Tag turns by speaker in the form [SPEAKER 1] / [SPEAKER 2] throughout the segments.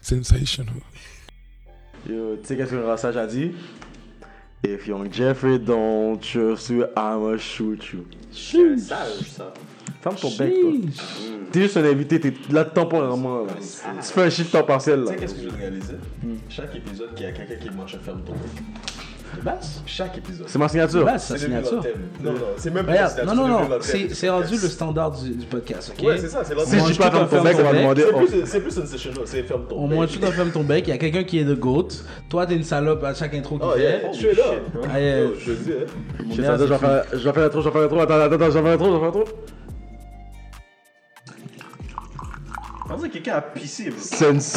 [SPEAKER 1] Sensational.
[SPEAKER 2] Yo, tu sais qu'est-ce que le rassage a dit? If young Jeffrey don't trust you, I'ma shoot you.
[SPEAKER 3] C'est sage, ça.
[SPEAKER 2] Ferme ton bec, toi. Mm. T'es juste un invité, t'es là temporairement. Là. Ah, Tu fais un chiffre temps partiel,
[SPEAKER 3] Tu
[SPEAKER 2] là.
[SPEAKER 3] sais qu'est-ce que j'ai réalisé Chaque épisode qu'il y a quelqu'un qui mange, je ferme ton bec.
[SPEAKER 4] Basse.
[SPEAKER 3] Chaque épisode.
[SPEAKER 2] C'est ma signature.
[SPEAKER 4] Basse, sa
[SPEAKER 3] devenu
[SPEAKER 4] signature.
[SPEAKER 3] leur thème. Non, non, c'est même pas
[SPEAKER 4] Regarde,
[SPEAKER 3] la
[SPEAKER 4] non, non,
[SPEAKER 3] signature, c'est
[SPEAKER 4] non,
[SPEAKER 3] devenu leur thème.
[SPEAKER 4] c'est c'est rendu
[SPEAKER 3] Yes.
[SPEAKER 4] le standard du, du podcast, ok?
[SPEAKER 3] Ouais, c'est ça, c'est leur
[SPEAKER 4] On
[SPEAKER 2] Si
[SPEAKER 3] thème.
[SPEAKER 2] je
[SPEAKER 4] mange
[SPEAKER 2] dis pas
[SPEAKER 4] tout en
[SPEAKER 2] ferme ton
[SPEAKER 4] ferme
[SPEAKER 2] bec, on
[SPEAKER 4] ton
[SPEAKER 2] va
[SPEAKER 4] bec.
[SPEAKER 2] demander.
[SPEAKER 3] C'est
[SPEAKER 2] oh,
[SPEAKER 3] plus- C'est plus une session, c'est ferme ton
[SPEAKER 4] Au
[SPEAKER 3] bec.
[SPEAKER 4] moins, tu dois fermer ton bec. Il y a quelqu'un qui est de goat. Toi, t'es une salope à chaque intro
[SPEAKER 3] Oh,
[SPEAKER 4] qu'il
[SPEAKER 3] yeah,
[SPEAKER 4] fait.
[SPEAKER 3] je suis là.
[SPEAKER 4] Ah, yeah.
[SPEAKER 3] Yo, Je te dis, hein.
[SPEAKER 2] Je vais faire je vais faire- je vais faire l'intro, je vais faire l'intro. Attends, attends, attends, je vais faire l'intro, je vais faire l'intro.
[SPEAKER 3] On dirait que quelqu'un a pissé, bro.
[SPEAKER 2] Sense.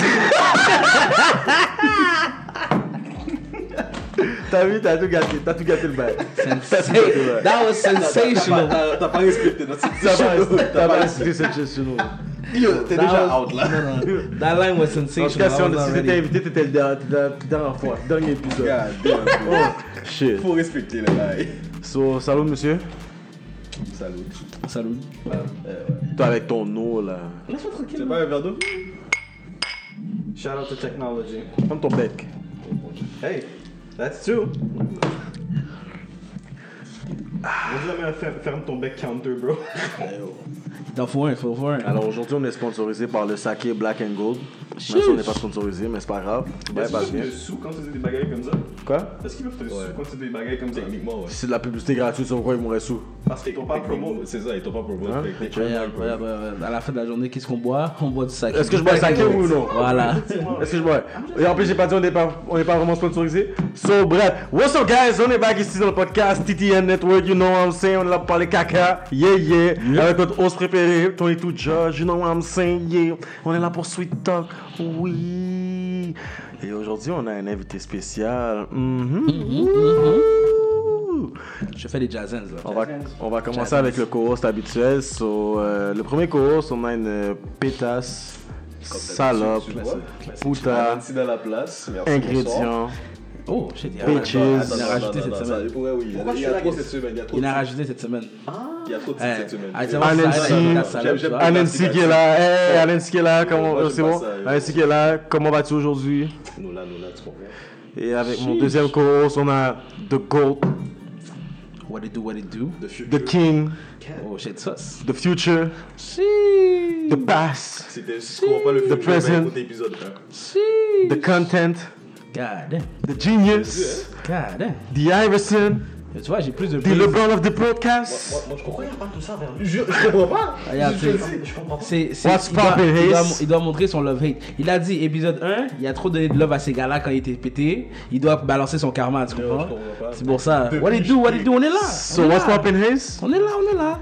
[SPEAKER 2] T'as vu, t'as tout gâté, t'as tout gâté le bail.
[SPEAKER 4] Sensa- That was sensational.
[SPEAKER 3] T'as t'as pas respecté notre
[SPEAKER 2] T'as pas
[SPEAKER 3] signature.
[SPEAKER 2] t'as pas respecté cette gestion.
[SPEAKER 3] Yo, T'es
[SPEAKER 4] That
[SPEAKER 3] déjà
[SPEAKER 4] was-
[SPEAKER 3] out là.
[SPEAKER 4] Non, non. That line was
[SPEAKER 2] En
[SPEAKER 4] sensational.
[SPEAKER 2] tout cas, si
[SPEAKER 4] I
[SPEAKER 2] on-
[SPEAKER 4] was
[SPEAKER 2] si
[SPEAKER 4] already-
[SPEAKER 2] t'étais invité, t'étais le der- t'étais la dernière fois, dernier épisode.
[SPEAKER 3] God damn, bro.
[SPEAKER 2] Shit.
[SPEAKER 3] Faut respecter les bails.
[SPEAKER 2] So, salut monsieur.
[SPEAKER 3] Salut.
[SPEAKER 4] Salut.
[SPEAKER 2] Toi avec ton eau là.
[SPEAKER 4] Laisse-moi
[SPEAKER 3] C'est
[SPEAKER 4] tranquille.
[SPEAKER 3] pas un verre d'eau?
[SPEAKER 5] Shout out to technology.
[SPEAKER 2] Prends ton bec.
[SPEAKER 5] Hey, that's true. On dit jamais un fer- ferme ton bec counter, bro.
[SPEAKER 4] T'en faut un, faut faut un.
[SPEAKER 2] Alors aujourd'hui, on est sponsorisé par le saké Black and Gold. Même si on n'est pas sponsorisé, mais c'est pas grave.
[SPEAKER 3] bah,
[SPEAKER 2] Ouais,
[SPEAKER 5] Est-ce
[SPEAKER 2] pas
[SPEAKER 5] qu'ils
[SPEAKER 2] bien.
[SPEAKER 5] te sous quand tu dis des bagailles comme ça?
[SPEAKER 2] Quoi
[SPEAKER 5] Est-ce qu'ils peuvent te sous quand tu dis des bagailles comme ça?
[SPEAKER 3] Techniquement, ouais.
[SPEAKER 2] Si c'est de la publicité gratuite, sur quoi ils m'auraient sous
[SPEAKER 5] Parce qu'ils t'ont pas promo.
[SPEAKER 3] C'est ça, ils t'ont pas promo.
[SPEAKER 2] Hein?
[SPEAKER 3] Fait que-
[SPEAKER 4] Regarde, regarde, regarde. À la fin de la journée, qu'est-ce qu'on boit On boit du saké.
[SPEAKER 2] Est-ce que je bois saké ou non
[SPEAKER 4] Voilà.
[SPEAKER 2] Est-ce que je bois Et en plus, j'ai pas dit on n'est pas, on n'est pas vraiment sponsorisé. So, bref. What's up, guys? On est back ici dans le podcast TTN Network. You know what I'm saying? On est là pour parler caca. Yeah, yeah. Avec notre host préféré, Tony Two Judge. You know what I'm saying? Yeah. On est là pour Sweet Talk. Oui. Et aujourd'hui, on a un invité spécial. Mhm.
[SPEAKER 4] Je fais des jazzens là.
[SPEAKER 2] On va, on va commencer avec le co-host habituel. So, euh, le premier co-host, on a une euh, pétasse, salope,
[SPEAKER 3] Tu vois?
[SPEAKER 2] puta,
[SPEAKER 3] Merci dans la place. Merci. bonsoir.
[SPEAKER 2] ingrédients.
[SPEAKER 4] Oh shit, il y a-
[SPEAKER 2] Bitches.
[SPEAKER 4] Il a rajouté cette
[SPEAKER 3] attends,
[SPEAKER 4] semaine.
[SPEAKER 3] attends. Ouais, oui. il y a-
[SPEAKER 5] Pourquoi
[SPEAKER 3] Il y
[SPEAKER 5] je suis
[SPEAKER 3] a
[SPEAKER 5] là,
[SPEAKER 3] trop
[SPEAKER 5] qu'est-ce-
[SPEAKER 3] cette semaine. Il y a trop
[SPEAKER 4] Il
[SPEAKER 3] de
[SPEAKER 4] a rajouté cette semaine.
[SPEAKER 3] il y a trop de
[SPEAKER 4] Eh,
[SPEAKER 3] cette semaine.
[SPEAKER 4] ah,
[SPEAKER 3] Ouais.
[SPEAKER 4] tiens, on s'arrête
[SPEAKER 2] Annecy.
[SPEAKER 4] avec la salope,
[SPEAKER 3] J'aime-
[SPEAKER 4] tu vois.
[SPEAKER 3] j'aime-
[SPEAKER 2] Anansi qui est là, hey, Anansi qui est là, comment,
[SPEAKER 3] Moi, j'aime
[SPEAKER 2] c'est
[SPEAKER 3] pas
[SPEAKER 2] bon?
[SPEAKER 3] ça, yo.
[SPEAKER 2] Anansi qui est là, comment vas-tu aujourd'hui?
[SPEAKER 3] Nous là, nous là, tu comprends.
[SPEAKER 2] Et avec mon deuxième co-host, on a The GOAT,
[SPEAKER 4] What it do, what it do.
[SPEAKER 3] De futur.
[SPEAKER 2] The King,
[SPEAKER 4] Oh shit, sauce.
[SPEAKER 2] The Future, The Past,
[SPEAKER 3] C'était je comprends pas le futur, mais
[SPEAKER 2] present.
[SPEAKER 3] écoute l'épisode, hein.
[SPEAKER 2] The Content,
[SPEAKER 4] God damn.
[SPEAKER 2] The Genius,
[SPEAKER 4] God damn.
[SPEAKER 2] The Iverson,
[SPEAKER 4] Mais Tu vois, j'ai plus de
[SPEAKER 2] The
[SPEAKER 4] plays.
[SPEAKER 2] LeBron of the Podcast.
[SPEAKER 3] Moi, moi, je comprends.
[SPEAKER 5] Pourquoi y'a pas tout ça vers lui?
[SPEAKER 3] Je, je comprends pas.
[SPEAKER 4] Regarde,
[SPEAKER 3] Je- je-
[SPEAKER 4] c'est-
[SPEAKER 5] Je comprends pas.
[SPEAKER 4] C'est, c'est,
[SPEAKER 2] What's
[SPEAKER 4] il, doit,
[SPEAKER 2] poppin',
[SPEAKER 4] il doit-
[SPEAKER 2] Hayes?
[SPEAKER 4] il doit montrer son love hate. Il a dit épisode 1, il a trop donné de love à ces gars-là quand il était pété. Il doit balancer son karma, tu comprends?
[SPEAKER 3] je comprends pas.
[SPEAKER 4] C'est pour ça.
[SPEAKER 3] Depuis,
[SPEAKER 4] What it do, what it do, on est là.
[SPEAKER 2] So
[SPEAKER 4] on est
[SPEAKER 2] what's
[SPEAKER 4] là.
[SPEAKER 2] poppin' Hayes?
[SPEAKER 4] On est là, on est là.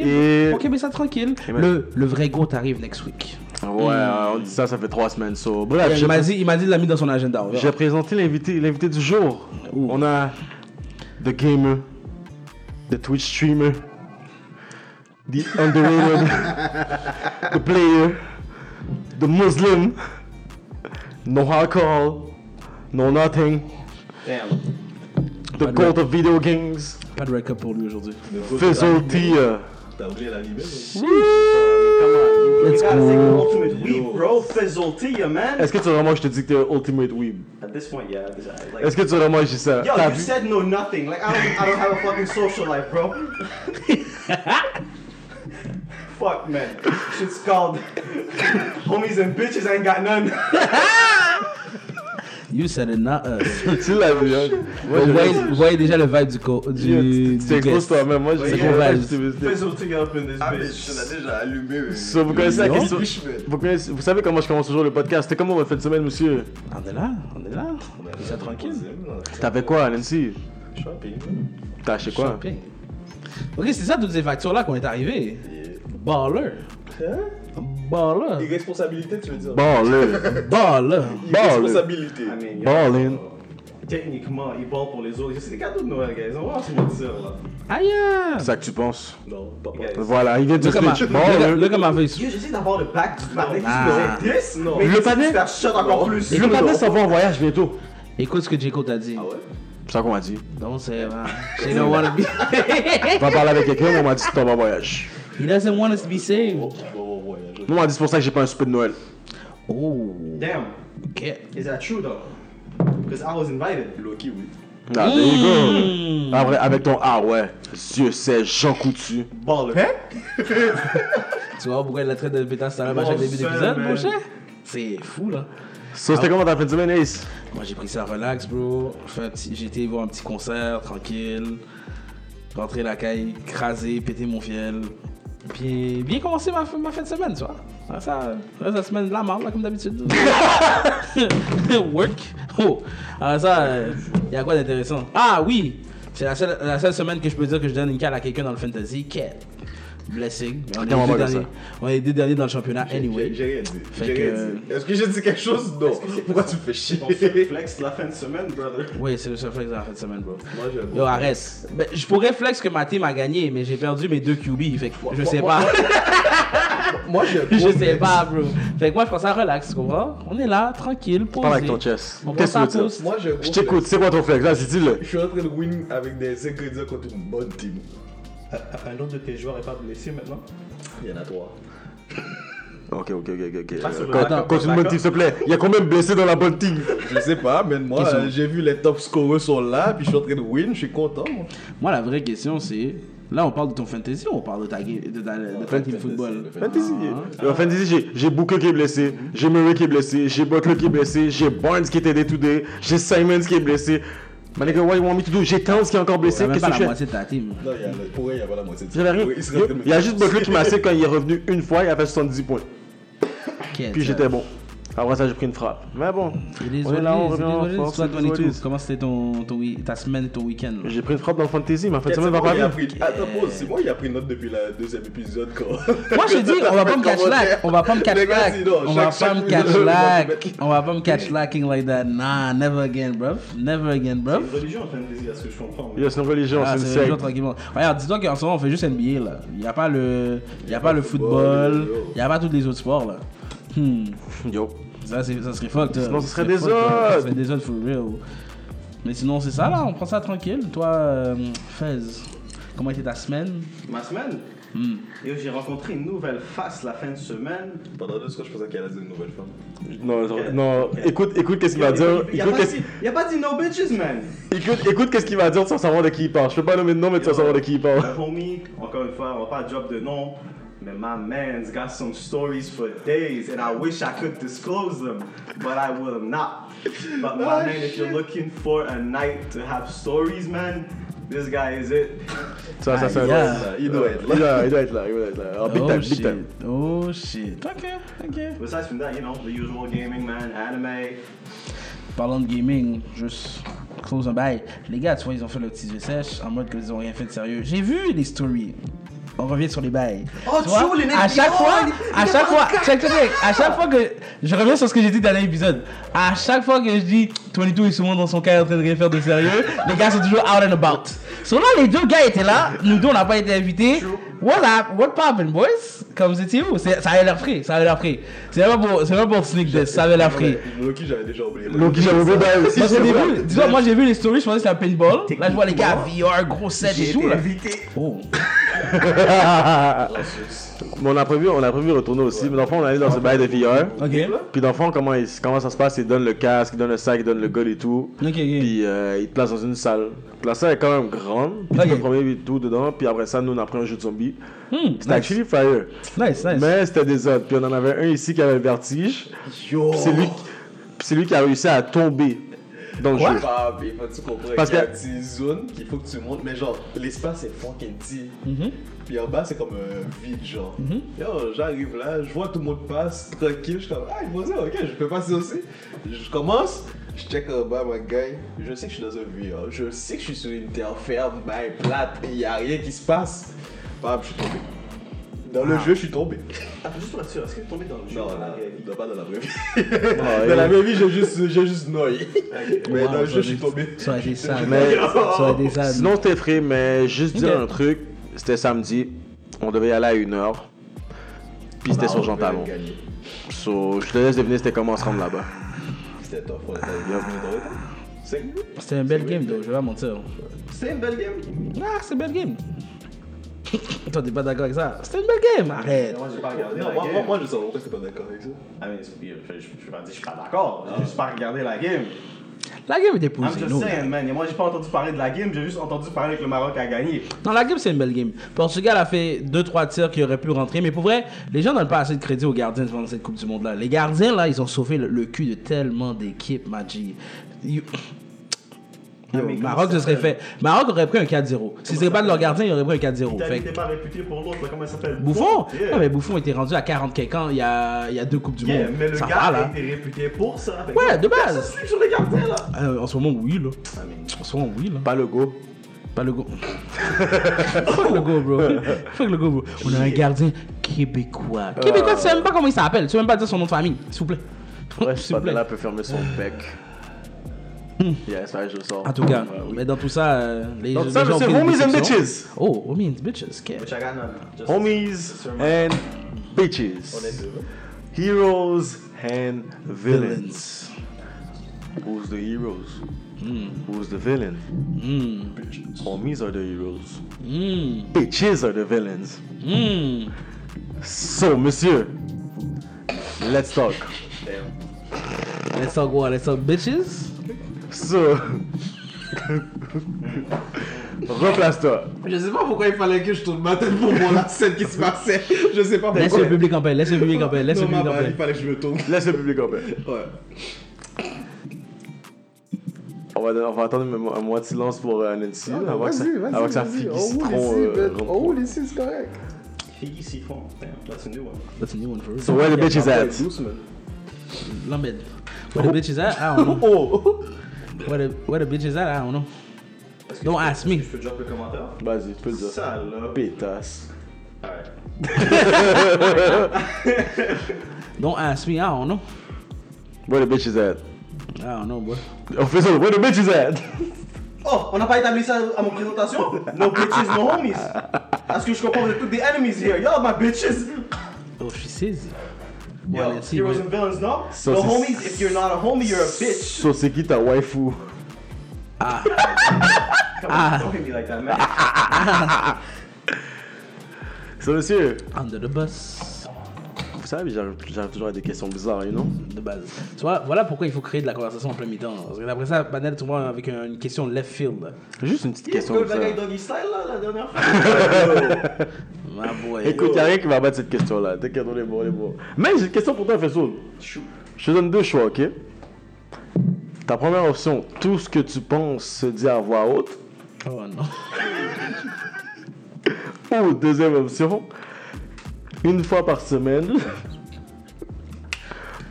[SPEAKER 4] Ok,
[SPEAKER 2] Et-
[SPEAKER 4] ok, mais ça tranquille.
[SPEAKER 2] ben-
[SPEAKER 4] Le, le vrai go t'arrive next week.
[SPEAKER 2] Ouais, on dit ça, ça fait trois semaines. So, bref,
[SPEAKER 4] Il
[SPEAKER 2] j'ai
[SPEAKER 4] m'a dit, il m'a dit de la mis dans son agenda. on verra.
[SPEAKER 2] j'ai présenté l'invité, l'invité du jour. On a The Gamer, The Twitch Streamer, The Underrated, The Player, The Muslim, No Alcohol, No Nothing,
[SPEAKER 5] Damn.
[SPEAKER 2] The Cult of Video Games,
[SPEAKER 4] Pas de wake-up pour lui aujourd'hui.
[SPEAKER 2] Fizzle Tia.
[SPEAKER 3] T'as oublié la limite.
[SPEAKER 4] Let's
[SPEAKER 5] You gotta think
[SPEAKER 4] go.
[SPEAKER 5] ultimate weeb, bro. Fizzle Tia, man.
[SPEAKER 2] Est-ce que tu veux vraiment que je te dis que t'es un Ultimate Weeb?
[SPEAKER 5] At this point, yeah. it's, uh, Like,
[SPEAKER 2] Est-ce que tu veux vraiment que je dise ça?
[SPEAKER 5] Yo,
[SPEAKER 2] T'as
[SPEAKER 5] you
[SPEAKER 2] vu?
[SPEAKER 5] said no nothing. Like I don't, I don't have a fucking social life, bro. Fuck, man. Shit's called homies and bitches ain't got none.
[SPEAKER 4] You said it, not us.
[SPEAKER 2] Tu l'as vu, hein? Moi,
[SPEAKER 4] Vous
[SPEAKER 2] je-
[SPEAKER 4] voyez, vous voyez déjà le vibe du co. Du,
[SPEAKER 2] Yo, tu-
[SPEAKER 4] du
[SPEAKER 2] tu t'exposes
[SPEAKER 4] guest.
[SPEAKER 2] toi-même. Moi, je sais
[SPEAKER 4] C'est
[SPEAKER 2] pas,
[SPEAKER 4] vrai.
[SPEAKER 2] je t'expose.
[SPEAKER 5] Fizzle Tia up in this
[SPEAKER 3] Ah, mais
[SPEAKER 5] bitch.
[SPEAKER 3] je l'ai déjà allumé. euh.
[SPEAKER 2] So, vous connaissez la
[SPEAKER 4] Non.
[SPEAKER 2] question.
[SPEAKER 3] Oui, je fais.
[SPEAKER 2] Vous, connaissez- vous savez comment je commence toujours le podcast. C'était comment votre fin de semaine, monsieur
[SPEAKER 4] On est là, on est là. On est là, tranquille.
[SPEAKER 2] T'as fait quoi, Nancy
[SPEAKER 3] Shopping.
[SPEAKER 2] T'as acheté quoi
[SPEAKER 4] Shopping. Ok, c'est ça toutes ces factures-là qu'on est arrivé. Baller.
[SPEAKER 3] Hein?
[SPEAKER 4] Baller.
[SPEAKER 3] Irresponsabilité, tu veux dire?
[SPEAKER 2] Baller.
[SPEAKER 4] Baller.
[SPEAKER 2] Baller.
[SPEAKER 3] Irresponsabilité.
[SPEAKER 5] I mean, yo,
[SPEAKER 2] Ballin.
[SPEAKER 5] Ah, techniquement, ils ballent pour les autres. C'est des cadeaux de Noël, guys. On va se mentir, là.
[SPEAKER 4] Aïe!
[SPEAKER 2] C'est ça que tu penses.
[SPEAKER 3] Non, pas pas.
[SPEAKER 5] Guys.
[SPEAKER 2] Voilà, il vient du
[SPEAKER 4] Look at my,
[SPEAKER 2] Twitch.
[SPEAKER 4] look at-
[SPEAKER 2] Baller.
[SPEAKER 4] look at my face.
[SPEAKER 5] Yo, j'essaie d'avoir le bac du panel
[SPEAKER 4] Ah.
[SPEAKER 5] qui se faisait 10, non.
[SPEAKER 2] Le panel?
[SPEAKER 5] Ça shot encore plus.
[SPEAKER 2] Le panel s'en va en voyage bientôt.
[SPEAKER 4] Écoute ce que Jaco t'a dit.
[SPEAKER 2] C'est ça qu'on m'a dit.
[SPEAKER 4] Don't say it, man. She don't wanna be...
[SPEAKER 2] On va parler avec quelqu'un, mais on m'a dit que tu t'en vas en voyage.
[SPEAKER 4] He doesn't want us to be saved.
[SPEAKER 3] Bon, bon voyage.
[SPEAKER 2] Nous, on m'a dit c'est pour ça que j'ai pas un souper de Noël.
[SPEAKER 4] Oh.
[SPEAKER 5] Damn.
[SPEAKER 4] Okay.
[SPEAKER 5] Is that true though? Because I was invited.
[SPEAKER 3] Loki, oui.
[SPEAKER 2] Ah, there you go. Après, avec ton ah ouais, Dieu sait, Jean Coutu.
[SPEAKER 5] Baller.
[SPEAKER 4] Tu vois pourquoi il a traité de pétasse tout à l'heure à chaque
[SPEAKER 5] Bon
[SPEAKER 4] début
[SPEAKER 5] sang,
[SPEAKER 4] d'épisode,
[SPEAKER 5] man.
[SPEAKER 4] mon cher? C'est fou, là.
[SPEAKER 2] So, c'était comment ta fin de semaine, Ace?
[SPEAKER 4] Moi, j'ai pris ça relax, bro. Fait un petit- j'ai été voir un petit concert, tranquille. Rentrer la caille, craser, péter mon fiel. Bien, bien commencer ma, ma fin de semaine, tu vois. Ça, ça, ça, ça se mène de la marde, là, comme d'habitude. Work. Oh. Alors ça, il y a quoi d'intéressant? Ah oui! C'est la seule, la seule semaine que je peux dire que je donne une cale à quelqu'un dans le fantasy. Quête. Blessing. On est,
[SPEAKER 2] Comment
[SPEAKER 4] les deux
[SPEAKER 2] on va dire
[SPEAKER 4] derniers, on est les deux derniers dans le championnat, anyway.
[SPEAKER 3] J'ai- J'ai rien dit.
[SPEAKER 4] Fait
[SPEAKER 3] J'ai
[SPEAKER 4] que-
[SPEAKER 3] rien dit. Est-ce que j'ai dit quelque chose? Non. Pourquoi tu me fais chier?
[SPEAKER 5] Bon, flex la fin de semaine, brother.
[SPEAKER 4] Oui, c'est le seul flex de la fin de semaine, bro.
[SPEAKER 3] Moi, je-
[SPEAKER 4] Yo, Arès. Ben, je pourrais flex que ma team a gagné, mais j'ai perdu mes deux QB. Fait que je sais
[SPEAKER 3] moi-
[SPEAKER 4] pas.
[SPEAKER 3] Moi, je.
[SPEAKER 4] je sais pas, bro. Fait que moi, je pense à relax, tu comprends? On est là, tranquille, posé.
[SPEAKER 2] Parle avec ton chest.
[SPEAKER 4] On prend
[SPEAKER 2] Qu'est-ce
[SPEAKER 4] ça
[SPEAKER 2] que
[SPEAKER 4] à
[SPEAKER 2] tu veux
[SPEAKER 4] pause.
[SPEAKER 2] dire?
[SPEAKER 3] Moi, je.
[SPEAKER 2] Je t'écoute, c'est quoi ton flex? Vas-y, dis-le.
[SPEAKER 3] Je suis en train de win avec des ingrédients contre une bonne team.
[SPEAKER 5] Euh, Un autre de tes joueurs est pas blessé maintenant?
[SPEAKER 3] Il y en a trois.
[SPEAKER 2] Ok, ok, ok, ok.
[SPEAKER 5] Pas sur
[SPEAKER 2] Euh,
[SPEAKER 5] le
[SPEAKER 2] con-
[SPEAKER 5] backup,
[SPEAKER 2] Continue mon
[SPEAKER 5] backup.
[SPEAKER 2] team, s'il te plaît. Il y a combien de blessés dans la bonne team?
[SPEAKER 3] Je sais pas, mais moi,
[SPEAKER 4] Ils sont-
[SPEAKER 3] euh, j'ai vu les top scorers sont là, puis je suis en train de win, je suis content. moi.
[SPEAKER 4] Moi, la vraie question, c'est. Là, on parle de ton fantasy ou on parle de ta game, de ta, de ta team football?
[SPEAKER 2] Fantasy.
[SPEAKER 3] Ah.
[SPEAKER 2] Euh, Fantasy, j'ai- j'ai Booker qui est blessé, j'ai Murray qui est blessé, j'ai Butler qui est blessé, j'ai Barnes qui était day to day, j'ai Simons qui est blessé. My nigga, what you want me to do? J'ai Towns qui est encore blessé.
[SPEAKER 4] C'est même
[SPEAKER 2] Qu'est-ce
[SPEAKER 4] pas
[SPEAKER 2] que je
[SPEAKER 4] la
[SPEAKER 2] fais?
[SPEAKER 4] moitié de ta team.
[SPEAKER 3] Non, il y a le- pour vrai, il n'y a pas la moitié de ça.
[SPEAKER 2] J'avais rien.
[SPEAKER 3] Oui, il serait en train de me
[SPEAKER 2] Il y a
[SPEAKER 3] faire
[SPEAKER 2] juste
[SPEAKER 3] chier.
[SPEAKER 2] Butler qui m'a assez quand il est revenu une fois, il a fait 70 points.
[SPEAKER 4] Quête,
[SPEAKER 2] Puis
[SPEAKER 4] ça.
[SPEAKER 2] j'étais bon. Après ça, j'ai pris une frappe. Mais bon,
[SPEAKER 4] Et les
[SPEAKER 2] on est là, on
[SPEAKER 4] Oldies,
[SPEAKER 2] revient
[SPEAKER 4] et les
[SPEAKER 2] en
[SPEAKER 4] Oldies,
[SPEAKER 2] force,
[SPEAKER 4] toi,
[SPEAKER 2] les
[SPEAKER 4] Tony
[SPEAKER 2] Oldies.
[SPEAKER 4] Tooth, Comment c'était ton, ton week- ta semaine, ton week-end? là?
[SPEAKER 2] J'ai pris une frappe dans le fantasy, ma fin de
[SPEAKER 3] C'est
[SPEAKER 2] semaine va
[SPEAKER 3] moi,
[SPEAKER 2] pas
[SPEAKER 3] il a
[SPEAKER 2] bien.
[SPEAKER 3] pris- Attends, pause, c'est moi, il a pris note depuis le deuxième épisode. Quand...
[SPEAKER 4] Moi j'ai dit on va pas me catch lack, on va pas me catch
[SPEAKER 3] Les gars,
[SPEAKER 4] lack,
[SPEAKER 3] dis donc,
[SPEAKER 4] on va
[SPEAKER 3] chaque-
[SPEAKER 4] pas me
[SPEAKER 3] chaque
[SPEAKER 4] catch
[SPEAKER 3] vidéo,
[SPEAKER 4] lack,
[SPEAKER 3] on
[SPEAKER 4] on va pas me catch lacking like that. Nah, never again, bruv, never again, bruv.
[SPEAKER 5] Une religion en fantasy, à ce que je comprends.
[SPEAKER 2] Il y a une religion, c'est
[SPEAKER 4] Ah,
[SPEAKER 2] une
[SPEAKER 4] c'est le
[SPEAKER 2] secte.
[SPEAKER 4] jour tranquillement. Regarde, dis-toi qu'en ce moment on fait juste NBA là. Y a pas le, y a pas le football, y a pas tous les autres sports là. Hmm,
[SPEAKER 2] Yo.
[SPEAKER 4] ça, c'est- ça serait fucked.
[SPEAKER 2] Sinon, ce
[SPEAKER 4] ça
[SPEAKER 2] serait des
[SPEAKER 4] fucked, là. Ça
[SPEAKER 2] autres.
[SPEAKER 4] serait des autres for real. Mais sinon c'est ça là, on prend ça tranquille. Toi, euh, Fez, comment était ta semaine?
[SPEAKER 5] Ma semaine? Yo, j'ai rencontré une nouvelle face la fin de semaine.
[SPEAKER 3] Pendant deux secondes, je pensais qu'elle a dit une nouvelle femme.
[SPEAKER 2] Non, non, écoute, écoute qu'est-ce qu'il va dire.
[SPEAKER 5] Il
[SPEAKER 2] Écoute
[SPEAKER 5] pas
[SPEAKER 2] qu'est-ce-
[SPEAKER 5] dit- il a pas dit no bitches, man.
[SPEAKER 2] Écoute, écoute qu'est-ce qu'il va dire sans savoir de qui il parle. Je peux pas nommer de nom, mais tu vas savoir de qui il parle.
[SPEAKER 5] Le homie, encore une fois, on va pas drop de nom, mais my man's got some stories for days, and I wish I could disclose them, but I will not. But my man, if you're looking for a night to have stories, man, this guy is it.
[SPEAKER 2] Ça, ça, ça.
[SPEAKER 4] Aïe, aïe.
[SPEAKER 2] ça.
[SPEAKER 3] Ah, Il doit être là.
[SPEAKER 2] Il doit, il doit être là, il doit être là. En big
[SPEAKER 4] oh
[SPEAKER 2] time, big
[SPEAKER 4] shit,
[SPEAKER 2] time.
[SPEAKER 4] oh shit. Ok, ok.
[SPEAKER 5] Besides from that, you know, the usual gaming, man, anime.
[SPEAKER 4] Parlant de gaming, juste close un bail. Les gars, tu vois, ils ont fait le petit jeu sèche en mode qu'ils ont rien fait de sérieux. J'ai vu les stories. On revient sur les bails.
[SPEAKER 5] Oh,
[SPEAKER 4] Tu vois,
[SPEAKER 5] Joe, les mecs,
[SPEAKER 4] À chaque
[SPEAKER 5] oh,
[SPEAKER 4] fois,
[SPEAKER 5] il-
[SPEAKER 4] à
[SPEAKER 5] il
[SPEAKER 4] chaque
[SPEAKER 5] est dans
[SPEAKER 4] fois, check, check, check. À chaque fois que je reviens sur ce que j'ai dit dans l'épisode, à chaque fois que je dis 22 est souvent dans son cas en train de rien faire de sérieux, les gars sont toujours out and about. So là, les deux gars étaient là, nous deux on n'a pas été invités. What up, what poppin', boys? Comme c'était vous, C'est- ça avait l'air frais, ça avait l'air frais. C'est pas pour, c'est pas pour sneak this, ça avait l'air frais.
[SPEAKER 3] Loki, j'avais déjà oublié.
[SPEAKER 2] Loki, j'avais oublié bah, d'aller aussi.
[SPEAKER 4] Parce qu'au début, dis-moi, moi j'ai vu les stories, je pensais que c'était un paintball. Là, je vois les gars VR, gros set et tout. Là. Oh.
[SPEAKER 2] Bon, on a prévu, on a prévu retourner aussi. Mais dans le fond, on allait dans ce bail de VR.
[SPEAKER 4] Ok. Ok,
[SPEAKER 2] Puis dans le fond, comment, il- comment ça se passe? Il donne le casque, il donne le sac, il donne le goal et tout.
[SPEAKER 4] ok.
[SPEAKER 2] Puis euh, il te place dans une salle. La salle est quand même grande. Puis
[SPEAKER 4] Ok.
[SPEAKER 2] tu peux te promener et tout dedans. Puis après ça, nous, on a pris un jeu de zombies.
[SPEAKER 4] Hmm,
[SPEAKER 2] C'était actually fire.
[SPEAKER 4] nice, nice.
[SPEAKER 2] Mais c'était des autres. Puis on en avait un ici qui avait le vertige.
[SPEAKER 3] Yo!
[SPEAKER 2] Puis c'est lui, puis c'est lui qui a réussi à tomber dans le jeu.
[SPEAKER 3] Fab, il faut que tu comprennes.
[SPEAKER 2] Parce
[SPEAKER 3] Parce qu'il y a
[SPEAKER 2] que-
[SPEAKER 3] une petite zone qu'il faut que tu montes, mais genre, l'espace est fucking petit.
[SPEAKER 4] Mhm.
[SPEAKER 3] Puis en bas, c'est comme euh, vide, genre. Yo, j'arrive là, je vois tout le monde passe, tranquille, je suis comme, ah, il ça, ok, je peux passer aussi. Je commence, je check en bas, ma guy. Je sais que je suis dans un VR, je sais que je suis sur une terre ferme, bail plate, et il n'y a rien qui se passe. Bam, je suis tombé. Dans
[SPEAKER 4] Ah.
[SPEAKER 3] le jeu, je suis tombé.
[SPEAKER 5] Attends, juste pour être sûr, est-ce que tu tombé dans le jeu
[SPEAKER 3] Non,
[SPEAKER 5] dans la
[SPEAKER 3] là,
[SPEAKER 5] vraie vie?
[SPEAKER 3] non, pas dans la vraie vie.
[SPEAKER 2] Ah,
[SPEAKER 3] Dans la
[SPEAKER 2] et-
[SPEAKER 3] vraie vie, j'ai juste, j'ai juste noyé. Mais
[SPEAKER 4] Wow,
[SPEAKER 3] dans le
[SPEAKER 4] ça
[SPEAKER 3] jeu, je suis
[SPEAKER 4] aurait-
[SPEAKER 3] tombé.
[SPEAKER 4] Ça aurait été sad.
[SPEAKER 2] Mais-
[SPEAKER 4] Ça aurait été sad.
[SPEAKER 2] Sinon, c'était frais, mais juste dire
[SPEAKER 4] Euh, Ok.
[SPEAKER 2] un truc. C'était samedi. On devait y aller à 1h. Puis c'était sur Jean Talon.
[SPEAKER 3] Gagné.
[SPEAKER 2] So, je te laisse deviner c'était comment on se rendre là-bas.
[SPEAKER 3] C'était top, on était bien venu dans le temps. Cinq minutes.
[SPEAKER 4] C'était un bel game, though, je vais pas mentir.
[SPEAKER 5] C'est une belle game.
[SPEAKER 4] Ah, c'est un bel game. Toi, t'es pas d'accord avec ça C'était une belle game, arrête.
[SPEAKER 5] Moi, j'ai pas regardé
[SPEAKER 3] Non,
[SPEAKER 5] la
[SPEAKER 3] moi,
[SPEAKER 5] game.
[SPEAKER 3] moi, moi, je sais pas pourquoi t'es pas d'accord avec ça.
[SPEAKER 5] I mean, it's- je, je, je, vais pas dire, je suis pas d'accord. J'ai juste pas regardé la game.
[SPEAKER 4] La game était
[SPEAKER 5] I'm
[SPEAKER 4] posée.
[SPEAKER 5] just
[SPEAKER 4] non.
[SPEAKER 5] saying, man. Et moi, j'ai pas entendu parler de la game. J'ai juste entendu parler que le Maroc a gagné.
[SPEAKER 4] Non, la game, c'est une belle game. Portugal a fait 2-3 tirs qui auraient pu rentrer, mais pour vrai, les gens donnent pas assez de crédit aux gardiens pendant cette Coupe du Monde-là. Les gardiens, là, ils ont sauvé le, le cul de tellement d'équipes, Maji. Yo,
[SPEAKER 5] Ah, mais comment
[SPEAKER 4] Maroc,
[SPEAKER 5] ça
[SPEAKER 4] se serait fait. Maroc aurait pris un 4-0. S'ils n'étaient pas de leur gardien, ils auraient pris un 4-0.
[SPEAKER 5] L'Italie
[SPEAKER 4] Fait que-
[SPEAKER 5] n'était pas réputée pour l'autre. Comment il s'appelle
[SPEAKER 4] Bouffon
[SPEAKER 5] Yeah.
[SPEAKER 4] Non, mais Bouffon était rendu à 40 quelques ans il y a, il y a deux Coupes du
[SPEAKER 5] Yeah,
[SPEAKER 4] Monde.
[SPEAKER 5] mais le
[SPEAKER 4] Ça
[SPEAKER 5] gars
[SPEAKER 4] va, là.
[SPEAKER 5] a été réputé pour ça. Fait
[SPEAKER 4] Ouais,
[SPEAKER 5] que-
[SPEAKER 4] de
[SPEAKER 5] Ça se
[SPEAKER 4] base.
[SPEAKER 5] suit sur les gardiens, là.
[SPEAKER 4] Euh, en ce moment, oui, là. En ce moment, oui, là.
[SPEAKER 2] Pas le go.
[SPEAKER 4] Pas le go. Fuck le go, bro. Fuck le go, bro. On a un gardien québécois.
[SPEAKER 2] Euh.
[SPEAKER 4] Québécois, tu sais même pas comment il s'appelle. Tu sais même pas dire son nom de famille, s'il vous plaît.
[SPEAKER 2] Ouais,
[SPEAKER 4] Bah, S'il vous plaît.
[SPEAKER 2] Mandela peut fermer son bec.
[SPEAKER 3] Hmm.
[SPEAKER 2] Yes, ouais, je le sors.
[SPEAKER 4] En tout cas,
[SPEAKER 2] Ouais, oui.
[SPEAKER 4] mais dans tout ça, euh, les
[SPEAKER 2] Donc
[SPEAKER 4] les
[SPEAKER 2] ça,
[SPEAKER 4] gens ont
[SPEAKER 2] monsieur,
[SPEAKER 4] pris des
[SPEAKER 2] homies and
[SPEAKER 4] déceptions.
[SPEAKER 2] bitches.
[SPEAKER 4] Oh, homies and bitches, ok.
[SPEAKER 5] Which I got none. Just-
[SPEAKER 2] Homies and bitches. Heroes and villains. Who's the heroes? Who's the villain? Homies are the heroes.
[SPEAKER 4] Hmm,
[SPEAKER 2] Bitches are the villains.
[SPEAKER 4] hmm.
[SPEAKER 2] So, monsieur, let's talk.
[SPEAKER 4] Let's talk what? Let's talk bitches?
[SPEAKER 2] So, replace-toi.
[SPEAKER 3] Je sais pas pourquoi il fallait que je tourne ma tête pour voir la scène qui se passait. Je sais pas pourquoi.
[SPEAKER 4] Laisse le public en paix, laisse le public en paix, laisse le
[SPEAKER 3] Non, ma
[SPEAKER 4] public en
[SPEAKER 3] bad, il
[SPEAKER 4] paix.
[SPEAKER 3] fallait que je me tourne.
[SPEAKER 2] Laisse le public en paix.
[SPEAKER 3] Ouais.
[SPEAKER 2] On va, on va attendre un, mo- un mois de silence pour euh, Nancy là, avant, que ça, avant que ça finisse
[SPEAKER 3] Oh,
[SPEAKER 2] trop,
[SPEAKER 3] les
[SPEAKER 2] euh,
[SPEAKER 3] six,
[SPEAKER 2] rond-
[SPEAKER 3] man. Oh, les six, c'est correct.
[SPEAKER 5] Figgy Siphon. Damn, That's a new one.
[SPEAKER 4] That's a new one for us.
[SPEAKER 2] So where the bitch is at?
[SPEAKER 3] Douce, man.
[SPEAKER 4] Lambed. Where the bitch is at? I don't know.
[SPEAKER 2] Oh.
[SPEAKER 4] Where the, where the bitch is at? I don't know.
[SPEAKER 5] Est-ce que
[SPEAKER 4] Don't
[SPEAKER 5] je peux-
[SPEAKER 4] ask me.
[SPEAKER 5] est-ce que Je peux drop le commentaire.
[SPEAKER 2] Vas-y, tu peux le dire.
[SPEAKER 5] Salope.
[SPEAKER 2] Pétasse.
[SPEAKER 5] Alright.
[SPEAKER 4] Don't ask me. I don't know.
[SPEAKER 2] Where the bitch is at?
[SPEAKER 4] I don't know, bro.
[SPEAKER 2] Official, where the bitch is at?
[SPEAKER 5] Oh, on n'a pas établi ça à mon présentation? No bitches, no homies. Est-ce que je comprends? Vous êtes tous des enemies here. Y'all are my bitches.
[SPEAKER 4] Oh, she says.
[SPEAKER 5] Yo,
[SPEAKER 4] Well, let's see.
[SPEAKER 5] heroes
[SPEAKER 4] bro.
[SPEAKER 5] and villains, no?
[SPEAKER 2] So
[SPEAKER 5] no
[SPEAKER 2] c'est-
[SPEAKER 5] homies, if you're not a homie, you're a bitch.
[SPEAKER 2] So, c'est qui ta waifu?
[SPEAKER 5] Come
[SPEAKER 4] Ah.
[SPEAKER 5] on, don't hit me like that, man.
[SPEAKER 2] So, monsieur,
[SPEAKER 4] Under the bus.
[SPEAKER 2] vous savez, j'arrive j'arrive toujours à des questions bizarres, you know?
[SPEAKER 4] De base. Tu vois, voilà pourquoi il faut créer de la conversation en plein mi-temps. Parce que après ça, Banel, tout le monde avec une question left field.
[SPEAKER 2] Juste une petite
[SPEAKER 5] Qu'est-ce
[SPEAKER 2] question
[SPEAKER 5] que le
[SPEAKER 2] bizarre.
[SPEAKER 5] bagage doggy style là, la dernière fois?
[SPEAKER 4] My boy.
[SPEAKER 2] Écoute, y'a rien qui va battre cette question-là. T'inquiète, on est bon, on est bon. Mais j'ai une question pour toi, Fessoul. Je te donne deux choix, ok? Ta première option, tout ce que tu penses se dit à voix haute.
[SPEAKER 4] Oh non.
[SPEAKER 2] Ou deuxième option, une fois par semaine,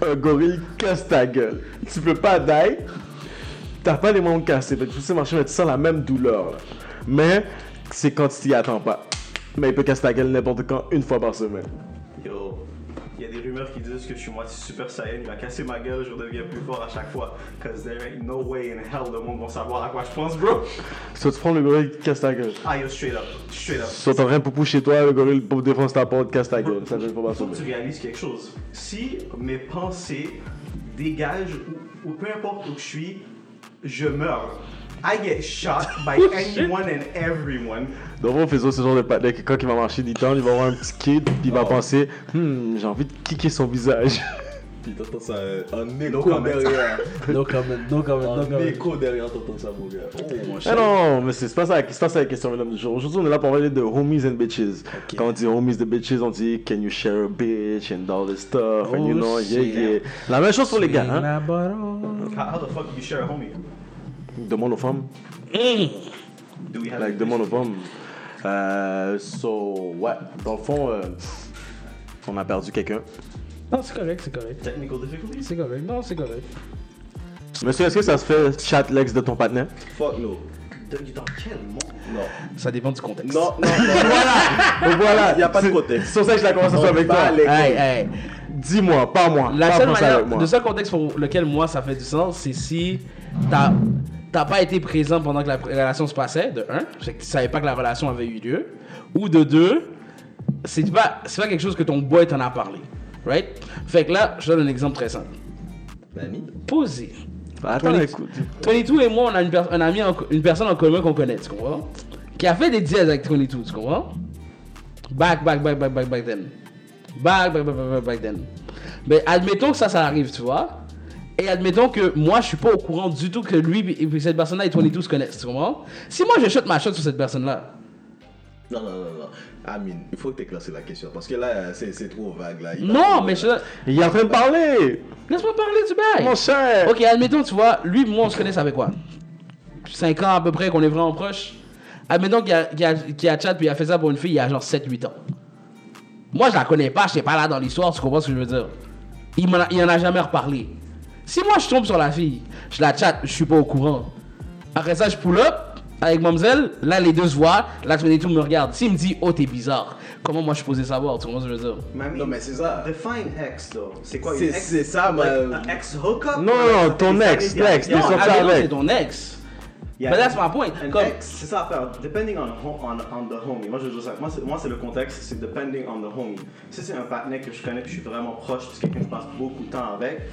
[SPEAKER 2] un gorille casse ta gueule. Tu peux pas die, t'as pas les membres cassés, fait que tu sais marcher, mais tu sens la même douleur. là. Mais c'est quand tu t'y attends pas. Mais il peut casser ta gueule n'importe quand, une fois par semaine.
[SPEAKER 5] Yo, il y a des rumeurs qui disent que je suis moitié super saiyan, il va casser ma gueule, je redeviens plus fort à chaque fois. Cause there ain't no way in hell le monde va savoir à quoi je pense, bro.
[SPEAKER 2] Soit tu prends le gorille casse ta gueule.
[SPEAKER 5] Ah yo, straight up, straight up.
[SPEAKER 2] Soit t'en viens poupou chez toi, le gorille pour défonce ta porte, casse ta gueule. Ça fait pas par
[SPEAKER 5] Faut que tu
[SPEAKER 2] semaine.
[SPEAKER 5] réalises quelque chose. Si mes pensées dégagent ou, ou peu importe où que je suis, je meurs. I get shot by anyone and everyone.
[SPEAKER 2] Donc on fait ça, ce genre de patin que quand il va marcher du temps, il va avoir un petit kid, puis il va penser, hmm, j'ai envie de kicker son visage.
[SPEAKER 3] Puis t'entends ça euh, en écho
[SPEAKER 5] comment.
[SPEAKER 3] derrière.
[SPEAKER 4] No comment, no comment, no
[SPEAKER 3] En
[SPEAKER 4] comment.
[SPEAKER 3] écho derrière, t'entends ça, mon gars. Oh, mon
[SPEAKER 2] Ah non, mais c'est c'est pas ça, c'est pas ça la question, mesdames du jour. Aujourd'hui, on est là pour parler de homies and bitches. Quand on dit homies and bitches, on dit can you share a bitch and all this stuff, and you
[SPEAKER 4] Oh,
[SPEAKER 2] know, yeah,
[SPEAKER 4] shit.
[SPEAKER 2] yeah. La même chose pour les gars,
[SPEAKER 4] Swing
[SPEAKER 2] hein.
[SPEAKER 4] la baronne.
[SPEAKER 5] How, how the fuck you share a homie?
[SPEAKER 2] Demande aux femmes.
[SPEAKER 5] Do we have
[SPEAKER 2] Like, demande aux femmes. Euh, so, ouais, dans le fond, euh, on a perdu quelqu'un.
[SPEAKER 4] Non, c'est correct, c'est correct.
[SPEAKER 5] technical difficulties?
[SPEAKER 4] C'est correct, non, c'est correct.
[SPEAKER 2] Monsieur, est-ce que ça se fait chat l'ex de ton partenaire?
[SPEAKER 3] Fuck no.
[SPEAKER 5] Dans quel monde?
[SPEAKER 3] Non.
[SPEAKER 4] Ça dépend du contexte.
[SPEAKER 3] Non, non, non.
[SPEAKER 2] Donc voilà,
[SPEAKER 3] Ah, Y a pas de
[SPEAKER 2] c'est-
[SPEAKER 3] contexte.
[SPEAKER 2] C'est pour ça que je la conversation
[SPEAKER 3] On
[SPEAKER 2] avec toi.
[SPEAKER 3] bat les-
[SPEAKER 4] Hey, hey.
[SPEAKER 2] Dis-moi, pas moi.
[SPEAKER 4] La
[SPEAKER 2] pas
[SPEAKER 4] seule
[SPEAKER 2] penser
[SPEAKER 4] manière,
[SPEAKER 2] avec moi.
[SPEAKER 4] le seul contexte pour lequel moi ça fait du sens, c'est si t'as t'as pas été présent pendant que la pr- relation se passait, de un, c'est que tu savais pas que la relation avait eu lieu, ou de deux, c'est pas, c'est pas quelque chose que ton boy t'en a parlé, right? Fait que là, je donne un exemple très simple. Posé.
[SPEAKER 2] Attends,
[SPEAKER 4] 22
[SPEAKER 2] écoute.
[SPEAKER 4] 22 et moi, on a une, per- un ami en co- une personne en commun qu'on connaît, tu comprends? Qui a fait des dièses avec 22, tu comprends? Back, back, back, back, back, back then. Back, back, back, back, back, back then. Mais admettons que ça, ça arrive, tu vois. Et admettons que moi, je suis pas au courant du tout que lui et puis cette personne-là et 22 se connaissent, tu comprends? Si moi, je shot ma shot sur cette personne-là,
[SPEAKER 3] Non, non, non, non. Amine, il faut que tu éclaircisses la question. Parce que là, c'est c'est trop vague. Là. Il
[SPEAKER 4] non,
[SPEAKER 3] parle-
[SPEAKER 4] mais je...
[SPEAKER 2] Il est en train de parler,
[SPEAKER 4] Laisse-moi parler du bail!
[SPEAKER 2] mon cher.
[SPEAKER 4] Ok, admettons, tu vois, lui, moi, on se connaît, ça fait quoi 5 ans à peu près, qu'on est vraiment proches. Admettons qu'il a, qu'il a, qu'il a chat puis il a fait ça pour une fille il y a genre 7-8 ans. Moi, je la connais pas, je sais pas là dans l'histoire, tu comprends ce que je veux dire Il m'en a- il en a jamais reparlé. Si moi, je tombe sur la fille, je la chatte, je suis pas au courant. Après ça, je pull up avec mademoiselle, là, les deux se voient, là, tout me regarde. S'il me dit, oh, t'es bizarre, comment moi, je suis posé savoir, tu comprends ce que je veux dire
[SPEAKER 5] Mamie,
[SPEAKER 3] Non, mais c'est ça.
[SPEAKER 5] Define ex, though. C'est quoi une
[SPEAKER 3] C'est-
[SPEAKER 5] ex?
[SPEAKER 3] c'est ça,
[SPEAKER 5] Like,
[SPEAKER 3] mais-
[SPEAKER 5] un ex hookup?
[SPEAKER 2] Non,
[SPEAKER 5] Like,
[SPEAKER 2] non,
[SPEAKER 5] ça
[SPEAKER 2] ton
[SPEAKER 5] fait
[SPEAKER 2] ex,
[SPEAKER 5] des années
[SPEAKER 2] l'ex,
[SPEAKER 5] derrière.
[SPEAKER 2] des
[SPEAKER 4] Non,
[SPEAKER 2] sorties
[SPEAKER 4] admettons,
[SPEAKER 2] avec.
[SPEAKER 4] c'est ton ex.
[SPEAKER 5] Yeah.
[SPEAKER 4] But that's my point.
[SPEAKER 5] Un
[SPEAKER 4] Comme-
[SPEAKER 5] ex, c'est ça l'affaire. Depending on, ho- on, on the homie. Moi, je dis ça. Moi, c'est, moi, c'est le contexte. C'est depending on the homie. Si c'est un partenaire que je connais, que je suis vraiment proche, c'est quelqu'un que je passe beaucoup de temps avec,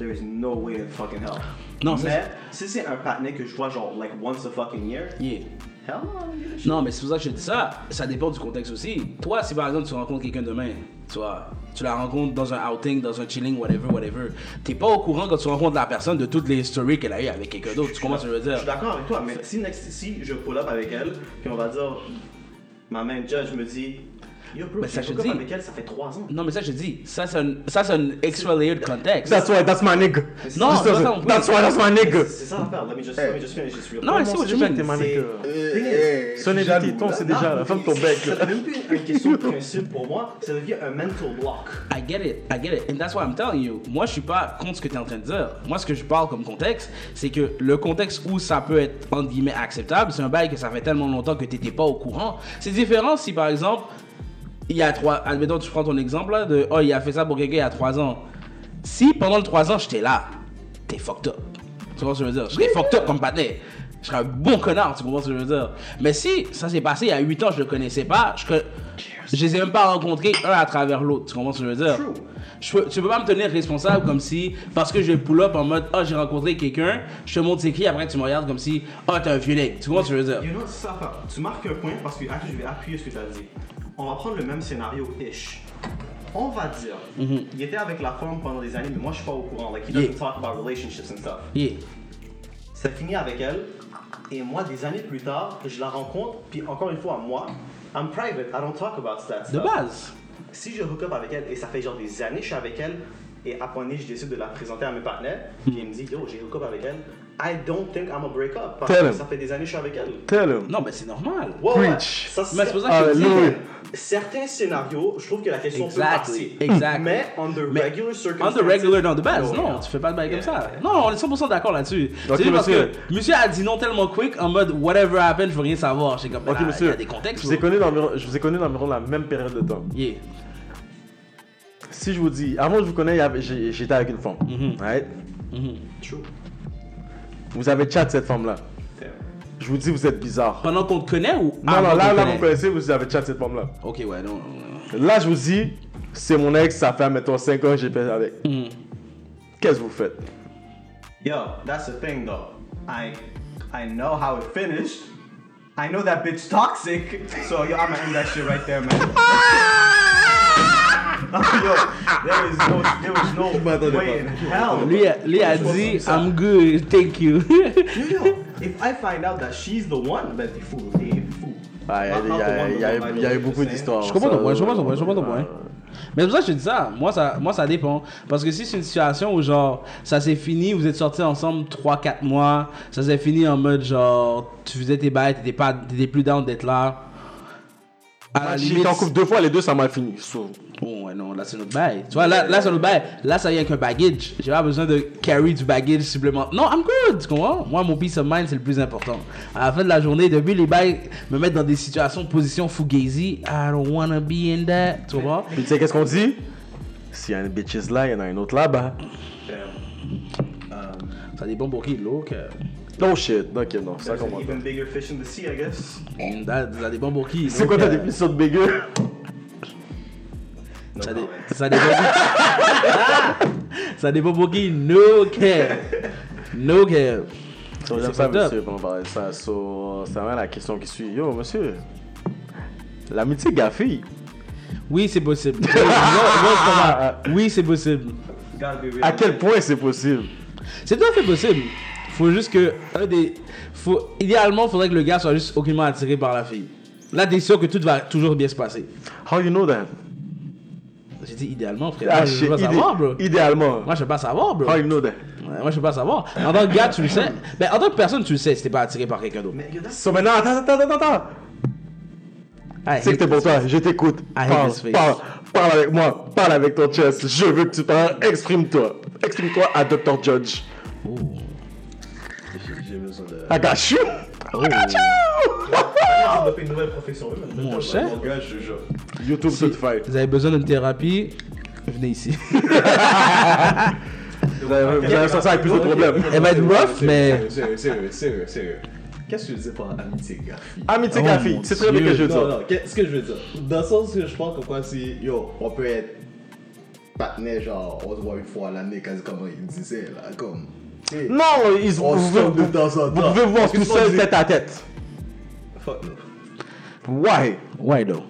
[SPEAKER 5] there is no way in fucking hell.
[SPEAKER 4] Non, c'est-
[SPEAKER 5] Mais si c'est un partenaire que je vois genre like once a fucking year,
[SPEAKER 4] Yeah.
[SPEAKER 5] hell no, I don't give a shit.
[SPEAKER 4] Non, mais c'est pour ça que je te dis ça. Ça dépend du contexte aussi. Toi, si par exemple tu rencontres quelqu'un demain, tu vois, tu la rencontres dans un outing, dans un chilling, whatever, whatever, t'es pas au courant quand tu rencontres la personne de toutes les stories qu'elle a eues avec quelqu'un d'autre. Tu comprends ce que je veux
[SPEAKER 5] Je
[SPEAKER 4] dire?
[SPEAKER 5] suis d'accord avec toi, mais si, next- si je pull up avec elle, puis on va dire, ma main judge me dit, yo bro,
[SPEAKER 4] Mais ça,
[SPEAKER 5] j'ai
[SPEAKER 4] je
[SPEAKER 5] hook up
[SPEAKER 4] dis.
[SPEAKER 5] avec elle, ça fait 3 ans.
[SPEAKER 4] Non, mais ça, je te dis, ça, c'est un, ça, c'est un extra layered context.
[SPEAKER 2] That's why, that's my nigga.
[SPEAKER 4] Non,
[SPEAKER 2] Just-
[SPEAKER 4] that's not-
[SPEAKER 2] that's why, that's my nigga.
[SPEAKER 5] C'est ça l'affaire, let me just, let me just finish this real
[SPEAKER 4] Non,
[SPEAKER 5] quick.
[SPEAKER 4] I see what you
[SPEAKER 2] Comment
[SPEAKER 4] mean.
[SPEAKER 2] c'est ma
[SPEAKER 5] C'est-
[SPEAKER 2] nigga?
[SPEAKER 3] Eh,
[SPEAKER 5] Thing
[SPEAKER 3] eh,
[SPEAKER 2] Ce n'est pas
[SPEAKER 3] jaloux,
[SPEAKER 2] Titon,
[SPEAKER 3] là.
[SPEAKER 2] c'est déjà la femme de ton bec.
[SPEAKER 5] C'est même plus une question de principe pour moi, ça devient un mental block.
[SPEAKER 4] I get it, I get it. And that's why I'm telling you. Moi, je suis pas contre ce que tu es en train de dire. Moi, ce que je parle comme contexte, c'est que le contexte où ça peut être, entre guillemets, acceptable, c'est un bail que ça fait tellement longtemps que tu n'étais pas au courant. C'est différent si, par exemple, il y a trois... Admettons, tu prends ton exemple, là, de « Oh, il a fait ça pour quelqu'un il y a trois ans. » Si, pendant le trois ans, j'étais là, t'es fucked up. Tu vois ce que je veux dire? Je serais fucked up comme patin. Je serais un bon connard, tu comprends ce que je veux dire? Mais si ça s'est passé il y a 8 ans, je le connaissais pas, je, con- je les ai même pas rencontrés un à travers l'autre, tu comprends ce que je veux dire? Je peux, tu peux pas me tenir responsable comme si, parce que je vais pull up en mode, oh j'ai rencontré quelqu'un, je te montre c'est qui, après tu me regardes comme si, oh t'es un vieux nègre, tu comprends ce que je veux dire?
[SPEAKER 5] You know, c'est ça l'affaire. Tu marques un point parce que attends, je vais appuyer ce que tu as dit. On va prendre le même scénario-ish. On va dire, il était avec la femme pendant des années, mais moi je suis pas au courant. Like, he doesn't
[SPEAKER 4] Mm-hmm. Yeah.
[SPEAKER 5] talk about relationships and stuff.
[SPEAKER 4] Yeah.
[SPEAKER 5] Ça finit avec elle, et moi, des années plus tard, je la rencontre, puis encore une fois, moi, I'm private, I don't talk about that
[SPEAKER 4] De
[SPEAKER 5] stuff.
[SPEAKER 4] base.
[SPEAKER 5] Si je hook up avec elle, et ça fait genre des années que je suis avec elle, et à point donné, je décide de la présenter à mes partenaires,
[SPEAKER 4] Hmm.
[SPEAKER 5] puis ils me disent, yo, j'ai hook up avec elle, I don't think I'm a break up, parce
[SPEAKER 2] Tell
[SPEAKER 5] que
[SPEAKER 2] him.
[SPEAKER 5] ça fait des années que je suis avec elle.
[SPEAKER 2] Tell him.
[SPEAKER 4] Non, mais c'est normal.
[SPEAKER 5] Ouais, ouais,
[SPEAKER 2] Preach.
[SPEAKER 5] ça, c'est-
[SPEAKER 4] Mais c'est Ah, pour ça que je te dis
[SPEAKER 2] Hallelujah.
[SPEAKER 4] que-
[SPEAKER 5] Certains scénarios, je trouve que la question
[SPEAKER 4] Exactly,
[SPEAKER 5] peut passer.
[SPEAKER 4] exactly.
[SPEAKER 5] Mais on the
[SPEAKER 4] Mais
[SPEAKER 5] regular
[SPEAKER 4] On
[SPEAKER 5] circumstances.
[SPEAKER 4] the regular, non, de base,
[SPEAKER 5] No,
[SPEAKER 4] non,
[SPEAKER 5] no.
[SPEAKER 4] tu fais pas de bail comme
[SPEAKER 5] Yeah,
[SPEAKER 4] ça.
[SPEAKER 5] yeah.
[SPEAKER 4] Non, on est 100% d'accord là-dessus.
[SPEAKER 2] Ok,
[SPEAKER 4] c'est juste parce
[SPEAKER 2] monsieur.
[SPEAKER 4] que monsieur a dit non tellement quick en mode whatever happened, je veux rien savoir. J'ai comme,
[SPEAKER 2] Ok,
[SPEAKER 4] ah, il y
[SPEAKER 2] monsieur.
[SPEAKER 4] a des contextes.
[SPEAKER 2] Je vous ai
[SPEAKER 4] bro.
[SPEAKER 2] connu dans environ- je vous ai connu dans environ la même période de temps.
[SPEAKER 4] Yeah.
[SPEAKER 2] Si je vous dis, avant que je vous connais, il y avait- j'ai- j'étais avec une femme.
[SPEAKER 4] Mm-hmm.
[SPEAKER 2] right?
[SPEAKER 5] True.
[SPEAKER 2] Vous avez chat cette femme-là.
[SPEAKER 5] Yeah.
[SPEAKER 2] Je vous dis, vous êtes bizarre.
[SPEAKER 4] Pendant qu'on te connaît ou
[SPEAKER 2] Non,
[SPEAKER 4] avant
[SPEAKER 2] non, là,
[SPEAKER 4] qu'on te
[SPEAKER 2] là,
[SPEAKER 4] connaît?
[SPEAKER 2] vous connaissez, vous avez chat cette femme-là.
[SPEAKER 4] Ok, ouais, non. non, non.
[SPEAKER 2] Là, je vous dis, c'est mon ex, ça fait, mettons, 5 ans que j'ai perdu avec.
[SPEAKER 4] Mhm.
[SPEAKER 2] Qu'est-ce que vous faites?
[SPEAKER 5] Yo, that's the thing though. I I know how it finished. I know that bitch toxic. So yo, I'ma end that shit right there, man. Oh, yo, there is no there was
[SPEAKER 3] m'attendais
[SPEAKER 5] no
[SPEAKER 3] pas.
[SPEAKER 5] way in hell.
[SPEAKER 4] Lui, a- lui a dit, I'm good, thank you.
[SPEAKER 5] Yo, yo, if I find out that she's the one, ben t'es fou, t'es fou.
[SPEAKER 2] Ah, il y a-
[SPEAKER 5] Not-
[SPEAKER 2] il y,
[SPEAKER 5] not the
[SPEAKER 2] a-
[SPEAKER 5] one,
[SPEAKER 2] il y a
[SPEAKER 5] the one,
[SPEAKER 2] eu- il y a eu
[SPEAKER 5] the
[SPEAKER 2] beaucoup
[SPEAKER 5] same.
[SPEAKER 2] d'histoires.
[SPEAKER 4] Je comprends ton
[SPEAKER 2] ça,
[SPEAKER 4] point, je comprends
[SPEAKER 2] euh,
[SPEAKER 4] ton point, je comprends ton point. Mais c'est pour ça que je te dis ça. Moi, ça, moi, ça dépend. Parce que si c'est une situation où, genre, ça s'est fini, vous êtes sortis ensemble 3-4 mois, ça s'est fini en mode, genre, tu faisais tes bails, t'étais, pas, t'étais plus down d'être là. À la
[SPEAKER 2] Ah,
[SPEAKER 4] limite.
[SPEAKER 2] J'étais en couple deux fois, les deux, ça m'a fini. So,
[SPEAKER 4] Bon, ouais, non, là, c'est notre bail. Tu vois, là, là c'est notre bail. Là, ça vient avec un baggage. J'ai pas besoin de carry du baggage supplémentaire. Non, I'm good, tu comprends? Moi, mon peace of mind, c'est le plus important. À la fin de la journée, depuis les bails, me mettre dans des situations, positions fugazi. I don't wanna be in that, tu vois?
[SPEAKER 2] Puis tu sais, qu'est-ce qu'on dit? S'il y a une bitches là, il y en a une autre là-bas.
[SPEAKER 4] Ça dépend pour qui, l'autre. euh,
[SPEAKER 2] No shit. Ok, non, ça
[SPEAKER 5] There's an
[SPEAKER 2] commence.
[SPEAKER 5] even bigger fish in the sea, I guess.
[SPEAKER 4] Ça ça dépend pour qui.
[SPEAKER 2] C'est quoi ta définition de bégueux?
[SPEAKER 5] No
[SPEAKER 4] Ça, dé-
[SPEAKER 5] comment.
[SPEAKER 4] ça dépend pour Ça dépend pour qui. No care. No care.
[SPEAKER 2] So, J'aime
[SPEAKER 4] C'est
[SPEAKER 2] ça,
[SPEAKER 4] fucked up.
[SPEAKER 2] monsieur, pendant parler de ça. So, ça va la question qui suit. Yo, monsieur, l'amitié gars-fille,
[SPEAKER 4] Oui, c'est possible. Gros- gros Ah! combat. oui, c'est possible.
[SPEAKER 5] Gotta be real.
[SPEAKER 2] À quel point c'est possible
[SPEAKER 4] C'est tout à fait possible. Faut juste que. un des- faut, idéalement, faudrait que le gars soit juste aucunement attiré par la fille. Là, t'es sûr que tout va toujours bien se passer.
[SPEAKER 2] How you know that
[SPEAKER 4] J'ai dit idéalement, frère.
[SPEAKER 2] Ah,
[SPEAKER 4] Moi, je
[SPEAKER 2] shit,
[SPEAKER 4] veux pas
[SPEAKER 2] idé-
[SPEAKER 4] savoir, bro.
[SPEAKER 2] Idéalement.
[SPEAKER 4] Moi, je veux pas savoir, bro.
[SPEAKER 2] How you know that
[SPEAKER 4] Ouais, Moi, je veux pas savoir. En tant que gars, tu le sais. Mais en tant que personne, tu le sais si t'es pas attiré par quelqu'un d'autre.
[SPEAKER 5] Mais yo, that's
[SPEAKER 2] So maintenant, attends, attends, attends, attends.
[SPEAKER 4] Ah,
[SPEAKER 2] C'est que t'es pour toi, je t'écoute.
[SPEAKER 4] I hate
[SPEAKER 2] Parle,
[SPEAKER 4] this face.
[SPEAKER 2] parle, parle avec moi, parle avec ton chest. Je veux que tu parles, exprime-toi. Exprime-toi à Dr. Judge.
[SPEAKER 3] J'ai- J'ai besoin de.
[SPEAKER 2] I got you. I got you.
[SPEAKER 3] Ah.
[SPEAKER 5] développer une nouvelle profession.
[SPEAKER 4] Mon
[SPEAKER 3] Ouais,
[SPEAKER 4] cher,
[SPEAKER 3] Mon gars, je te jure.
[SPEAKER 2] YouTube
[SPEAKER 4] si
[SPEAKER 2] tout fight.
[SPEAKER 4] vous avez besoin d'une thérapie, venez ici.
[SPEAKER 2] Vous avez vous avez sorti avec plus de problèmes.
[SPEAKER 4] Elle va être rough, mais.
[SPEAKER 3] Sérieux, sérieux, sérieux, sérieux, sérieux. Qu'est-ce que tu disais par amitié gaffe
[SPEAKER 2] Amitié
[SPEAKER 4] Oh
[SPEAKER 2] Gafi,
[SPEAKER 4] mon
[SPEAKER 2] c'est très bien
[SPEAKER 4] Dieu.
[SPEAKER 2] que je veux
[SPEAKER 3] Non,
[SPEAKER 2] dire.
[SPEAKER 3] non, qu'est-ce que je veux dire Dans le sens que je pense que quoi, si yo, on peut être partenaire, genre, on se voit une fois à l'année, quasi comme il me disait, là, comme. tu sais,
[SPEAKER 2] Non, ils-
[SPEAKER 3] On
[SPEAKER 2] vous,
[SPEAKER 3] se
[SPEAKER 2] vous,
[SPEAKER 3] tombe de temps en
[SPEAKER 2] vous
[SPEAKER 3] temps.
[SPEAKER 2] pouvez vous voir tout
[SPEAKER 3] Qu'est-ce qu'on
[SPEAKER 2] seul
[SPEAKER 3] dit
[SPEAKER 2] tête à tête.
[SPEAKER 3] Fuck no.
[SPEAKER 2] Why?
[SPEAKER 4] Why though?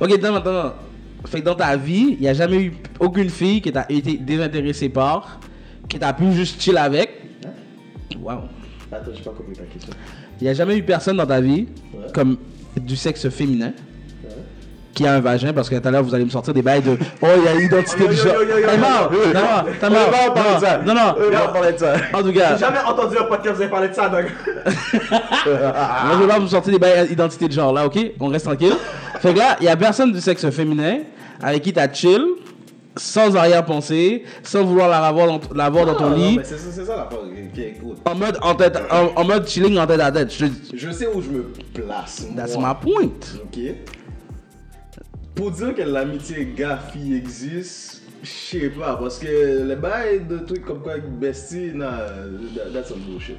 [SPEAKER 4] Ok, attends, attends. attends. Fait que dans ta vie, il n'y a jamais eu aucune fille qui t'a été désintéressée par, qui t'a pu juste chill avec. Wow.
[SPEAKER 3] Attends, j'ai pas compris ta question.
[SPEAKER 4] Il n'y a jamais eu personne dans ta vie,
[SPEAKER 3] Ouais.
[SPEAKER 4] comme du sexe féminin, qui a un vagin, parce que tout à l'heure, vous allez me sortir des bails de « Oh, il y a
[SPEAKER 5] Oh,
[SPEAKER 4] l'identité
[SPEAKER 5] yo,
[SPEAKER 4] du
[SPEAKER 5] yo,
[SPEAKER 4] genre. »
[SPEAKER 5] yo, yo, yo,
[SPEAKER 4] T'as
[SPEAKER 5] yo.
[SPEAKER 4] marre, t'as marre, t'as marre.
[SPEAKER 2] On va en parler de ça.
[SPEAKER 4] Non, non.
[SPEAKER 2] On va en parler de ça.
[SPEAKER 4] En tout cas,
[SPEAKER 5] J'ai jamais entendu un podcast vous avez parlé de ça, donc.
[SPEAKER 4] Moi, je vais pas vous sortir des bails identité de genre là, ok On reste tranquille. Fait que là, il y a personne du sexe féminin avec qui t'as chill, sans arrière-pensée, sans vouloir la revoir dans, la voir dans ton
[SPEAKER 3] Non, Ah, non,
[SPEAKER 4] lit,
[SPEAKER 3] mais C'est ça c'est ça la part qui- qui est cool.
[SPEAKER 4] en mode, en, tête, en, en mode chilling en tête à tête. Je, te-
[SPEAKER 3] Je sais où je me place.
[SPEAKER 4] that's
[SPEAKER 3] moi.
[SPEAKER 4] my point.
[SPEAKER 3] Ok. Pour dire que l'amitié gars-fille existe, je sais pas, parce que les bails de trucs comme quoi avec bestie, non, that- that's some bullshit.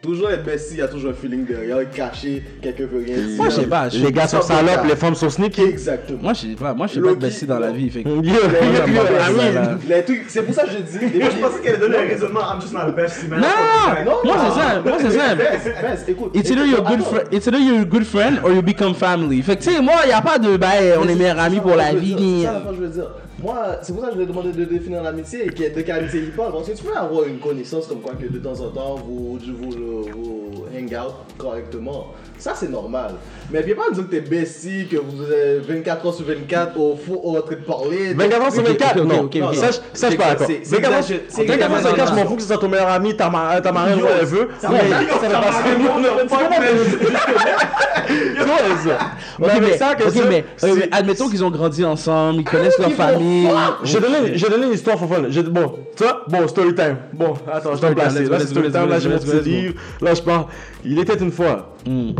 [SPEAKER 3] Toujours les besties, il y a toujours un feeling derrière, caché, quelqu'un veut rien dire.
[SPEAKER 4] Moi, je sais pas. je-
[SPEAKER 2] Les gars sont
[SPEAKER 3] Ça,
[SPEAKER 2] salopes,
[SPEAKER 3] ça.
[SPEAKER 2] les femmes sont sneaky.
[SPEAKER 3] Exactement.
[SPEAKER 4] Moi, je sais pas. Moi, je sais pas de
[SPEAKER 3] Loki,
[SPEAKER 4] baisser dans la
[SPEAKER 3] non.
[SPEAKER 4] vie. Fait que-
[SPEAKER 2] Yo, yo,
[SPEAKER 3] Les- les-
[SPEAKER 2] yo, I mean,
[SPEAKER 4] là.
[SPEAKER 3] les- les trucs- C'est pour ça que je dis.
[SPEAKER 5] Yo, je pensais qu'elle allait donner un raisonnement. I'm just not a bestie, man.
[SPEAKER 4] Non, non, non. Moi, c'est ça. Moi, c'est ça.
[SPEAKER 3] Fais, écoute.
[SPEAKER 4] It's either,
[SPEAKER 3] écoute,
[SPEAKER 4] you're good
[SPEAKER 3] attends.
[SPEAKER 4] friend, it's either you're a good friend or you become family. Fait que tu sais, moi, il a pas de bail, on est meilleurs amis pour la vie.
[SPEAKER 3] C'est
[SPEAKER 4] ni-
[SPEAKER 3] ça la fin, je veux dire. Moi, c'est pour ça que je lui ai demandé de définir l'amitié et que- de quelle amitié il parle. Parce que tu peux avoir une connaissance comme quoi que de temps en temps vous vous, vous, vous hang out correctement. Ça, c'est normal. Mais viens pas me dire que t'es bestie, que vous êtes 24 heures sur 24 au fou, en train de parler.
[SPEAKER 2] 24 ans sur
[SPEAKER 4] Ok,
[SPEAKER 2] 24,
[SPEAKER 4] ok, ok,
[SPEAKER 2] non.
[SPEAKER 4] ok,
[SPEAKER 2] Non,
[SPEAKER 4] ok.
[SPEAKER 2] Ça, je- ça, je suis pas d'accord.
[SPEAKER 3] C'est- c'est
[SPEAKER 2] 24 ans
[SPEAKER 3] exagéré.
[SPEAKER 2] sur 24 ans sur 24, je m'en fous que ce soit ton meilleur ami, ta ma- ta marraine
[SPEAKER 3] Yo,
[SPEAKER 2] ou elle veut.
[SPEAKER 3] ça
[SPEAKER 2] Mais
[SPEAKER 3] va.
[SPEAKER 2] ça va passer.
[SPEAKER 5] Yo, yo, yo,
[SPEAKER 2] Tu comprends Tu comprends ça? Mais
[SPEAKER 4] Ok,
[SPEAKER 2] avec
[SPEAKER 4] mais-
[SPEAKER 2] ça, que
[SPEAKER 4] ok,
[SPEAKER 2] ça,
[SPEAKER 4] mais,
[SPEAKER 2] si-
[SPEAKER 4] euh, mais admettons qu'ils ont grandi ensemble, ils connaissent leur
[SPEAKER 3] Ils font
[SPEAKER 4] famille.
[SPEAKER 3] ça.
[SPEAKER 2] J'ai donné, j'ai donné une histoire for fun. J'ai- Bon, ça, bon, story time. Bon, attends, je t'en
[SPEAKER 4] Story time,
[SPEAKER 2] place.
[SPEAKER 4] let's go,
[SPEAKER 2] Là, c'est
[SPEAKER 4] let's go,
[SPEAKER 2] story
[SPEAKER 4] let's go,
[SPEAKER 2] time. Là,
[SPEAKER 4] let's
[SPEAKER 2] j'ai
[SPEAKER 4] go,
[SPEAKER 2] mon
[SPEAKER 4] let's
[SPEAKER 2] petit
[SPEAKER 4] go, let's
[SPEAKER 2] livre. Là, je parle. Il était une fois.
[SPEAKER 4] Hmm,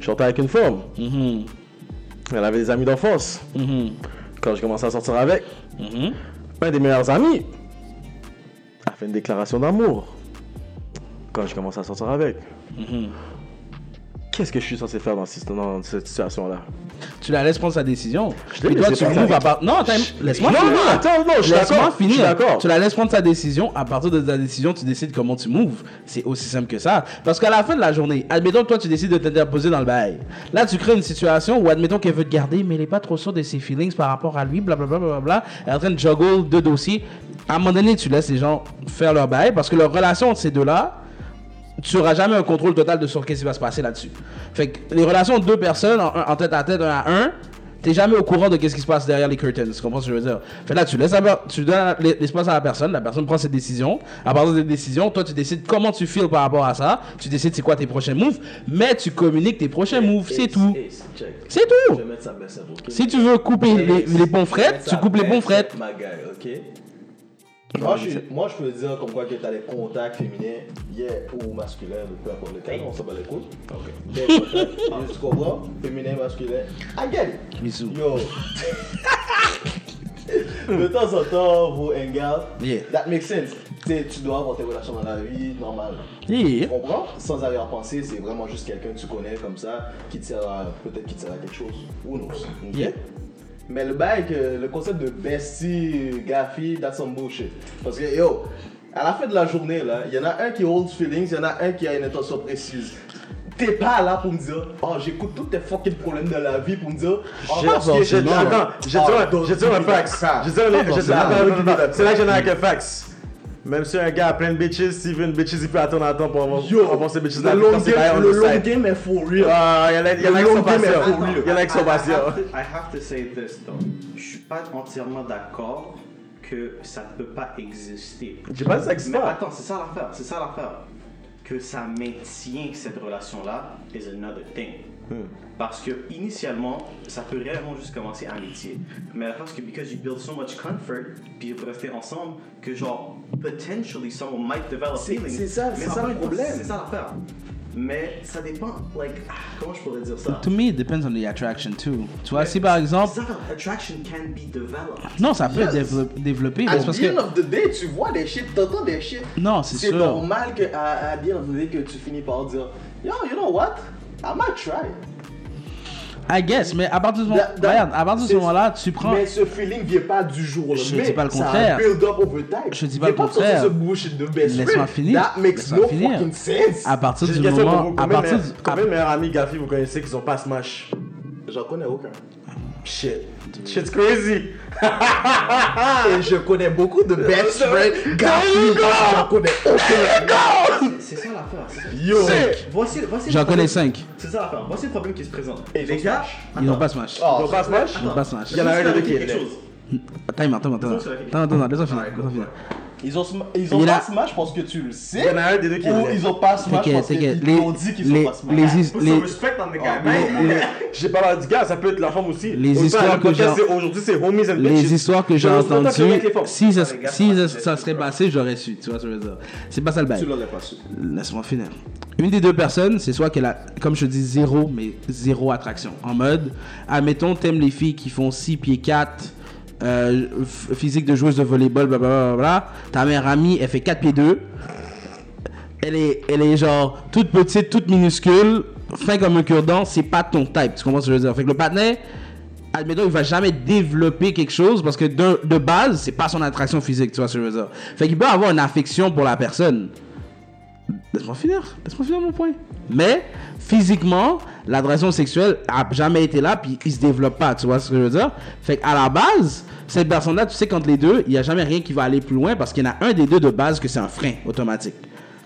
[SPEAKER 2] Je sortais avec une femme.
[SPEAKER 4] mhm,
[SPEAKER 2] Elle avait des amis d'enfance.
[SPEAKER 4] mhm,
[SPEAKER 2] Quand j'ai commencé à sortir avec,
[SPEAKER 4] mhm.
[SPEAKER 2] un des meilleurs amis a fait une déclaration d'amour. Quand je commence à sortir avec.
[SPEAKER 4] Hmm.
[SPEAKER 2] Qu'est-ce que je suis censé faire dans, ce- dans cette situation-là
[SPEAKER 4] Tu la laisses prendre sa décision.
[SPEAKER 2] Je l'ai
[SPEAKER 4] Mais toi,
[SPEAKER 2] laissé
[SPEAKER 4] tu
[SPEAKER 2] prendre sa
[SPEAKER 4] moves à part. Non, attends, laisse-moi
[SPEAKER 2] Non,
[SPEAKER 4] finir.
[SPEAKER 2] non, attends, non, je suis
[SPEAKER 4] Laisse-moi
[SPEAKER 2] d'accord, je suis
[SPEAKER 4] finir.
[SPEAKER 2] d'accord.
[SPEAKER 4] Tu la laisses prendre sa décision. À partir de ta décision, tu décides comment tu moves. C'est aussi simple que ça. Parce qu'à la fin de la journée, admettons que toi, tu décides de t'interposer dans le bail. Là, tu crées une situation où, admettons qu'elle veut te garder, mais elle n'est pas trop sûre de ses feelings par rapport à lui, blablabla. Bla, bla, bla. Elle est en train de juggle deux dossiers. À un moment donné, tu laisses les gens faire leur bail parce que leur relation entre ces deux-là, tu n'auras jamais un contrôle total de sur qu'est-ce qui va se passer là-dessus. Fait que les relations de deux personnes en, en tête à tête, un à un, t'es jamais au courant de qu'est-ce qui se passe derrière les curtains. Tu comprends ce que je veux dire? Fait là, tu laisses la per- tu donnes l'espace à la personne, la personne prend ses décisions. À partir des décisions, toi, tu décides comment tu files par rapport à ça. Tu décides c'est quoi tes prochains moves, mais tu communiques tes prochains moves, c'est tout. C'est tout.
[SPEAKER 3] Eh, Je vais mettre ça baisse, ok?
[SPEAKER 4] Si tu veux couper les, les bons frettes, tu coupes les bons frettes.
[SPEAKER 3] Eh, Ma gueule, ok? Moi je, moi, je peux dire comme quoi que t'as les contacts féminins, yeah, ou masculins, peu importe le cas, on s'en bat les couilles. Ok. Des contacts, tu comprends? Féminin, masculin. I get it.
[SPEAKER 4] Bisous.
[SPEAKER 3] Yo. De temps en temps, vous hang out.
[SPEAKER 4] Yeah.
[SPEAKER 3] That makes sense. T'sais, tu dois avoir tes relations dans la vie, normal.
[SPEAKER 4] Yeah.
[SPEAKER 3] Tu comprends? Sans arrière-pensée, c'est vraiment juste quelqu'un que tu connais comme ça, qui te sert à, peut-être qui te sert à quelque chose. Who knows? Ok?
[SPEAKER 4] Yeah.
[SPEAKER 3] Mais le bail, que le concept de bestie, gaffi, that's some bullshit. Parce que yo, à la fin de la journée, là, il y en a un qui holds feelings, il y en a un qui a une intention précise. T'es pas là pour me dire, oh, j'écoute tous tes fucking problèmes de la vie pour me dire, oh,
[SPEAKER 2] J'ai-
[SPEAKER 3] parce que
[SPEAKER 2] j'ai-
[SPEAKER 3] de
[SPEAKER 2] j'ai-
[SPEAKER 3] la-
[SPEAKER 2] Attends, j'ai
[SPEAKER 3] Oh,
[SPEAKER 2] dit un-
[SPEAKER 3] don't
[SPEAKER 2] j'ai dit un
[SPEAKER 3] give me that
[SPEAKER 2] fax.
[SPEAKER 3] crap.
[SPEAKER 2] J'ai dit un- j'ai dit-
[SPEAKER 3] non,
[SPEAKER 2] attends,
[SPEAKER 3] non,
[SPEAKER 2] attends,
[SPEAKER 3] non,
[SPEAKER 2] attends.
[SPEAKER 3] non,
[SPEAKER 2] C'est là que j'en ai
[SPEAKER 3] non.
[SPEAKER 2] avec un fax. Même si un gars a plein de bitches, s'il veut une bitches, il peut attendre un temps pour avoir
[SPEAKER 3] Yo,
[SPEAKER 2] avoir ses bitches
[SPEAKER 3] le
[SPEAKER 2] là.
[SPEAKER 3] long
[SPEAKER 2] comme c'est pas
[SPEAKER 3] game,
[SPEAKER 2] on
[SPEAKER 3] le
[SPEAKER 2] the
[SPEAKER 3] long
[SPEAKER 2] side.
[SPEAKER 3] game est for real.
[SPEAKER 2] Ah, il y en a il y en a
[SPEAKER 3] Le
[SPEAKER 2] qui sont
[SPEAKER 3] long game est
[SPEAKER 2] patients.
[SPEAKER 3] pour lui.
[SPEAKER 2] Il y en a qui sont
[SPEAKER 5] I- I have
[SPEAKER 2] patients.
[SPEAKER 5] to- I have to say this though. Je suis pas entièrement d'accord que ça ne peut pas exister.
[SPEAKER 2] J'ai pas dit ça existe
[SPEAKER 5] Mais
[SPEAKER 2] pas.
[SPEAKER 5] attends, c'est ça l'affaire, c'est ça l'affaire. Que ça maintient cette relation-là is another thing.
[SPEAKER 3] Hmm.
[SPEAKER 5] Parce que initialement, ça peut réellement juste commencer amitié. Mais la force que because you build so much comfort, puis vous restez ensemble, que genre potentially someone might develop
[SPEAKER 3] C'est-
[SPEAKER 5] feelings.
[SPEAKER 3] c'est ça,
[SPEAKER 5] Mais
[SPEAKER 3] c'est
[SPEAKER 5] en
[SPEAKER 3] ça le
[SPEAKER 5] même temps,
[SPEAKER 3] problème.
[SPEAKER 5] C'est ça l'affaire. Mais ça dépend, like, ah, comment je pourrais dire ça?
[SPEAKER 4] To me, it depends on the attraction too. Tu vois, si par exemple.
[SPEAKER 5] Ça, attraction can be developed.
[SPEAKER 4] Non, ça peut
[SPEAKER 3] Yes.
[SPEAKER 4] dévelop- développer, mais
[SPEAKER 3] À
[SPEAKER 4] Ah, c'est parce
[SPEAKER 3] the
[SPEAKER 4] que.
[SPEAKER 3] end of the day, tu vois des shit, t'entends des shit.
[SPEAKER 4] Non, c'est
[SPEAKER 3] C'est
[SPEAKER 4] sûr.
[SPEAKER 3] normal que à, à the end of the day que tu finis par dire, yo, you know what? I might try.
[SPEAKER 4] I guess, mais à partir de ce moment,
[SPEAKER 3] That- that-
[SPEAKER 4] regarde, à partir de ce
[SPEAKER 3] c'est-
[SPEAKER 4] moment-là, tu prends.
[SPEAKER 3] Mais ce feeling vient pas du jour au lendemain.
[SPEAKER 4] Je ne dis pas le
[SPEAKER 3] Ça a
[SPEAKER 4] contraire.
[SPEAKER 3] build up over time.
[SPEAKER 4] Je ne dis pas
[SPEAKER 3] T'es
[SPEAKER 4] le contraire.
[SPEAKER 3] sorti de ce bullshit de best
[SPEAKER 4] Laisse-moi
[SPEAKER 3] friend.
[SPEAKER 4] finir.
[SPEAKER 3] That makes
[SPEAKER 4] Laisse-moi
[SPEAKER 3] no
[SPEAKER 4] finir.
[SPEAKER 3] fucking sense.
[SPEAKER 4] À partir
[SPEAKER 2] J'ai
[SPEAKER 4] du
[SPEAKER 2] une question pour vous.
[SPEAKER 4] moment. À
[SPEAKER 2] Combien de
[SPEAKER 4] partir
[SPEAKER 2] meilleurs-
[SPEAKER 4] du. à-
[SPEAKER 2] Combien de meilleurs amis Gafi vous connaissez qui sont pas smash?
[SPEAKER 3] J'en connais aucun.
[SPEAKER 2] Shit. Shit's crazy.
[SPEAKER 3] Et je connais beaucoup de best friends. Garfield. J'en connais aucun.
[SPEAKER 5] C'est ça l'affaire. c'est ça.
[SPEAKER 3] Yo.
[SPEAKER 2] Shit.
[SPEAKER 5] Voici, voici
[SPEAKER 4] J'en
[SPEAKER 5] le problème-
[SPEAKER 4] connais 5.
[SPEAKER 5] C'est ça l'affaire. Voici le problème qui se présente.
[SPEAKER 3] Et
[SPEAKER 5] les
[SPEAKER 3] ils ont
[SPEAKER 5] gars,
[SPEAKER 4] Ils n'ont
[SPEAKER 5] attends,
[SPEAKER 4] pas smash.
[SPEAKER 3] Oh,
[SPEAKER 2] Ils sont pas smash?
[SPEAKER 5] attends,
[SPEAKER 4] pas smash.
[SPEAKER 5] je vais
[SPEAKER 2] Il y en a
[SPEAKER 5] juste
[SPEAKER 2] un des deux qui
[SPEAKER 5] clarifier
[SPEAKER 2] est
[SPEAKER 5] quelque
[SPEAKER 2] laid.
[SPEAKER 5] chose.
[SPEAKER 4] Time, attends, attends.
[SPEAKER 5] c'est vrai.
[SPEAKER 4] Attends, attends, attends, laisse-moi finir. laisse-moi finir.
[SPEAKER 3] Ils ont, sm- ils ont
[SPEAKER 4] Il
[SPEAKER 3] pas
[SPEAKER 4] a-
[SPEAKER 3] smash parce que tu le
[SPEAKER 2] Il y
[SPEAKER 3] sais.
[SPEAKER 2] en a un des deux qui
[SPEAKER 3] Ou
[SPEAKER 2] est
[SPEAKER 3] ils
[SPEAKER 2] laid.
[SPEAKER 3] ont pas smash
[SPEAKER 4] T'inquiète,
[SPEAKER 3] parce
[SPEAKER 4] t'inquiète.
[SPEAKER 3] qu'ils ont dit qu'ils sont pas smash.
[SPEAKER 4] les, his-
[SPEAKER 5] Put
[SPEAKER 4] les-
[SPEAKER 5] some respect on the guy, man.
[SPEAKER 2] Mais- J'ai pas parlé du gars, ça peut être la femme aussi.
[SPEAKER 4] Les
[SPEAKER 2] Autant,
[SPEAKER 4] histoires
[SPEAKER 2] le
[SPEAKER 4] que
[SPEAKER 2] podcast,
[SPEAKER 4] j'ai-
[SPEAKER 2] c'est Aujourd'hui, c'est homies and bitches.
[SPEAKER 4] les histoires que j'ai
[SPEAKER 2] Je me suis pas
[SPEAKER 4] entendues,
[SPEAKER 2] tapé avec les femmes.
[SPEAKER 4] si, ça,
[SPEAKER 5] les gars,
[SPEAKER 4] si
[SPEAKER 5] c'est
[SPEAKER 4] ça-
[SPEAKER 5] pas-
[SPEAKER 4] ça serait passé, j'aurais su. Tu vois ce que je veux dire. C'est pas ça le bail.
[SPEAKER 3] Tu l'aurais pas su.
[SPEAKER 4] Laisse-moi finir. Une des deux personnes, c'est soit qu'elle a, comme je te dis, zéro, mais zéro attraction. En mode, admettons, t'aimes les filles qui font 6 pieds 4, euh, f- physique de joueuse de volleyball, blablabla. Ta mère amie, elle fait 4 pieds 2. Elle est, elle est genre toute petite, toute minuscule, fin comme un cure-dent, c'est pas ton type. Tu comprends ce que je veux dire? Fait que le patinet, admettons, il va jamais développer quelque chose parce que de, de base, c'est pas son attraction physique, tu vois ce que je veux dire? Fait qu'il peut avoir une affection pour la personne. Laisse-moi finir, laisse-moi finir mon point. Mais physiquement, l'attraction sexuelle a jamais été là, puis il se développe pas, tu vois ce que je veux dire? Fait qu'à la base, cette personne-là, tu sais qu'entre les deux, il n'y a jamais rien qui va aller plus loin parce qu'il y en a un des deux de base que c'est un frein automatique.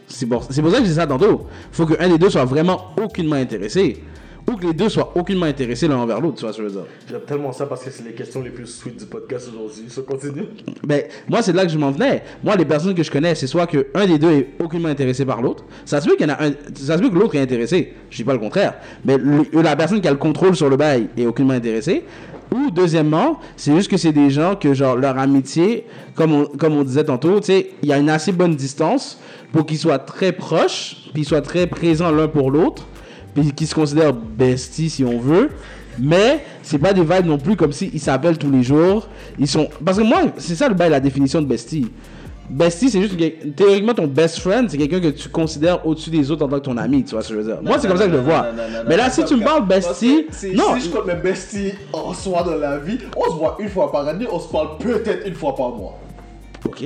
[SPEAKER 4] C'est pour, c'est pour ça que je dis ça tantôt. Faut qu'un des deux soit vraiment aucunement intéressé. Ou que les deux soient aucunement intéressés l'un envers l'autre, tu vois ce que je veux dire?
[SPEAKER 2] J'aime tellement ça parce que c'est les questions les plus sweet du podcast aujourd'hui. Ça continue.
[SPEAKER 4] Ben, moi, c'est de là que je m'en venais. Moi, les personnes que je connais, c'est soit que un des deux est aucunement intéressé par l'autre. Ça se peut qu'il y en a un, ça se peut que l'autre est intéressé. Je dis pas le contraire. Mais le- euh, la personne qui a le contrôle sur le bail est aucunement intéressée. Ou deuxièmement, c'est juste que c'est des gens que genre leur amitié, comme on, comme on disait tantôt, tu sais, il y a une assez bonne distance pour qu'ils soient très proches, puis ils soient très présents l'un pour l'autre, puis qu'ils se considèrent besties si on veut. Mais c'est pas des vibes non plus comme s'ils s'appellent tous les jours. Ils sont. Parce que moi, c'est ça le bail, la définition de bestie. Bestie, c'est juste. que- Théoriquement, ton best friend, c'est quelqu'un que tu considères au-dessus des autres en tant que ton ami, tu vois ce que je veux dire. moi, c'est comme ça que je le vois. Mais là, si tu me parles bestie. Non,
[SPEAKER 3] non. Si je compte mes besties en soi dans la vie, on se voit une fois par année, on se parle peut-être une fois par mois.
[SPEAKER 4] ok.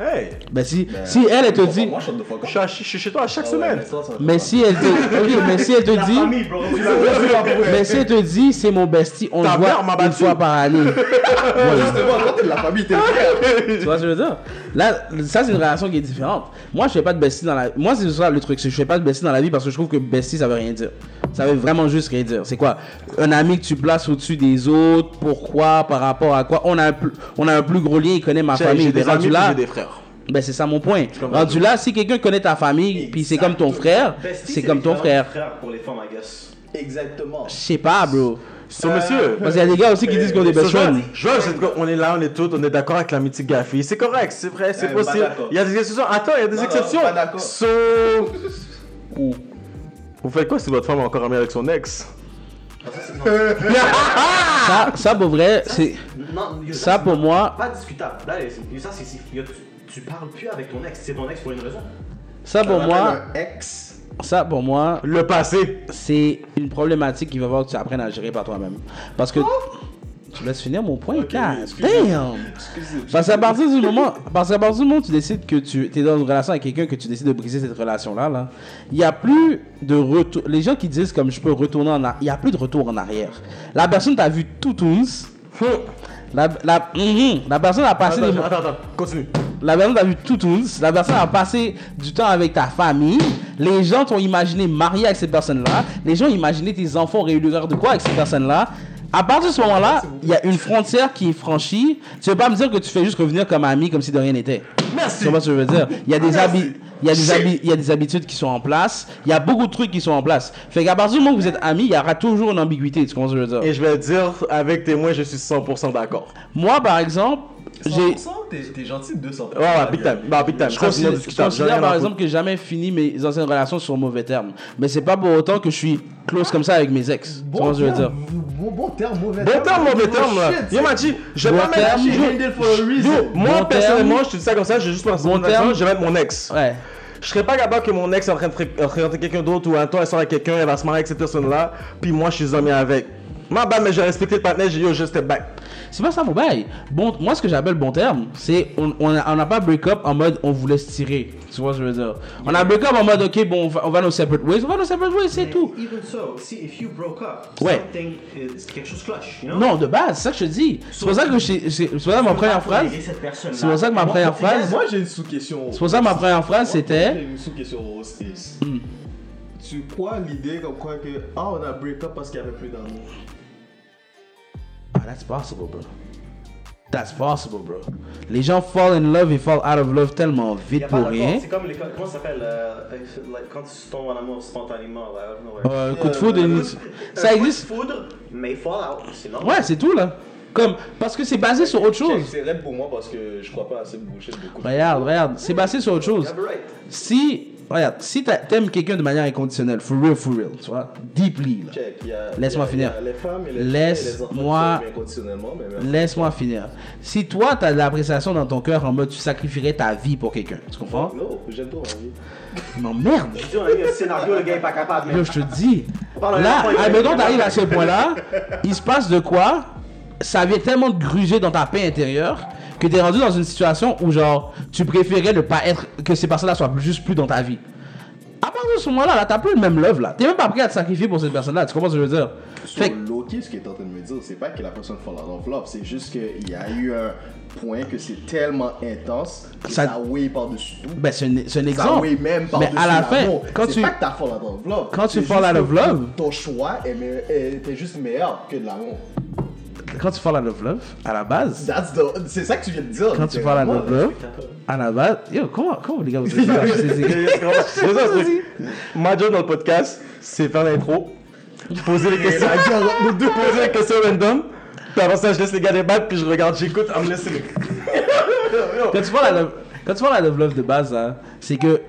[SPEAKER 2] Hey,
[SPEAKER 4] Ben si, si elle, elle te dit.
[SPEAKER 3] Moi, je suis de fuck
[SPEAKER 2] je suis, à- je suis chez toi à chaque semaine.
[SPEAKER 4] Mais si elle te. ok, mais si elle te dit.
[SPEAKER 5] Famille, bro. Tu l'as-
[SPEAKER 4] Mais si elle te dit, c'est mon bestie, on
[SPEAKER 2] Ta
[SPEAKER 4] se
[SPEAKER 2] mère m'a
[SPEAKER 4] voit une
[SPEAKER 2] battu.
[SPEAKER 4] fois par année.
[SPEAKER 3] Justement, toi, t'es de la famille, t'es le frère.
[SPEAKER 4] Tu vois ce que je veux dire? Là, ça, c'est une relation qui est différente. Moi, je fais pas de bestie dans la Moi, c'est ça le truc. c'est que Je fais pas de bestie dans la vie parce que je trouve que bestie, ça veut rien dire. Ça veut vraiment juste rien dire. C'est quoi? Un ami que tu places au-dessus des autres. Pourquoi? Par rapport à quoi? On a un, plus- on a un plus gros lien. Il connaît ma
[SPEAKER 2] J'ai
[SPEAKER 4] famille.
[SPEAKER 2] j'ai
[SPEAKER 4] Ben,
[SPEAKER 2] des
[SPEAKER 4] rendu
[SPEAKER 2] amis, puis
[SPEAKER 4] là.
[SPEAKER 2] j'ai des frères.
[SPEAKER 4] Ben, c'est ça mon point. Rendu là, si quelqu'un connaît ta famille, puis c'est comme ton frère,
[SPEAKER 5] Bestie,
[SPEAKER 4] c'est comme ton
[SPEAKER 5] l'équivalent
[SPEAKER 4] frère.
[SPEAKER 5] de pour les femmes, I guess.
[SPEAKER 3] Exactement.
[SPEAKER 4] Je sais pas, bro.
[SPEAKER 2] So, monsieur.
[SPEAKER 3] Euh,
[SPEAKER 4] Parce qu'il y a des gars aussi qui disent qu'on est
[SPEAKER 2] so,
[SPEAKER 4] best
[SPEAKER 2] je vois-
[SPEAKER 4] friends.
[SPEAKER 2] je vois, c'est quoi, on est là, on est tous, on est d'accord avec l'amitié Gafi. C'est correct, c'est vrai, c'est
[SPEAKER 3] Eh, pas
[SPEAKER 2] possible.
[SPEAKER 3] d'accord.
[SPEAKER 2] Il y a des exceptions. Attends, il y a des
[SPEAKER 3] Non, non,
[SPEAKER 2] exceptions.
[SPEAKER 3] pas d'accord.
[SPEAKER 2] So. Ou- Vous faites quoi si votre femme est encore amie avec son ex
[SPEAKER 4] Ça, ça, pour vrai, c'est.
[SPEAKER 5] Non, yo,
[SPEAKER 4] Ça,
[SPEAKER 5] c'est
[SPEAKER 4] pour moi,
[SPEAKER 5] Pas discutable. Là, c'est- ça, c'est- c'est- yo, tu- Tu parles plus avec ton ex. C'est ton ex pour une raison.
[SPEAKER 4] ça pour moi,
[SPEAKER 3] Un ex.
[SPEAKER 4] ça pour moi,
[SPEAKER 2] Le passé.
[SPEAKER 4] c'est une problématique qu'il va falloir que tu apprennes à gérer par toi-même. Parce que. Tu me laisses finir mon point,
[SPEAKER 3] Ok,
[SPEAKER 4] car.
[SPEAKER 3] excusez.
[SPEAKER 4] Damn!
[SPEAKER 3] Excusez,
[SPEAKER 4] Parce qu'à partir du moment, parce qu'à partir du moment où tu décides que tu es dans une relation avec quelqu'un que tu décides de briser cette relation là, là, il y a plus de retour. Les gens qui disent comme je peux retourner en arrière, il y a plus de retour en arrière. La personne t'a vu tout tous. La, la, mhm. la personne a passé des-
[SPEAKER 2] Attends, attends, attends, continue.
[SPEAKER 4] la personne t'a vu tout tous. La personne a passé du temps avec ta famille. Les gens t'ont imaginé marié avec cette personne là. Les gens imaginaient tes enfants réunis de quoi avec cette personne là. À partir de ce moment-là, il y a une frontière qui est franchie. Tu veux pas me dire que tu fais juste revenir comme ami, comme si de rien n'était.
[SPEAKER 2] Merci.
[SPEAKER 4] Tu comprends ce que je veux dire Il y a des
[SPEAKER 2] Merci.
[SPEAKER 4] habits. Il y, a des habi- il y a des habitudes qui sont en place, il y a beaucoup de trucs qui sont en place. Fait qu'à partir du moment où vous êtes amis, il y aura toujours une ambiguïté, tu comprends ce que je veux dire
[SPEAKER 2] Et je vais dire, avec témoin, je suis 100% d'accord.
[SPEAKER 4] Moi, par exemple, j'ai...
[SPEAKER 3] 100%, t'es- t'es gentil de 200%.
[SPEAKER 2] Ouais, ouais, big time. Bah, big time.
[SPEAKER 4] Je
[SPEAKER 2] Ça, c'est non
[SPEAKER 4] considère, je
[SPEAKER 2] discutable. J'ai
[SPEAKER 4] considère,
[SPEAKER 2] rien à
[SPEAKER 4] par
[SPEAKER 2] foutre.
[SPEAKER 4] exemple que j'ai jamais fini mes anciennes relations sur mauvais termes. Mais c'est pas pour autant que je suis close comme ça avec mes ex. tu vois
[SPEAKER 3] Bon
[SPEAKER 4] ce que je veux dire
[SPEAKER 3] terme, bon- bon terme, mauvais
[SPEAKER 2] Bon terme, mauvais
[SPEAKER 3] Oh,
[SPEAKER 2] terme, là.
[SPEAKER 3] shit.
[SPEAKER 2] Yo, Machi, je vais
[SPEAKER 4] Bon
[SPEAKER 2] pas mettre
[SPEAKER 4] terme,
[SPEAKER 2] Yo,
[SPEAKER 3] Ended for a reason.
[SPEAKER 2] yo,
[SPEAKER 4] Bon
[SPEAKER 2] Moi,
[SPEAKER 4] terme.
[SPEAKER 2] personnellement, je te dis ça comme ça, je vais juste prendre
[SPEAKER 4] Bon
[SPEAKER 2] mon exemple,
[SPEAKER 4] terme.
[SPEAKER 2] je vais mettre mon ex.
[SPEAKER 4] Ouais.
[SPEAKER 2] Je serais pas capable que mon ex est en train de fré- euh, fréquenter quelqu'un d'autre ou un temps elle sort avec quelqu'un, elle va se marier avec cette personne-là, puis moi, je suis ami avec. Ma bah, mais j'ai respecté le partenaire, j'ai dit, yo, je step back.
[SPEAKER 4] C'est pas ça mon bail. Bon, moi, ce que j'appelle bon terme, c'est on on a- on n'a pas break-up en mode on vous laisse tirer. Tu vois ce que je veux dire On a break-up en mode ok, bon, on va, on va nos separate ways, on va nos separate ways, c'est tout.
[SPEAKER 5] Even so, see if you broke up,
[SPEAKER 4] Ouais.
[SPEAKER 5] something is quelque chose clutch, you know?
[SPEAKER 4] Non, de base, c'est ça que je te dis. C'est pour ça que j'ai- j'ai- c'est pour ça que ma première phrase. C'est pour ça que ma première phrase.
[SPEAKER 3] Moi, j'ai une sous-question.
[SPEAKER 4] C'est pour ça que ma première phrase
[SPEAKER 3] J'ai
[SPEAKER 4] c'était. Hmm.
[SPEAKER 3] une sous-question au Stace. Tu crois l'idée comme quoi que ah on a break up parce qu'il y avait plus d'amour.
[SPEAKER 4] Ah, that's possible, bro. That's possible, bro. Les gens fall in love et fall out of love tellement
[SPEAKER 5] Y
[SPEAKER 4] vite
[SPEAKER 5] a pas
[SPEAKER 4] pour
[SPEAKER 5] d'accord,
[SPEAKER 4] rien.
[SPEAKER 5] C'est comme les. Comment ça s'appelle euh, like, Quand tu tombes en amour spontanément, là, out of nowhere.
[SPEAKER 4] Euh, coup de foudre, une-
[SPEAKER 5] Un
[SPEAKER 4] ça
[SPEAKER 5] coup de
[SPEAKER 4] existe.
[SPEAKER 5] Euh, foudre, mais fall out, c'est normal.
[SPEAKER 4] Ouais, c'est tout là. Comme, parce que c'est basé sur autre
[SPEAKER 3] Check,
[SPEAKER 4] chose. Bah,
[SPEAKER 3] C'est raide pour moi parce que je crois pas assez boucher de beaucoup. de-
[SPEAKER 4] Regarde, regarde, c'est basé sur autre chose.
[SPEAKER 5] You're right.
[SPEAKER 4] Si, regarde, si t'a- t'aimes quelqu'un de manière inconditionnelle, for real, for real, tu vois, deeply, là.
[SPEAKER 3] Check, il y a-
[SPEAKER 4] Laisse-moi
[SPEAKER 3] il y a-
[SPEAKER 4] finir.
[SPEAKER 3] il y a Les femmes et les
[SPEAKER 4] Laisse-moi-
[SPEAKER 3] Conditionnellement, mais même.
[SPEAKER 4] Laisse-moi finir. Si toi, t'as de l'appréciation dans ton cœur en mode tu sacrifierais ta vie pour quelqu'un, tu comprends?
[SPEAKER 3] Non, j'aime trop ma vie.
[SPEAKER 4] Non, merde!
[SPEAKER 5] Tu dis, on a eu un scénario, le gars est pas capable, mais.
[SPEAKER 4] Yo, je te dis.
[SPEAKER 5] Parle
[SPEAKER 4] Là,
[SPEAKER 5] à l'enfant, il
[SPEAKER 4] admettons,
[SPEAKER 5] va-
[SPEAKER 4] t'arrives à ce point-là, il se passe de quoi Ça vient tellement de gruger dans ta paix intérieure que t'es rendu dans une situation où, genre, tu préférais ne pas être. que ces personnes-là soient juste plus dans ta vie. À partir de ce moment-là, là, t'as plus le même love, là. T'es même pas prêt à te sacrifier pour cette personne-là, tu comprends ce que je veux dire Fait
[SPEAKER 1] Fait Loki, ce qu'il est en train de me dire, c'est pas que la personne fall en love, c'est juste qu'il y a eu un point que c'est tellement intense que
[SPEAKER 4] Ça-
[SPEAKER 1] ça, weigh par-dessus tout.
[SPEAKER 4] ben, c'est un, c'est un
[SPEAKER 1] Ça
[SPEAKER 4] exemple.
[SPEAKER 1] weigh Bah même
[SPEAKER 4] Mais
[SPEAKER 1] par-dessus
[SPEAKER 4] à la fin,
[SPEAKER 1] l'amour.
[SPEAKER 4] quand
[SPEAKER 1] C'est
[SPEAKER 4] tu.
[SPEAKER 1] pas que t'as fall en love.
[SPEAKER 4] Quand tu
[SPEAKER 1] c'est
[SPEAKER 4] fall
[SPEAKER 1] juste
[SPEAKER 4] out of
[SPEAKER 1] que
[SPEAKER 4] love-
[SPEAKER 1] Ton choix est me- est- était juste meilleur que de l'amour.
[SPEAKER 4] Quand tu parles à Love Love, à la base.
[SPEAKER 1] That's the- C'est ça que tu viens de dire.
[SPEAKER 4] Quand tu parles à Love Love, à la base. Yo, comment, comment les gars vous êtes là? Je sais- c'est-
[SPEAKER 2] C'est ça, le truc. Ma job dans le podcast, c'est faire l'intro, poser les questions, poser les questions random, puis avant ça, je laisse les gars débattre, puis je regarde, j'écoute, on me laisse les.
[SPEAKER 4] quand tu parles à love, quand tu parles à love love de base, hein, c'est que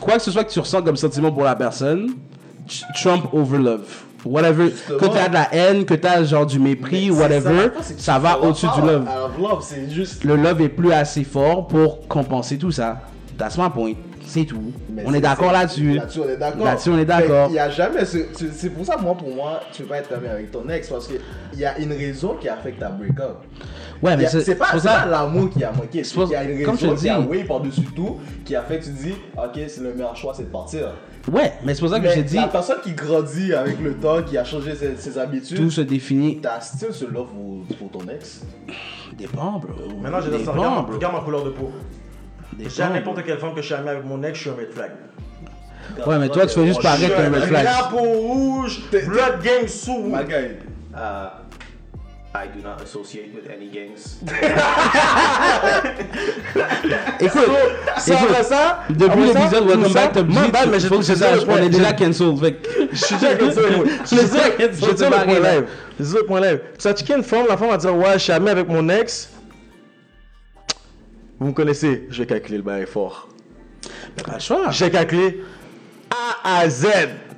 [SPEAKER 4] quoi que ce soit que tu ressens comme sentiment pour la personne, tr- Trump over love. Whatever. Que t'as de la haine, que t'as genre du mépris, whatever, ça, va au-dessus du love.
[SPEAKER 1] euh, love, c'est juste.
[SPEAKER 4] Le love est plus assez fort pour compenser tout ça. That's my point. C'est tout.
[SPEAKER 1] Mais
[SPEAKER 4] on est,
[SPEAKER 1] c'est-
[SPEAKER 4] d'accord
[SPEAKER 1] c'est-
[SPEAKER 4] là-dessus.
[SPEAKER 1] Là-dessus, on est d'accord.
[SPEAKER 4] Là-dessus, on est
[SPEAKER 1] Fait
[SPEAKER 4] d'accord.
[SPEAKER 1] qu'il y a jamais ce. tu- C'est pour ça, moi, pour moi, tu peux pas être ami avec ton ex parce qu'il y a une raison qui affecte ta break-up.
[SPEAKER 4] Ouais,
[SPEAKER 1] Il y
[SPEAKER 4] mais
[SPEAKER 1] a-
[SPEAKER 4] c'est
[SPEAKER 1] C'est pas,
[SPEAKER 4] pour
[SPEAKER 1] c'est
[SPEAKER 4] ça.
[SPEAKER 1] pas l'amour qui a manqué,
[SPEAKER 4] C'est
[SPEAKER 1] c'est
[SPEAKER 4] pour-
[SPEAKER 1] qu'il y a une
[SPEAKER 4] comme je
[SPEAKER 1] raison
[SPEAKER 4] te
[SPEAKER 1] qui a
[SPEAKER 4] dis.
[SPEAKER 1] oui par-dessus tout, qui a fait que tu dis, ok, c'est le meilleur choix, c'est de partir.
[SPEAKER 4] Ouais, mais c'est pour ça que
[SPEAKER 1] Mais
[SPEAKER 4] j'ai dit
[SPEAKER 1] la personne qui grandit avec le temps, qui a changé ses, ses habitudes,
[SPEAKER 4] tout se définit.
[SPEAKER 1] t'as still ce love pour, pour ton ex.
[SPEAKER 4] Dépend, bro.
[SPEAKER 2] Maintenant, j'ai
[SPEAKER 4] Dépend,
[SPEAKER 2] ça, regarde,
[SPEAKER 4] bro.
[SPEAKER 2] ma- regarde ma couleur de peau.
[SPEAKER 4] Dépend,
[SPEAKER 2] J'ai n'importe quelle femme que je suis ami avec mon ex, je suis un red flag.
[SPEAKER 4] bro. Ouais, mais toi, tu fais juste
[SPEAKER 2] Je
[SPEAKER 4] paraître
[SPEAKER 2] suis
[SPEAKER 4] un red flag.
[SPEAKER 2] Drapeau rouge, blood gang
[SPEAKER 3] Oh.
[SPEAKER 2] sous.
[SPEAKER 1] Ma gueule.
[SPEAKER 5] Uh, I do not associate with any gangs.
[SPEAKER 4] Écoute,
[SPEAKER 2] Ça,
[SPEAKER 4] écoute.
[SPEAKER 2] après ça,
[SPEAKER 4] Depuis
[SPEAKER 2] après ça,
[SPEAKER 4] l'épisode Welcome
[SPEAKER 2] tout ça,
[SPEAKER 4] Back Top G,
[SPEAKER 2] ma balle, mais j'ai
[SPEAKER 4] faut que
[SPEAKER 2] j'ai
[SPEAKER 4] ben, je sache,
[SPEAKER 2] le
[SPEAKER 4] on
[SPEAKER 2] point.
[SPEAKER 4] est déjà cancel. Fait que-
[SPEAKER 2] Je suis déjà comme ça, moi. Je suis déjà-
[SPEAKER 4] Je ben, suis
[SPEAKER 2] je tiens le
[SPEAKER 4] débarré,
[SPEAKER 2] point
[SPEAKER 4] là.
[SPEAKER 2] live. Je tiens le point live. Ça checker une femme, la femme va dire Ouais, je suis ami avec mon ex. Vous me connaissez, je vais calculer le bail fort.
[SPEAKER 4] ben, Pas le choix.
[SPEAKER 2] J'ai calculé. Ah, A à Z.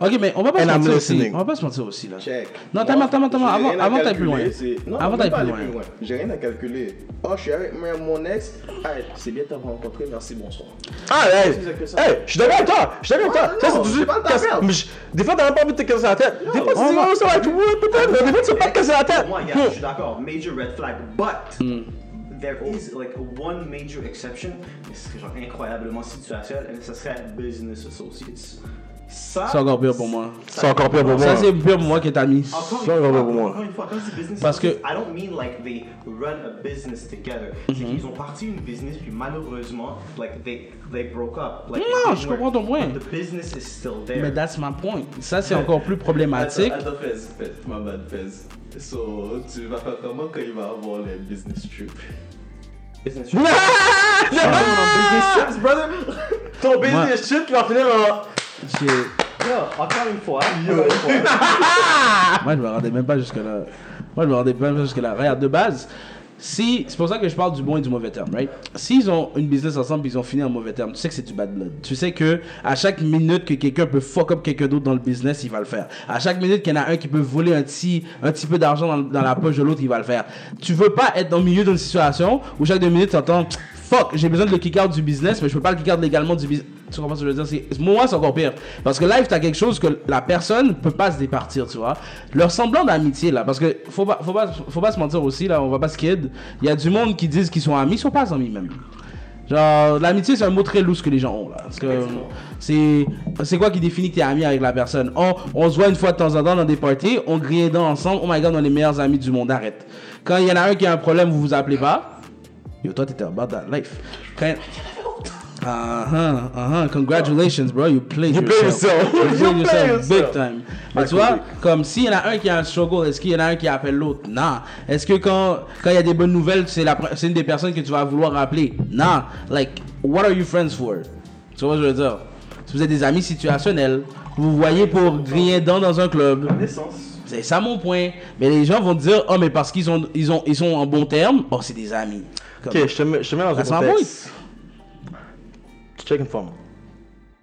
[SPEAKER 4] Ok, mais on va pas
[SPEAKER 2] And
[SPEAKER 4] se
[SPEAKER 2] I'm
[SPEAKER 4] mentir aussi.
[SPEAKER 2] listening.
[SPEAKER 4] On va pas se mentir aussi là.
[SPEAKER 1] Check.
[SPEAKER 4] Non, t'as attends, attends,
[SPEAKER 1] j'ai
[SPEAKER 4] avant-
[SPEAKER 1] rien à
[SPEAKER 4] avant d'aller
[SPEAKER 1] calculer,
[SPEAKER 4] plus loin.
[SPEAKER 1] c'est- Non,
[SPEAKER 4] Avant
[SPEAKER 1] avant
[SPEAKER 4] d'aller
[SPEAKER 1] d'aller
[SPEAKER 4] plus
[SPEAKER 1] plus
[SPEAKER 4] loin.
[SPEAKER 1] loin. J'ai rien à calculer. Oh, je suis avec mon- mon ex. Hey, c'est bien de t'avoir rencontré. Merci, bonsoir.
[SPEAKER 2] Ah, hey,
[SPEAKER 1] que ça.
[SPEAKER 2] hey, je suis d'accord avec toi, je suis d'accord avec toi.
[SPEAKER 1] Ouais,
[SPEAKER 2] Ça,
[SPEAKER 1] non,
[SPEAKER 2] c'est tout de
[SPEAKER 1] j'ai
[SPEAKER 2] suite-
[SPEAKER 1] pas le temps à
[SPEAKER 2] casse-
[SPEAKER 1] perdre.
[SPEAKER 2] mais je- Des fois, t'as même pas envie de te casser la tête. Des fois, tu dis, oh, ça va être weird, peut-être, mais des fois, tu veux pas te casser la tête.
[SPEAKER 5] Pour moi, yeah, je suis d'accord. Major red flag. But
[SPEAKER 4] Hmm.
[SPEAKER 5] there is like one major exception. Et C'est genre incroyablement situationnel. Et ça serait business associates. Ça.
[SPEAKER 4] C'est encore pire pour moi.
[SPEAKER 2] C'est encore pire pour moi.
[SPEAKER 4] Ça, c'est pire pour moi que t'as mis.
[SPEAKER 5] Encore
[SPEAKER 2] Ça,
[SPEAKER 5] une,
[SPEAKER 2] on va
[SPEAKER 5] fois,
[SPEAKER 2] voir pour moi.
[SPEAKER 5] encore une fois, quand c'est business,
[SPEAKER 4] Parce que-
[SPEAKER 5] I don't mean like they run a business together. C'est
[SPEAKER 4] Mm-hmm.
[SPEAKER 5] qu'ils ont parti une business, puis malheureusement, like they, they broke up. Like,
[SPEAKER 4] Non,
[SPEAKER 5] they
[SPEAKER 4] je
[SPEAKER 5] were-
[SPEAKER 4] comprends ton point.
[SPEAKER 5] but The business is still there.
[SPEAKER 4] Mais that's my point. Ça, c'est encore plus problématique.
[SPEAKER 3] Attends, attends, fais, fais, ma bad, fais. So, tu vas faire comment quand il va avoir les business trips
[SPEAKER 5] business
[SPEAKER 2] Ah!
[SPEAKER 5] trips, brother.
[SPEAKER 2] Ton business shit qui va finir en.
[SPEAKER 4] J'ai-
[SPEAKER 5] Yo, encore une fois. encore une fois.
[SPEAKER 4] Moi, je me rendais même pas jusque-là. Moi, je me rendais même pas jusque-là. Regarde, de base, si. C'est pour ça que je parle du bon et du mauvais terme, right? S'ils ont une business ensemble ils ont fini en mauvais terme, tu sais que c'est du bad blood. Tu sais que à chaque minute que quelqu'un peut fuck up quelqu'un d'autre dans le business, il va le faire. À chaque minute qu'il y en a un qui peut voler un petit, un petit peu d'argent dans, dans la poche de l'autre, il va le faire. Tu veux pas être au milieu d'une situation où chaque deux minutes, tu entends. Fuck, j'ai besoin de le kick out du business, mais je peux pas le kick out légalement du business. Tu comprends ce que je veux dire? C'est- Moi, c'est encore pire. Parce que live, t'as quelque chose que la personne peut pas se départir, tu vois. Leur semblant d'amitié, là. Parce que faut pas, faut, pas, faut pas se mentir aussi, là. On va pas se kid. Il y a du monde qui disent qu'ils sont amis, ils sont pas amis, même. Genre, l'amitié, c'est un mot très loose que les gens ont, là. Parce que c'est c'est quoi qui définit que t'es ami avec la personne? On, on se voit une fois de temps en temps dans des parties, on grille dans ensemble. Oh my god, on est les meilleurs amis du monde, arrête. Quand il y en a un qui a un problème, vous vous appelez pas. Yo, toi, t'étais about that life. Quand... Ah ah, ah ah, congratulations, bro, you played
[SPEAKER 2] You played yourself.
[SPEAKER 4] You played
[SPEAKER 2] You
[SPEAKER 4] yourself
[SPEAKER 2] played
[SPEAKER 4] big
[SPEAKER 2] yourself.
[SPEAKER 4] time. Mais tu vois, comme s'il y en a un qui a un struggle, est-ce qu'il y en a un qui appelle l'autre Non. Est-ce que quand quand il y a des bonnes nouvelles, c'est la pre- c'est une des personnes que tu vas vouloir appeler Non. Like, what are you friends for Tu vois, ce que je veux dire. Si vous êtes des amis situationnels, vous vous voyez pour griller dans dans un club.
[SPEAKER 5] Naissance.
[SPEAKER 4] C'est ça mon point. Mais les gens vont dire, oh mais parce qu'ils ont ils ont ils sont en bon terme, oh c'est des amis. Comme-
[SPEAKER 2] Ok, je te mets, je te mets dans un
[SPEAKER 4] That's my
[SPEAKER 2] contexte. Check une forme.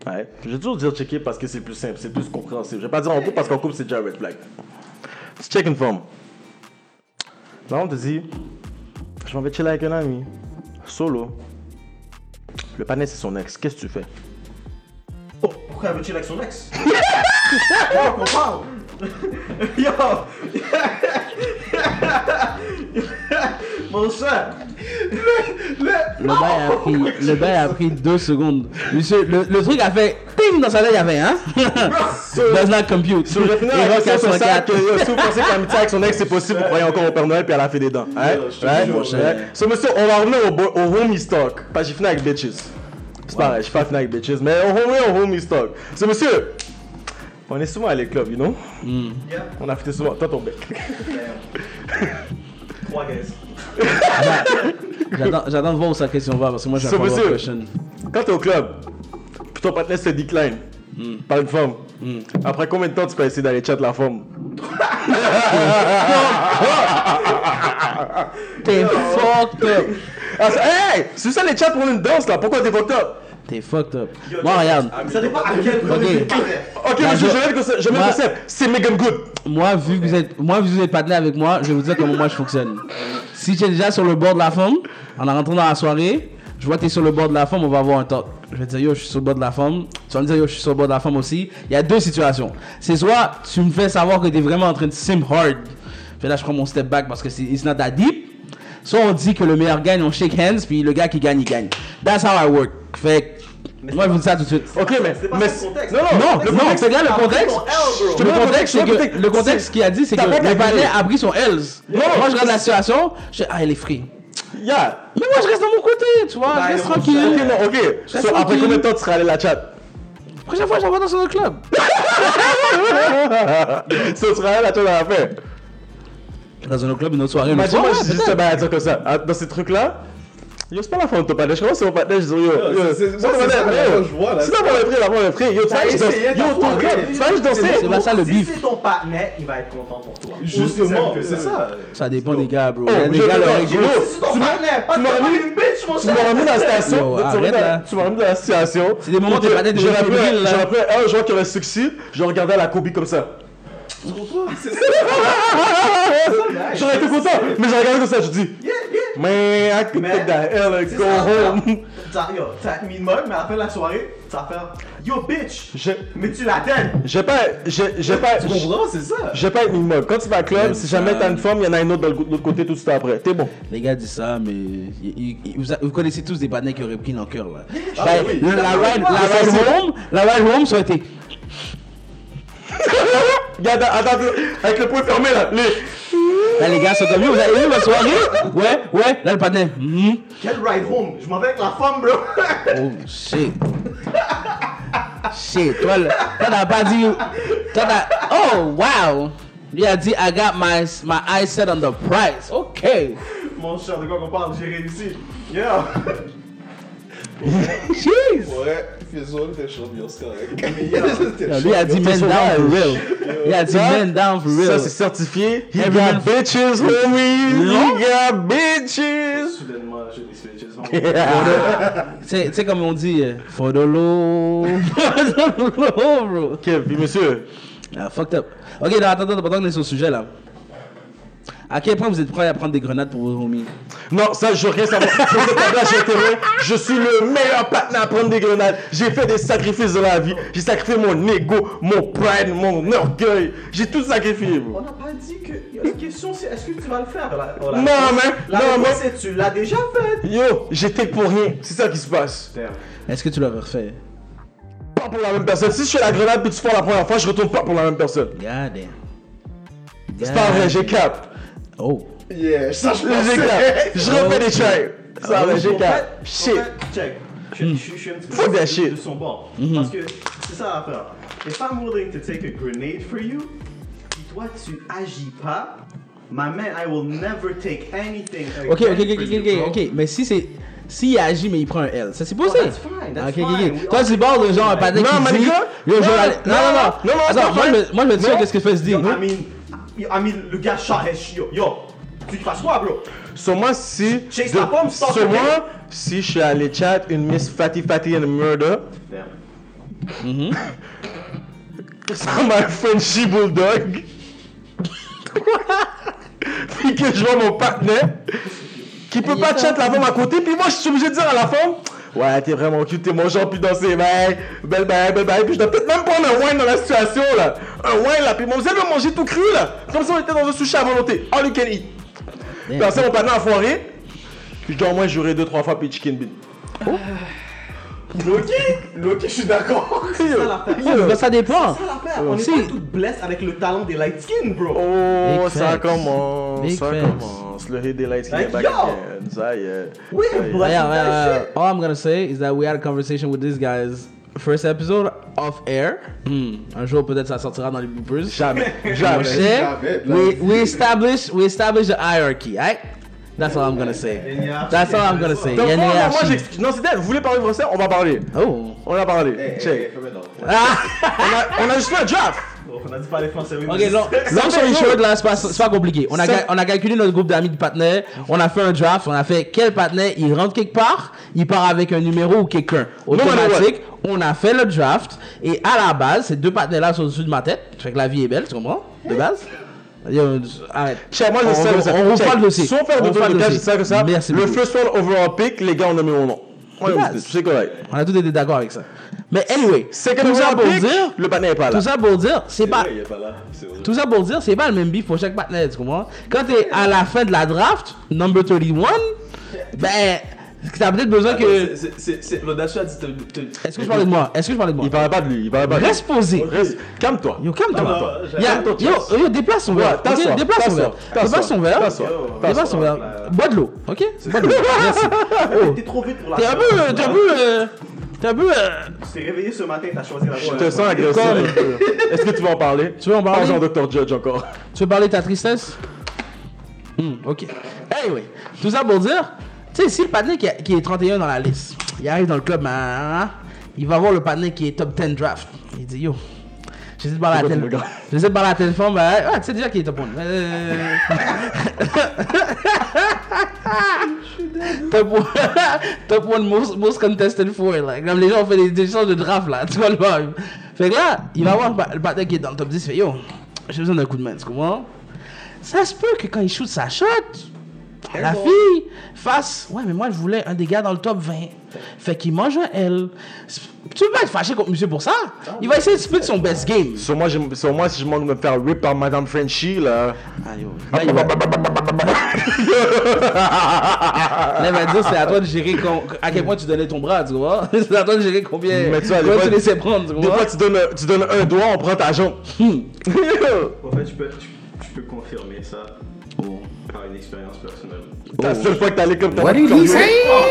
[SPEAKER 2] Ouais. Je vais toujours dire checker parce que c'est plus simple, c'est plus compréhensible. Je vais pas dire en couple parce qu'en couple c'est déjà red flag. Tu check une forme. Là on te dit, je m'en vais chiller avec un ami, solo. Le panel c'est son ex, qu'est-ce que tu fais
[SPEAKER 5] Oh, pourquoi elle veut tuer avec son ex Yo, qu'on parle Yo Mon cher
[SPEAKER 4] Le bail a
[SPEAKER 2] Oh,
[SPEAKER 4] pris, le bail a pris deux secondes. Monsieur, le, le truc a fait ping dans sa tête, il y avait hein. Does not compute.
[SPEAKER 2] Si je vais finir la
[SPEAKER 4] Erreur
[SPEAKER 2] question sur ça,
[SPEAKER 4] 404.
[SPEAKER 2] que euh, si vous pensez que l'amitié avec son ex c'est possible, vous croyez encore au Père Noël puis à la fée des dents. Ouais, ouais,
[SPEAKER 4] jure, mon cher.
[SPEAKER 2] ouais. So, monsieur, on va revenir au, bo- au homie stock. Parce que j'ai fini avec bitches. C'est pareil, j'ai pas fini avec bitches, mais on revient au homie stock. So, monsieur, on est souvent à les clubs, you know?
[SPEAKER 4] Mm.
[SPEAKER 5] Yeah.
[SPEAKER 2] On a fêté souvent. Toi, ton bec.
[SPEAKER 5] Trois guys.
[SPEAKER 4] J'attends- J'attends de voir où sa question va parce que moi j'ai un
[SPEAKER 2] C'est
[SPEAKER 4] follow-up
[SPEAKER 2] possible.
[SPEAKER 4] question.
[SPEAKER 2] Quand t'es au club, puis ton partenaire se décline
[SPEAKER 4] Mm.
[SPEAKER 2] par une femme, après combien de temps tu peux essayer d'aller chat la femme?
[SPEAKER 4] T'es fucked up.
[SPEAKER 2] Ah, c'est- hey! C'est ça les chats pour une danse là, pourquoi t'es fucked up?
[SPEAKER 4] T'es fucked up. Moi regarde,
[SPEAKER 5] Ça dépend à quel point
[SPEAKER 4] Ok.
[SPEAKER 5] tu parles.
[SPEAKER 2] Ok,
[SPEAKER 4] Bah,
[SPEAKER 2] monsieur,
[SPEAKER 4] je- Bah.
[SPEAKER 2] je mets le concept. Je mets le
[SPEAKER 4] moi-
[SPEAKER 2] concept. C'est Megan Good.
[SPEAKER 4] moi vu que vous êtes, moi vu que vous êtes partenaire avec moi, je vais vous dire comment moi je fonctionne. Si t'es déjà sur le bord de la femme, en rentrant dans la soirée, je vois que t'es sur le bord de la femme, on va avoir un talk. Je vais te dire yo, je suis sur le bord de la femme. Tu vas me dire yo, je suis sur le bord de la femme aussi. Il y a deux situations. C'est soit tu me fais savoir que t'es vraiment en train de sim hard. Puis là je prends mon step back parce que c'est it's not that deep. Soit on dit que le meilleur gagne, on shake hands, puis le gars qui gagne, il gagne. That's how I work. Fait que, moi je vous dis ça tout de suite.
[SPEAKER 2] Ok, mais.
[SPEAKER 5] c'est pas
[SPEAKER 2] mais
[SPEAKER 5] son contexte.
[SPEAKER 2] Non, non,
[SPEAKER 4] Non,
[SPEAKER 2] le
[SPEAKER 4] non,
[SPEAKER 2] contexte-
[SPEAKER 4] c'est là le contexte.
[SPEAKER 5] Ton L, bro.
[SPEAKER 2] te mets
[SPEAKER 4] Le
[SPEAKER 2] dans le
[SPEAKER 4] contexte, c'est
[SPEAKER 2] contexte,
[SPEAKER 4] que le contexte qu'il a dit, c'est que
[SPEAKER 2] T'as pas
[SPEAKER 4] le
[SPEAKER 2] calculé.
[SPEAKER 4] palais a pris son L's. Moi, je regarde la situation, je dis, ah, elle est free.
[SPEAKER 2] Yeah.
[SPEAKER 4] Mais moi, je reste de mon côté, tu vois, je reste
[SPEAKER 5] non,
[SPEAKER 2] Ok,
[SPEAKER 4] tranquille.
[SPEAKER 2] non, ok. So,
[SPEAKER 4] tranquille.
[SPEAKER 2] après combien de temps tu seras allé la chat
[SPEAKER 4] Prochaine fois, j'en vais dans un autre club.
[SPEAKER 2] So, tu seras allé la chat à la fin.
[SPEAKER 4] Dans un autre club, une autre soirée, une autre
[SPEAKER 2] Imagine, moi,
[SPEAKER 4] soirée.
[SPEAKER 2] je dis juste
[SPEAKER 4] peut-être.
[SPEAKER 2] un bail à dire comme ça. Ah, Dans ces trucs-là, Yo, c'est pas la faute de ton partenaire. Je commence sur mon partenaire, je dis, yo, yo,
[SPEAKER 3] c'est- c'est-
[SPEAKER 2] moi,
[SPEAKER 3] moi,
[SPEAKER 2] mon
[SPEAKER 3] c'est
[SPEAKER 2] partenaire, yo,
[SPEAKER 3] ça, moi, je vois, là.
[SPEAKER 2] C'est pas mon frère, là, mon frère. Yo, tu vas juste danser.
[SPEAKER 5] essayé
[SPEAKER 2] Yo,
[SPEAKER 5] ta
[SPEAKER 2] ton
[SPEAKER 5] fois,
[SPEAKER 2] gars,
[SPEAKER 5] ouais.
[SPEAKER 2] tu vas juste danser.
[SPEAKER 4] C'est pas ça le
[SPEAKER 5] Si
[SPEAKER 4] bif.
[SPEAKER 5] c'est ton partenaire, il va être content pour toi.
[SPEAKER 3] Justement,
[SPEAKER 5] Aussi simple que
[SPEAKER 3] c'est ça.
[SPEAKER 4] Ça dépend des gars, bro.
[SPEAKER 2] Oh,
[SPEAKER 4] Il y a des
[SPEAKER 2] je
[SPEAKER 4] gars,
[SPEAKER 2] te
[SPEAKER 4] leur
[SPEAKER 2] vois,
[SPEAKER 4] ego.
[SPEAKER 2] yo,
[SPEAKER 5] Si c'est ton partenaire, pas
[SPEAKER 2] tu
[SPEAKER 5] de
[SPEAKER 2] m'as remis-
[SPEAKER 5] une bitch, mon
[SPEAKER 2] Tu m'as
[SPEAKER 5] cher.
[SPEAKER 2] remis dans la situation.
[SPEAKER 4] Yo,
[SPEAKER 2] tu m'as remis
[SPEAKER 4] arrête,
[SPEAKER 2] dans-
[SPEAKER 4] là.
[SPEAKER 2] Tu m'as remis dans la situation.
[SPEAKER 4] C'est des moments où t'es
[SPEAKER 2] Ok,
[SPEAKER 4] pas né de
[SPEAKER 2] J'ai rappelé
[SPEAKER 4] fébrile, là.
[SPEAKER 2] j'ai rappelé un joueur qui aurait succès. Je regardais la Kobe comme ça. J'aurais été content, mais j'ai regardé comme ça. Je dis,
[SPEAKER 5] Yeah, yeah.
[SPEAKER 2] man, I could
[SPEAKER 5] Mais-
[SPEAKER 2] take that L and
[SPEAKER 5] C'est
[SPEAKER 2] go
[SPEAKER 5] ça,
[SPEAKER 2] home.
[SPEAKER 5] T'as, yo, t'as mis une mug, mais après la soirée, t'as fait Yo bitch,
[SPEAKER 2] J'ai-
[SPEAKER 5] mais tu la donnes.
[SPEAKER 2] J'ai pas, j'ai j'ai pas,
[SPEAKER 3] Tu comprends, c'est ça.
[SPEAKER 2] j'ai pas une immeuble. Quand tu vas à club, si jamais t'as une femme, il y en a une autre de l'autre côté tout de suite après. T'es bon.
[SPEAKER 4] Les gars disent ça, mais y- y- y- vous, a- vous connaissez tous des banais qui auraient pris dans le cœur là.
[SPEAKER 5] Ah
[SPEAKER 4] Bah,
[SPEAKER 5] oui.
[SPEAKER 4] le- la, ride, la
[SPEAKER 2] Ça,
[SPEAKER 4] ride
[SPEAKER 2] c'est-
[SPEAKER 4] home, la ride home, ça aurait été.
[SPEAKER 2] Regarde, attends, attends, avec le poing fermé là. Les...
[SPEAKER 4] Là, bah, les gars sont comme vous avez eu la soirée Ouais, ouais. Là, le panais. mhm.
[SPEAKER 5] Quel ride home, je m'en vais avec la femme, bro.
[SPEAKER 4] Oh shit. shit, toi, le- toi t'as pas dit. Toi t'as. Oh wow. Lui a dit, I got my, my eyes set on the prize. Ok.
[SPEAKER 5] Mon cher, de quoi qu'on parle, j'ai réussi. Yeah.
[SPEAKER 4] Jeez.
[SPEAKER 3] Ouais, Fizzle, t'es champion, c'est correct.
[SPEAKER 4] Non, Lui a dit, man down for real. Lui a dit,
[SPEAKER 2] Ça,
[SPEAKER 4] man down for real.
[SPEAKER 2] Ça c'est certifié. He
[SPEAKER 4] Every
[SPEAKER 2] got
[SPEAKER 4] man-
[SPEAKER 2] bitches, homie.
[SPEAKER 4] Non.
[SPEAKER 2] He got bitches.
[SPEAKER 5] Soudainement, j'ai des switches.
[SPEAKER 4] Tu sais- tu sais, comme on dit, euh, for the low. For the low, bro.
[SPEAKER 2] Ok, puis monsieur,
[SPEAKER 4] Ah, fucked up. Ok, non, attends, attends, pendant qu'on est sur le sujet là. À quel point vous êtes prêts à prendre des grenades pour vos homies
[SPEAKER 2] Non, ça, je veux rien savoir. Sur cette table-là, je suis terrain, je suis le meilleur partenaire à prendre des grenades. J'ai fait des sacrifices dans la vie. J'ai sacrifié mon ego, mon pride, mon orgueil. J'ai tout sacrifié. bro.
[SPEAKER 5] On n'a pas dit que. yo, La question c'est est-ce que tu vas le faire la, oh, la
[SPEAKER 2] Non,
[SPEAKER 5] réponse-
[SPEAKER 2] mais-
[SPEAKER 5] La
[SPEAKER 2] non,
[SPEAKER 5] réponse
[SPEAKER 2] mais-
[SPEAKER 5] c'est tu l'as déjà faite.
[SPEAKER 2] Yo, j'étais pour rien. C'est ça qui se passe.
[SPEAKER 4] Est-ce que tu l'aurais refait
[SPEAKER 2] Pas pour la même personne. Si je fais la grenade puis tu prends la première fois, je retourne pas pour la même personne.
[SPEAKER 4] God damn.
[SPEAKER 2] C'est pas vrai, j'ai cap.
[SPEAKER 4] Oh.
[SPEAKER 3] Yeah, ça je
[SPEAKER 2] J'ai cap. Je refais des tries. C'est pas vrai, j'ai
[SPEAKER 5] En fait,
[SPEAKER 2] cap.
[SPEAKER 5] en
[SPEAKER 2] Shit. Hmm.
[SPEAKER 5] fait, check. Je, je- je suis un petit peu
[SPEAKER 2] Fuck that
[SPEAKER 5] de-
[SPEAKER 2] shit. Hmm.
[SPEAKER 5] de son bord. Parce que c'est ça l'affaire. If I'm willing to take a grenade for you, si toi tu agis pas, my man, I will never take anything.
[SPEAKER 4] Ok,
[SPEAKER 5] again
[SPEAKER 4] ok, ok,
[SPEAKER 5] for
[SPEAKER 4] ok,
[SPEAKER 5] you,
[SPEAKER 4] ok,
[SPEAKER 5] bro.
[SPEAKER 4] ok. Mais si c'est. S'il agit mais il prend un L, ça c'est possible.
[SPEAKER 5] Oh, that's fine, that's
[SPEAKER 4] Ok, ok, ok.
[SPEAKER 5] fine.
[SPEAKER 4] Toi tu bordes de genre un panneau
[SPEAKER 2] Non,
[SPEAKER 4] qui
[SPEAKER 2] mais les
[SPEAKER 4] dit.
[SPEAKER 2] gars,
[SPEAKER 4] Yo,
[SPEAKER 2] non,
[SPEAKER 4] je vais aller-
[SPEAKER 2] non, non, non,
[SPEAKER 4] Attends,
[SPEAKER 2] c'est
[SPEAKER 4] moi
[SPEAKER 2] pas
[SPEAKER 4] je
[SPEAKER 2] vrai.
[SPEAKER 4] me, moi je me dis
[SPEAKER 2] Non.
[SPEAKER 4] qu'est-ce que je fais se dire.
[SPEAKER 5] Yo, I mean, yo, I mean, le gars shot his shit, yo, yo. Tu fasses quoi, bro?
[SPEAKER 2] Sur moi, si.
[SPEAKER 5] Chase la pomme, stop
[SPEAKER 2] sur
[SPEAKER 5] le
[SPEAKER 2] moi, si je suis allé chat une Miss Fatty Fatty and Murder. Sans ma Frenchy Bulldog. puis que je vois mon partenaire qui peut pas chat la femme à côté. Puis moi, je suis obligé de dire à la femme. Ouais, t'es vraiment cute, t'es mon genre, puis danser, bye, belle bye, belle bye, puis je dois peut-être même prendre un wine dans la situation, là. Un wine, là, puis moi, vous allez le manger tout cru, là. Comme si on était dans un sushi à volonté. Oh, All you can eat.
[SPEAKER 4] Damn.
[SPEAKER 2] Personne mon panneau a foiré. Puis je dois au moins jurer deux, trois fois, puis chicken bean. Oh.
[SPEAKER 3] Loki, Loki, je suis d'accord.
[SPEAKER 5] C'est ça l'affaire.
[SPEAKER 4] Oh, mais ça dépend.
[SPEAKER 5] C'est ça l'affaire. On est
[SPEAKER 4] Si.
[SPEAKER 5] pas toutes blessées avec le talent des light skin, bro.
[SPEAKER 2] Oh,
[SPEAKER 4] Big
[SPEAKER 2] ça
[SPEAKER 4] facts.
[SPEAKER 2] commence,
[SPEAKER 4] Big
[SPEAKER 2] ça
[SPEAKER 4] facts.
[SPEAKER 2] commence. Le hit des lights qui est
[SPEAKER 5] Like,
[SPEAKER 2] back
[SPEAKER 5] yo!
[SPEAKER 2] again. Ça y est.
[SPEAKER 5] Oui,
[SPEAKER 2] Ça y est.
[SPEAKER 5] bro.
[SPEAKER 4] Yeah,
[SPEAKER 5] That's
[SPEAKER 4] yeah,
[SPEAKER 5] that
[SPEAKER 4] yeah.
[SPEAKER 5] shit.
[SPEAKER 4] all I'm gonna say is that we had a conversation with these guys. First episode off air. Hmm. Un jour peut-être ça sortira dans les bloopers.
[SPEAKER 2] Jamais,
[SPEAKER 4] Mon
[SPEAKER 2] jamais.
[SPEAKER 4] cher, we, we established we established a hierarchy, right? That's all I'm gonna say.
[SPEAKER 5] hiérarchie.
[SPEAKER 4] That's all I'm gonna say.
[SPEAKER 2] Donc,
[SPEAKER 4] Il y
[SPEAKER 2] moi,
[SPEAKER 4] a une
[SPEAKER 2] moi, moi,
[SPEAKER 4] hiérarchie.
[SPEAKER 2] j'explique. Non, c'est elle, vous voulez parler français, on va parler.
[SPEAKER 4] Oh.
[SPEAKER 2] On a parlé. Check. On a, on a juste fait un draft.
[SPEAKER 5] Bon, On a dit pas les français, oui,
[SPEAKER 4] Ok,
[SPEAKER 5] mais-
[SPEAKER 4] long, long story short, là, c'est pas, c'est pas compliqué. On a,
[SPEAKER 2] Ça-
[SPEAKER 4] cal- on a calculé notre groupe d'amis de partenaires, on a fait un draft, on a fait quel partenaire il rentre quelque part, il part avec un numéro ou quelqu'un.
[SPEAKER 2] matter what.
[SPEAKER 4] Automatique, on a fait le draft, et à la base, ces deux partenaires-là sont au-dessus de ma tête. Fait que la vie est belle, tu comprends De base Yo, arrête.
[SPEAKER 2] Check, moi,
[SPEAKER 4] On
[SPEAKER 2] je sais
[SPEAKER 4] re-
[SPEAKER 2] ça.
[SPEAKER 4] on reprend
[SPEAKER 2] Check.
[SPEAKER 4] le dossier.
[SPEAKER 2] Si on fait un
[SPEAKER 4] On
[SPEAKER 2] dossier
[SPEAKER 4] reprend
[SPEAKER 2] de
[SPEAKER 4] le
[SPEAKER 2] cas, je
[SPEAKER 4] dossier.
[SPEAKER 2] sais que ça.
[SPEAKER 4] Merci
[SPEAKER 2] Le
[SPEAKER 4] beaucoup.
[SPEAKER 2] first one overall pick, les gars, on a mis mon nom. Ouais,
[SPEAKER 4] Yes.
[SPEAKER 2] C'est correct.
[SPEAKER 4] On a tous été d'accord avec ça. Mais anyway,
[SPEAKER 2] C'est que
[SPEAKER 4] tout ça pour
[SPEAKER 2] pick,
[SPEAKER 4] dire,
[SPEAKER 2] le panneau est pas là.
[SPEAKER 4] tout ça pour dire, c'est pas,
[SPEAKER 3] Il est pas là, c'est vrai.
[SPEAKER 4] Tout ça pour dire, c'est pas le même beef pour chaque partenaire, tu comprends? Quand t'es à la fin de la draft, number 31, ben, t'as peut-être besoin
[SPEAKER 2] Ah,
[SPEAKER 4] que.
[SPEAKER 3] L'audacieux a dit te- te-
[SPEAKER 4] Est-ce que je parlais de moi? Est-ce que je parlais de moi?
[SPEAKER 2] Il parlait pas de lui, il parlait pas de lui.
[SPEAKER 4] Reste posé.
[SPEAKER 2] Reste- Calme-toi.
[SPEAKER 4] Yo, calme-toi.
[SPEAKER 3] non,
[SPEAKER 4] Y a-
[SPEAKER 2] j'attends ton
[SPEAKER 4] Yo, yo, déplace son verre.
[SPEAKER 2] Ouais, t'assois,
[SPEAKER 4] ok? Déplace son
[SPEAKER 2] t'assois,
[SPEAKER 4] verre.
[SPEAKER 2] t'assois,
[SPEAKER 4] Déplace son verre.
[SPEAKER 2] t'assois,
[SPEAKER 4] Déplace son verre. Bois de l'eau, ok? Bois de l'eau. Merci. Oh.
[SPEAKER 5] T'es trop vite pour la
[SPEAKER 4] T'es un peu. euh, T'es un peu. euh, T'es un peu. euh,
[SPEAKER 5] Tu t'es réveillé ce matin, t'as choisi la
[SPEAKER 2] Je
[SPEAKER 5] voie.
[SPEAKER 2] te sens agressif.
[SPEAKER 4] Comme-
[SPEAKER 2] un peu. Est-ce que tu vas en parler
[SPEAKER 4] Tu veux en parler?
[SPEAKER 2] Pas genre Dr. Judge encore.
[SPEAKER 4] Tu veux parler de ta tristesse Hmm, Ok. Anyway, tout ça pour dire, Tu sais, si le patelin qui, a- qui est 31 dans la liste, il arrive dans le club, mais, hein, il va voir le patelin qui est top 10 draft. Il dit Yo, j'essaie de parler à
[SPEAKER 2] C'est quoi
[SPEAKER 4] tel
[SPEAKER 2] ton regard?
[SPEAKER 4] J'essaie de parler à tel fond, ben, ouais, tu sais déjà qu'il est top 1. Euh... top 1 top one most, most contested for like, comme les gens ont fait des, des échanges de draft là tu vois le vibe fait que là il va voir le pa- le patin qui est dans le top 10 il fait yo j'ai besoin d'un coup de main tu comprends ça se peut que quand il shoot sa shot la fille fasse ouais mais moi je voulais un des gars dans le top 20 fait qu'il mange un L tu peux pas être fâché contre monsieur pour ça il va essayer de split son best game
[SPEAKER 2] Sur moi, je- sur moi, si je demande de me faire rip par Madame Frenchie, là.
[SPEAKER 4] Ah, yo. Là, il va...
[SPEAKER 2] Ah,
[SPEAKER 4] Là, il va dire c'est à toi de gérer com- à quel point tu donnais ton bras, tu vois. C'est à toi de gérer combien,
[SPEAKER 2] Mais tu vois, des
[SPEAKER 4] combien
[SPEAKER 2] fois-
[SPEAKER 4] tu laissais prendre, tu
[SPEAKER 2] Des
[SPEAKER 4] vois.
[SPEAKER 2] fois, tu donnes, tu donnes un doigt, on prend ta jambe.
[SPEAKER 5] En fait, je peux, je, je peux confirmer ça par une expérience personnelle.
[SPEAKER 2] La seule fois que t'allais comme t'as
[SPEAKER 4] Oh. What did he say?
[SPEAKER 2] oh,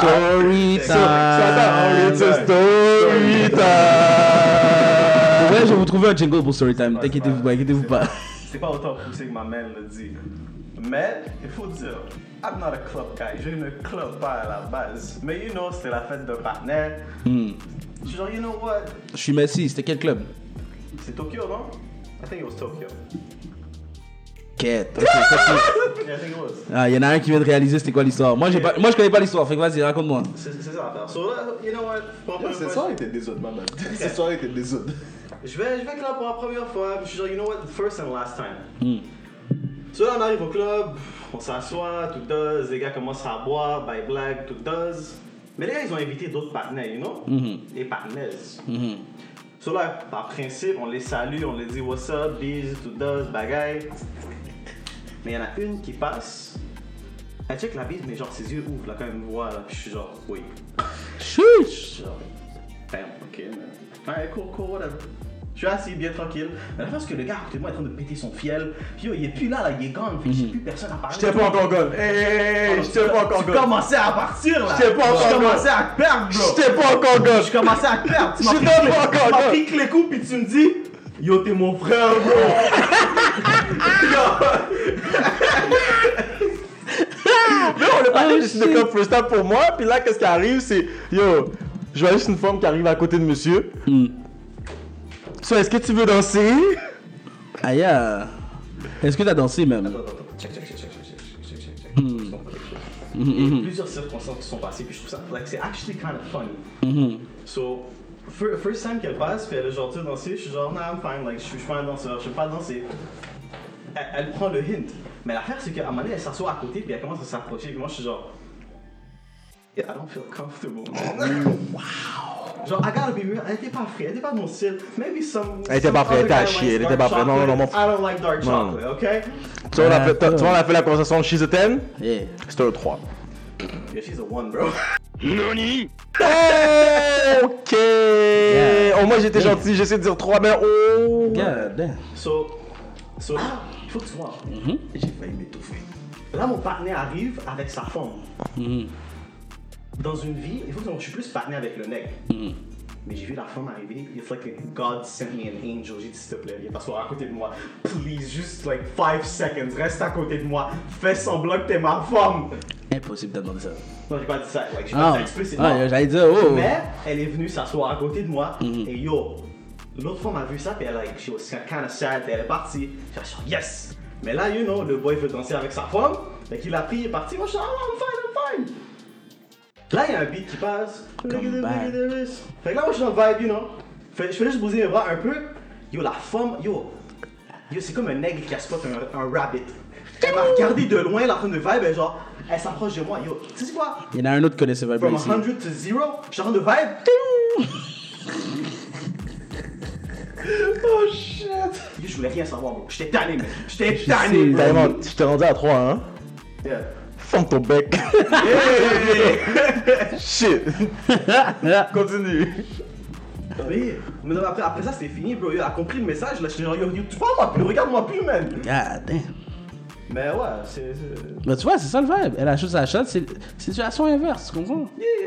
[SPEAKER 2] So- so attends, on est sur
[SPEAKER 4] Ah,
[SPEAKER 2] story time.
[SPEAKER 4] Pour vrai, je vais vous trouver un jingle pour Storytime. T'inquiétez-vous pas, inquiétez-vous pas.
[SPEAKER 5] C'est pas autant poussé que ma mère le dit. Mais, il faut dire, I'm not a club guy. Je ne club pas à la base. Mais you know, c'était la fête d'un partenaire. Je suis genre, you know what?
[SPEAKER 4] Je suis Messi, c'était quel club?
[SPEAKER 5] C'est Tokyo, non? I think it was Tokyo.
[SPEAKER 4] Quête.
[SPEAKER 5] Yeah, I think it was.
[SPEAKER 4] Ah, il y en a un qui vient de réaliser c'était quoi l'histoire. Moi, j'ai pas, moi, je connais pas l'histoire, fait que vas-y, raconte-moi.
[SPEAKER 5] C'est c'est ça l'affaire. So là, you know what? Pour la première
[SPEAKER 3] Cette
[SPEAKER 5] fois,
[SPEAKER 3] soirée était désode, maman. Cette soirée était désode.
[SPEAKER 5] Je vais, je vais là pour la première fois. puis Je suis genre, you know what? First and last time. So là, on arrive au club, on s'assoit, tout does. Les gars commencent à boire, by blague, tout does. Mais les gars, ils ont invité d'autres partenaires, you know? Les partenaires. So là, par principe, on les salue, on les dit what's up, biz, tout does, bagaille. Mais il y en a une qui passe. Elle check la bise, mais genre ses yeux ouvrent là quand même voit là. Puis Je suis genre, oui.
[SPEAKER 4] Chut!
[SPEAKER 5] Genre, Damn, ok, man. Ouais, cool, cool, whatever. Je suis assis bien tranquille. Mais la chose que le gars à côté de moi est en train de péter son fiel. Puis yo, il est plus là, là, il est gone. Fait que j'ai plus personne à parler.
[SPEAKER 2] J'étais Mhm. pas encore gone. Hey, hey, hey, j'étais pas encore
[SPEAKER 5] Tu
[SPEAKER 2] gone.
[SPEAKER 5] commençais à partir là.
[SPEAKER 2] Je t'ai pas encore
[SPEAKER 5] Je commençais
[SPEAKER 2] gone.
[SPEAKER 5] à te perdre, bro.
[SPEAKER 2] J'étais pas encore gone.
[SPEAKER 5] Je commençais à te perdre. Tu m'as
[SPEAKER 2] Je
[SPEAKER 5] pris
[SPEAKER 2] t'ai
[SPEAKER 5] que-
[SPEAKER 2] pas encore
[SPEAKER 5] Tu m'as
[SPEAKER 2] gone.
[SPEAKER 5] pris que les coups, puis tu me dis Yo, t'es mon frère, bro.
[SPEAKER 2] Mais on le parlait
[SPEAKER 4] Oh,
[SPEAKER 2] Ah, juste de
[SPEAKER 4] shit.
[SPEAKER 2] club first time pour moi. Puis là, qu'est-ce qui arrive, c'est yo, je vois juste une femme qui arrive à côté de monsieur.
[SPEAKER 4] Hmm.
[SPEAKER 2] So, est-ce que tu veux danser?
[SPEAKER 4] Aïe, ah. est-ce que t'as dansé même?
[SPEAKER 5] Check, check, check, check, check, check, check, check, check.
[SPEAKER 2] Hmm.
[SPEAKER 5] Je comprends quelque chose. Il y a Plusieurs circonstances qui sont passées, puis je trouve ça, like, c'est actually kind of funny.
[SPEAKER 2] Hmm,
[SPEAKER 5] So, fir- first time qu'elle passe, puis elle est genre, tu veux danser, je suis genre, nah, I'm fine, like, je suis je suis pas un danseur, je sais pas danser. Elle, elle prend le hint. Mais l'affaire, c'est qu'à un moment donné, elle s'assoit à côté, puis elle commence à s'approcher, puis moi, je suis genre, yeah, I don't feel comfortable. man. Genre, I gotta be real, elle était pas frée, elle était pas de mon style. Maybe some.
[SPEAKER 2] Elle était
[SPEAKER 5] some
[SPEAKER 2] pas frée,
[SPEAKER 5] other
[SPEAKER 2] elle était à
[SPEAKER 5] guy likes
[SPEAKER 2] chier, elle
[SPEAKER 5] dark
[SPEAKER 2] était pas frée. Non, non, non,
[SPEAKER 5] chocolate. I don't like dark
[SPEAKER 2] Non.
[SPEAKER 5] chocolate, okay?
[SPEAKER 2] Tu vois, on a fait- tu vois, on a fait la conversation She's a 10,
[SPEAKER 4] Yeah.
[SPEAKER 2] c'était le 3.
[SPEAKER 5] Yeah, she's a one, bro.
[SPEAKER 2] Hey, Eh, ok! Au moins j'étais gentil, j'essaie de dire 3, mais oh!
[SPEAKER 4] God damn.
[SPEAKER 5] So, so
[SPEAKER 4] Ah.
[SPEAKER 5] là, il faut que tu vois,
[SPEAKER 4] Mm-hmm.
[SPEAKER 5] j'ai failli m'étouffer. Là, mon partenaire arrive avec sa femme.
[SPEAKER 4] Mm-hmm.
[SPEAKER 5] Dans une vie, il faut que je suis plus partenaire avec le nec.
[SPEAKER 4] Mm-hmm.
[SPEAKER 5] Mais j'ai vu la femme arriver, it's like God sent me an angel. J'ai dit, s'il te plaît, viens t'asseoir à côté de moi. Please, just like 5 seconds, reste à côté de moi. Fais semblant que t'es ma femme.
[SPEAKER 4] Impossible de demander ça.
[SPEAKER 5] Non, j'ai pas dit ça, like, j'ai pas dit
[SPEAKER 4] Ah,
[SPEAKER 5] ça explicitement.
[SPEAKER 4] ah j'allais dire, oh! Mm-hmm.
[SPEAKER 5] Mais elle est venue s'asseoir à côté de moi et yo, l'autre femme a vu ça puis elle like she was kind of sad, elle est partie. J'ai dit yes. Mais là you know le boy veut danser avec sa femme, donc il a pris il est parti. Moi je suis ah I'm fine I'm fine. Là il y a un beat qui passe. Look at this, look at this. Fait que là moi je suis dans le vibe you know. Fait que je fais juste bouger mes bras un peu. Yo la femme yo Yo, c'est comme un aigle qui a spot un, un rabbit. Elle m'a regardé de loin, la femme de vibe, elle genre, elle s'approche de moi. Yo, tu sais quoi?
[SPEAKER 4] Il y en a un autre qui connaissait pas
[SPEAKER 5] From
[SPEAKER 4] ici.
[SPEAKER 5] 100 to 0, je suis en train de vibe. oh shit! Yo, je voulais rien savoir, bro. J'étais tanné, mec. J'étais
[SPEAKER 2] Ah,
[SPEAKER 5] tanné, bro.
[SPEAKER 2] Diamond, je t'ai rendu à 3, hein?
[SPEAKER 5] Yeah.
[SPEAKER 2] Ferme ton bec! Shit! Continue!
[SPEAKER 5] Oui. Mais non, après, après ça, c'était fini, bro. Yo, Elle a compris le message, là. J'étais genre, yo, yo, tu vois, moi plus, regarde-moi plus, man.
[SPEAKER 4] God damn.
[SPEAKER 5] Mais ouais, c'est. c'est-
[SPEAKER 4] Bah, tu vois, c'est ça le vibe. Elle achète sa shot, c'est situation inverse, tu comprends?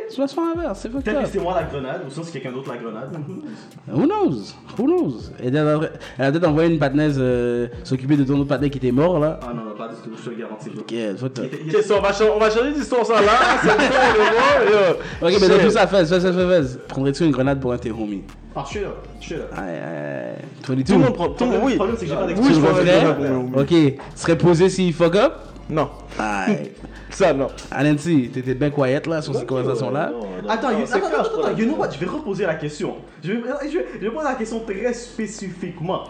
[SPEAKER 4] Situation inverse, c'est fucked
[SPEAKER 5] Peut-être que
[SPEAKER 4] up.
[SPEAKER 5] c'était moi la grenade, ou sinon c'est quelqu'un d'autre la grenade.
[SPEAKER 2] Mhm.
[SPEAKER 4] Who knows? Who knows? Et Elle a elle a peut-être envoyé une patnaise euh, s'occuper de ton autre patnaise qui était mort là.
[SPEAKER 5] Ah non, non, pas du tout, je te le garantis. bro.
[SPEAKER 4] Ok, fucked up.
[SPEAKER 5] Il
[SPEAKER 2] Ok,
[SPEAKER 5] était-
[SPEAKER 2] so on va, cha- on va changer d'histoire ça là, Ah, c'est le temps de voir,
[SPEAKER 4] Ok,
[SPEAKER 2] yo.
[SPEAKER 4] mais dans
[SPEAKER 2] Shit.
[SPEAKER 4] tout ça, fais, fais, fais, fais. Prendrais-tu une grenade pour un de tes homies?
[SPEAKER 5] Ah, je suis là, je suis là.
[SPEAKER 4] Aïe, aïe, aïe. 22.
[SPEAKER 2] Tout le monde prend, tout le monde,
[SPEAKER 5] Le
[SPEAKER 2] oui.
[SPEAKER 5] problème, c'est que j'ai pas
[SPEAKER 2] Oui,
[SPEAKER 4] Tu
[SPEAKER 2] je
[SPEAKER 5] d'expérience.
[SPEAKER 2] prendrais
[SPEAKER 4] le
[SPEAKER 2] une
[SPEAKER 4] referais?
[SPEAKER 2] grenade pour un
[SPEAKER 4] Ok, serais posé s'il fuck up?
[SPEAKER 2] Non,
[SPEAKER 4] Aïe.
[SPEAKER 2] ça non.
[SPEAKER 4] Ah, Nancy, t'étais bien quiet là sur ces conversations-là.
[SPEAKER 5] Attends, you-
[SPEAKER 3] c'est
[SPEAKER 5] attends,
[SPEAKER 3] clair, je
[SPEAKER 5] attends,
[SPEAKER 3] prends
[SPEAKER 5] attends,
[SPEAKER 3] la
[SPEAKER 5] you know what, je vais reposer la question. Je vais, je vais, je vais poser la question très spécifiquement.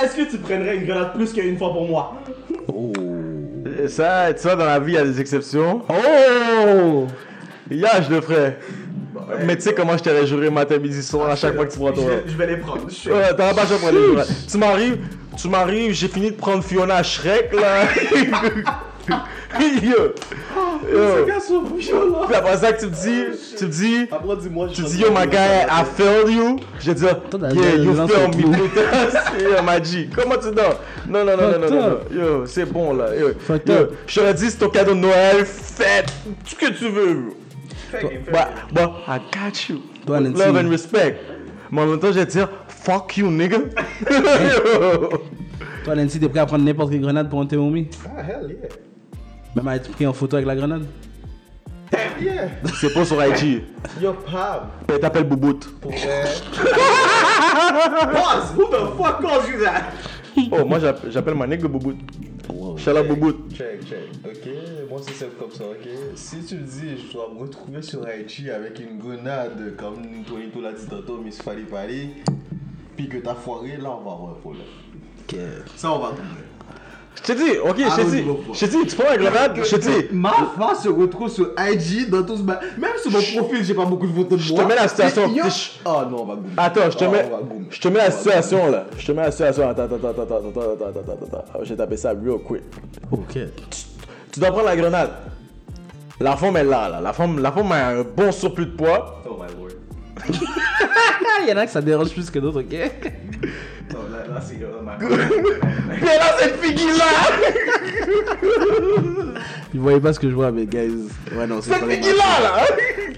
[SPEAKER 5] Est-ce que tu prendrais une grenade plus qu'une fois pour moi
[SPEAKER 2] Et Ça, tu vois, dans la vie, il y a des exceptions.
[SPEAKER 4] Oh!
[SPEAKER 2] Ya, je le ferais. Mais tu sais comment je t'avais juré matin, midi, soir à chaque fois que tu prends
[SPEAKER 5] je
[SPEAKER 2] ton.
[SPEAKER 5] vais, je vais les prendre. Je suis-
[SPEAKER 2] Ouais, t'en as pas besoin de prendre les jours. Tu m'arrives, tu m'arrives, j'ai fini de prendre Fiona Shrek là. yo, yo. Puis après ça, que tu me dis, tu me dis,
[SPEAKER 3] Après, dis-moi, je
[SPEAKER 2] tu dis yo my guy,
[SPEAKER 4] ah.
[SPEAKER 2] I failed you. Je dis
[SPEAKER 4] t'as
[SPEAKER 2] yeah,
[SPEAKER 4] des
[SPEAKER 2] you
[SPEAKER 4] lances
[SPEAKER 2] failed
[SPEAKER 4] au
[SPEAKER 2] me, putain. C'est yo, Magic. Comment tu dors? Non, non, non, non, non, non,
[SPEAKER 4] Fucked
[SPEAKER 2] non. Yo, c'est bon là. Yo,
[SPEAKER 4] Fucked
[SPEAKER 2] yo.
[SPEAKER 4] up.
[SPEAKER 2] Je te l'ai dit, c'est ton cadeau de Noël. Faites ce que tu veux. bro. Bah, bah, I got you.
[SPEAKER 4] Toi,
[SPEAKER 2] With
[SPEAKER 4] Nancy.
[SPEAKER 2] Love and respect. Mais en même temps, je vais te dire, fuck you, nigga. Yo.
[SPEAKER 4] Toi, Nancy, t'es prêt à prendre n'importe quelle grenade pour un de tes homies?
[SPEAKER 3] Ah, hell yeah.
[SPEAKER 4] Même à être pris en photo avec la grenade?
[SPEAKER 3] Hell yeah.
[SPEAKER 2] C'est pas sur IG.
[SPEAKER 3] Yo, Pam.
[SPEAKER 2] Elle t'appelle Boubout.
[SPEAKER 3] Pour vrai.
[SPEAKER 5] Pause! Who the fuck calls you that?
[SPEAKER 2] Oh, moi, j'app- j'appelle ma nigga Boubout. Shala Boubout.
[SPEAKER 3] Check, check. Ok, moi c'est simple comme ça, ok. Si tu me dis, je dois me retrouver sur Haïti avec une grenade comme Nito l'a dit tantôt, Miss Fali Fali, puis que t'as foiré, là on va avoir un problème. Ça on va trouver.
[SPEAKER 2] Je te dis, ok, je te dis. Je te dis, tu prends la grenade, je te dis.
[SPEAKER 3] Ma face se retrouve sur IG dans tout ce ba- Même sur mon profil, j'ai pas beaucoup de photos de moi.
[SPEAKER 2] mets la situation. Ah,
[SPEAKER 3] Mais yo-
[SPEAKER 2] Ch-
[SPEAKER 3] Oh non, on va goûter.
[SPEAKER 2] Attends, je te
[SPEAKER 3] Oh,
[SPEAKER 2] mets,
[SPEAKER 3] on va goûter.
[SPEAKER 2] je te mets la situation là. Je te mets la situation. Attends, attends, attends, attends, attends, attends, attends, attends, attends. Ah, J'ai tapé ça real quick.
[SPEAKER 4] Ok.
[SPEAKER 2] Tu dois prendre la grenade. La femme est là, là. La femme, la femme a un bon surplus de poids.
[SPEAKER 5] Oh my lord.
[SPEAKER 4] Ah, il y en a que ça dérange plus que d'autres, ok?
[SPEAKER 5] Non, là, là c'est. Oh my god.
[SPEAKER 2] Puis elle a cette figure là.
[SPEAKER 4] Vous voyez pas ce que je vois, mais guys. Ouais, non, c'est
[SPEAKER 2] Cette figure
[SPEAKER 4] problématique.
[SPEAKER 2] là, hein?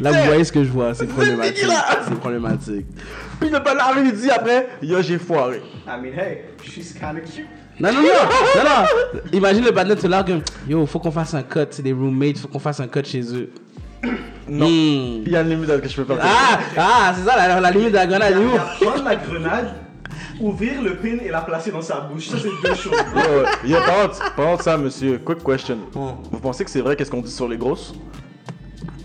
[SPEAKER 2] là.
[SPEAKER 4] Là, vous voyez ce que je vois, c'est problématique.
[SPEAKER 2] dégueulasse.
[SPEAKER 4] C'est problématique.
[SPEAKER 2] Puis le panard il dit après, yo j'ai foiré.
[SPEAKER 5] I mean, hey, she's kinda cute.
[SPEAKER 4] Non, non, non, non, non. Imagine le badnet se largue. Yo, faut qu'on fasse un cut. C'est des roommates, faut qu'on fasse un cut chez eux.
[SPEAKER 2] Non.
[SPEAKER 4] Hmm.
[SPEAKER 2] Il y a une limite à ce que je peux faire.
[SPEAKER 4] Ah, ah, c'est ça la, la limite de la grenade. elle est
[SPEAKER 5] Il
[SPEAKER 4] où
[SPEAKER 5] va prendre la grenade, ouvrir le pin et la placer dans sa bouche. Ça, c'est deux choses.
[SPEAKER 2] Yo, yo, par contre, par contre, ça, monsieur, quick question.
[SPEAKER 4] Mm.
[SPEAKER 2] Vous pensez que c'est vrai qu'est-ce qu'on dit sur les grosses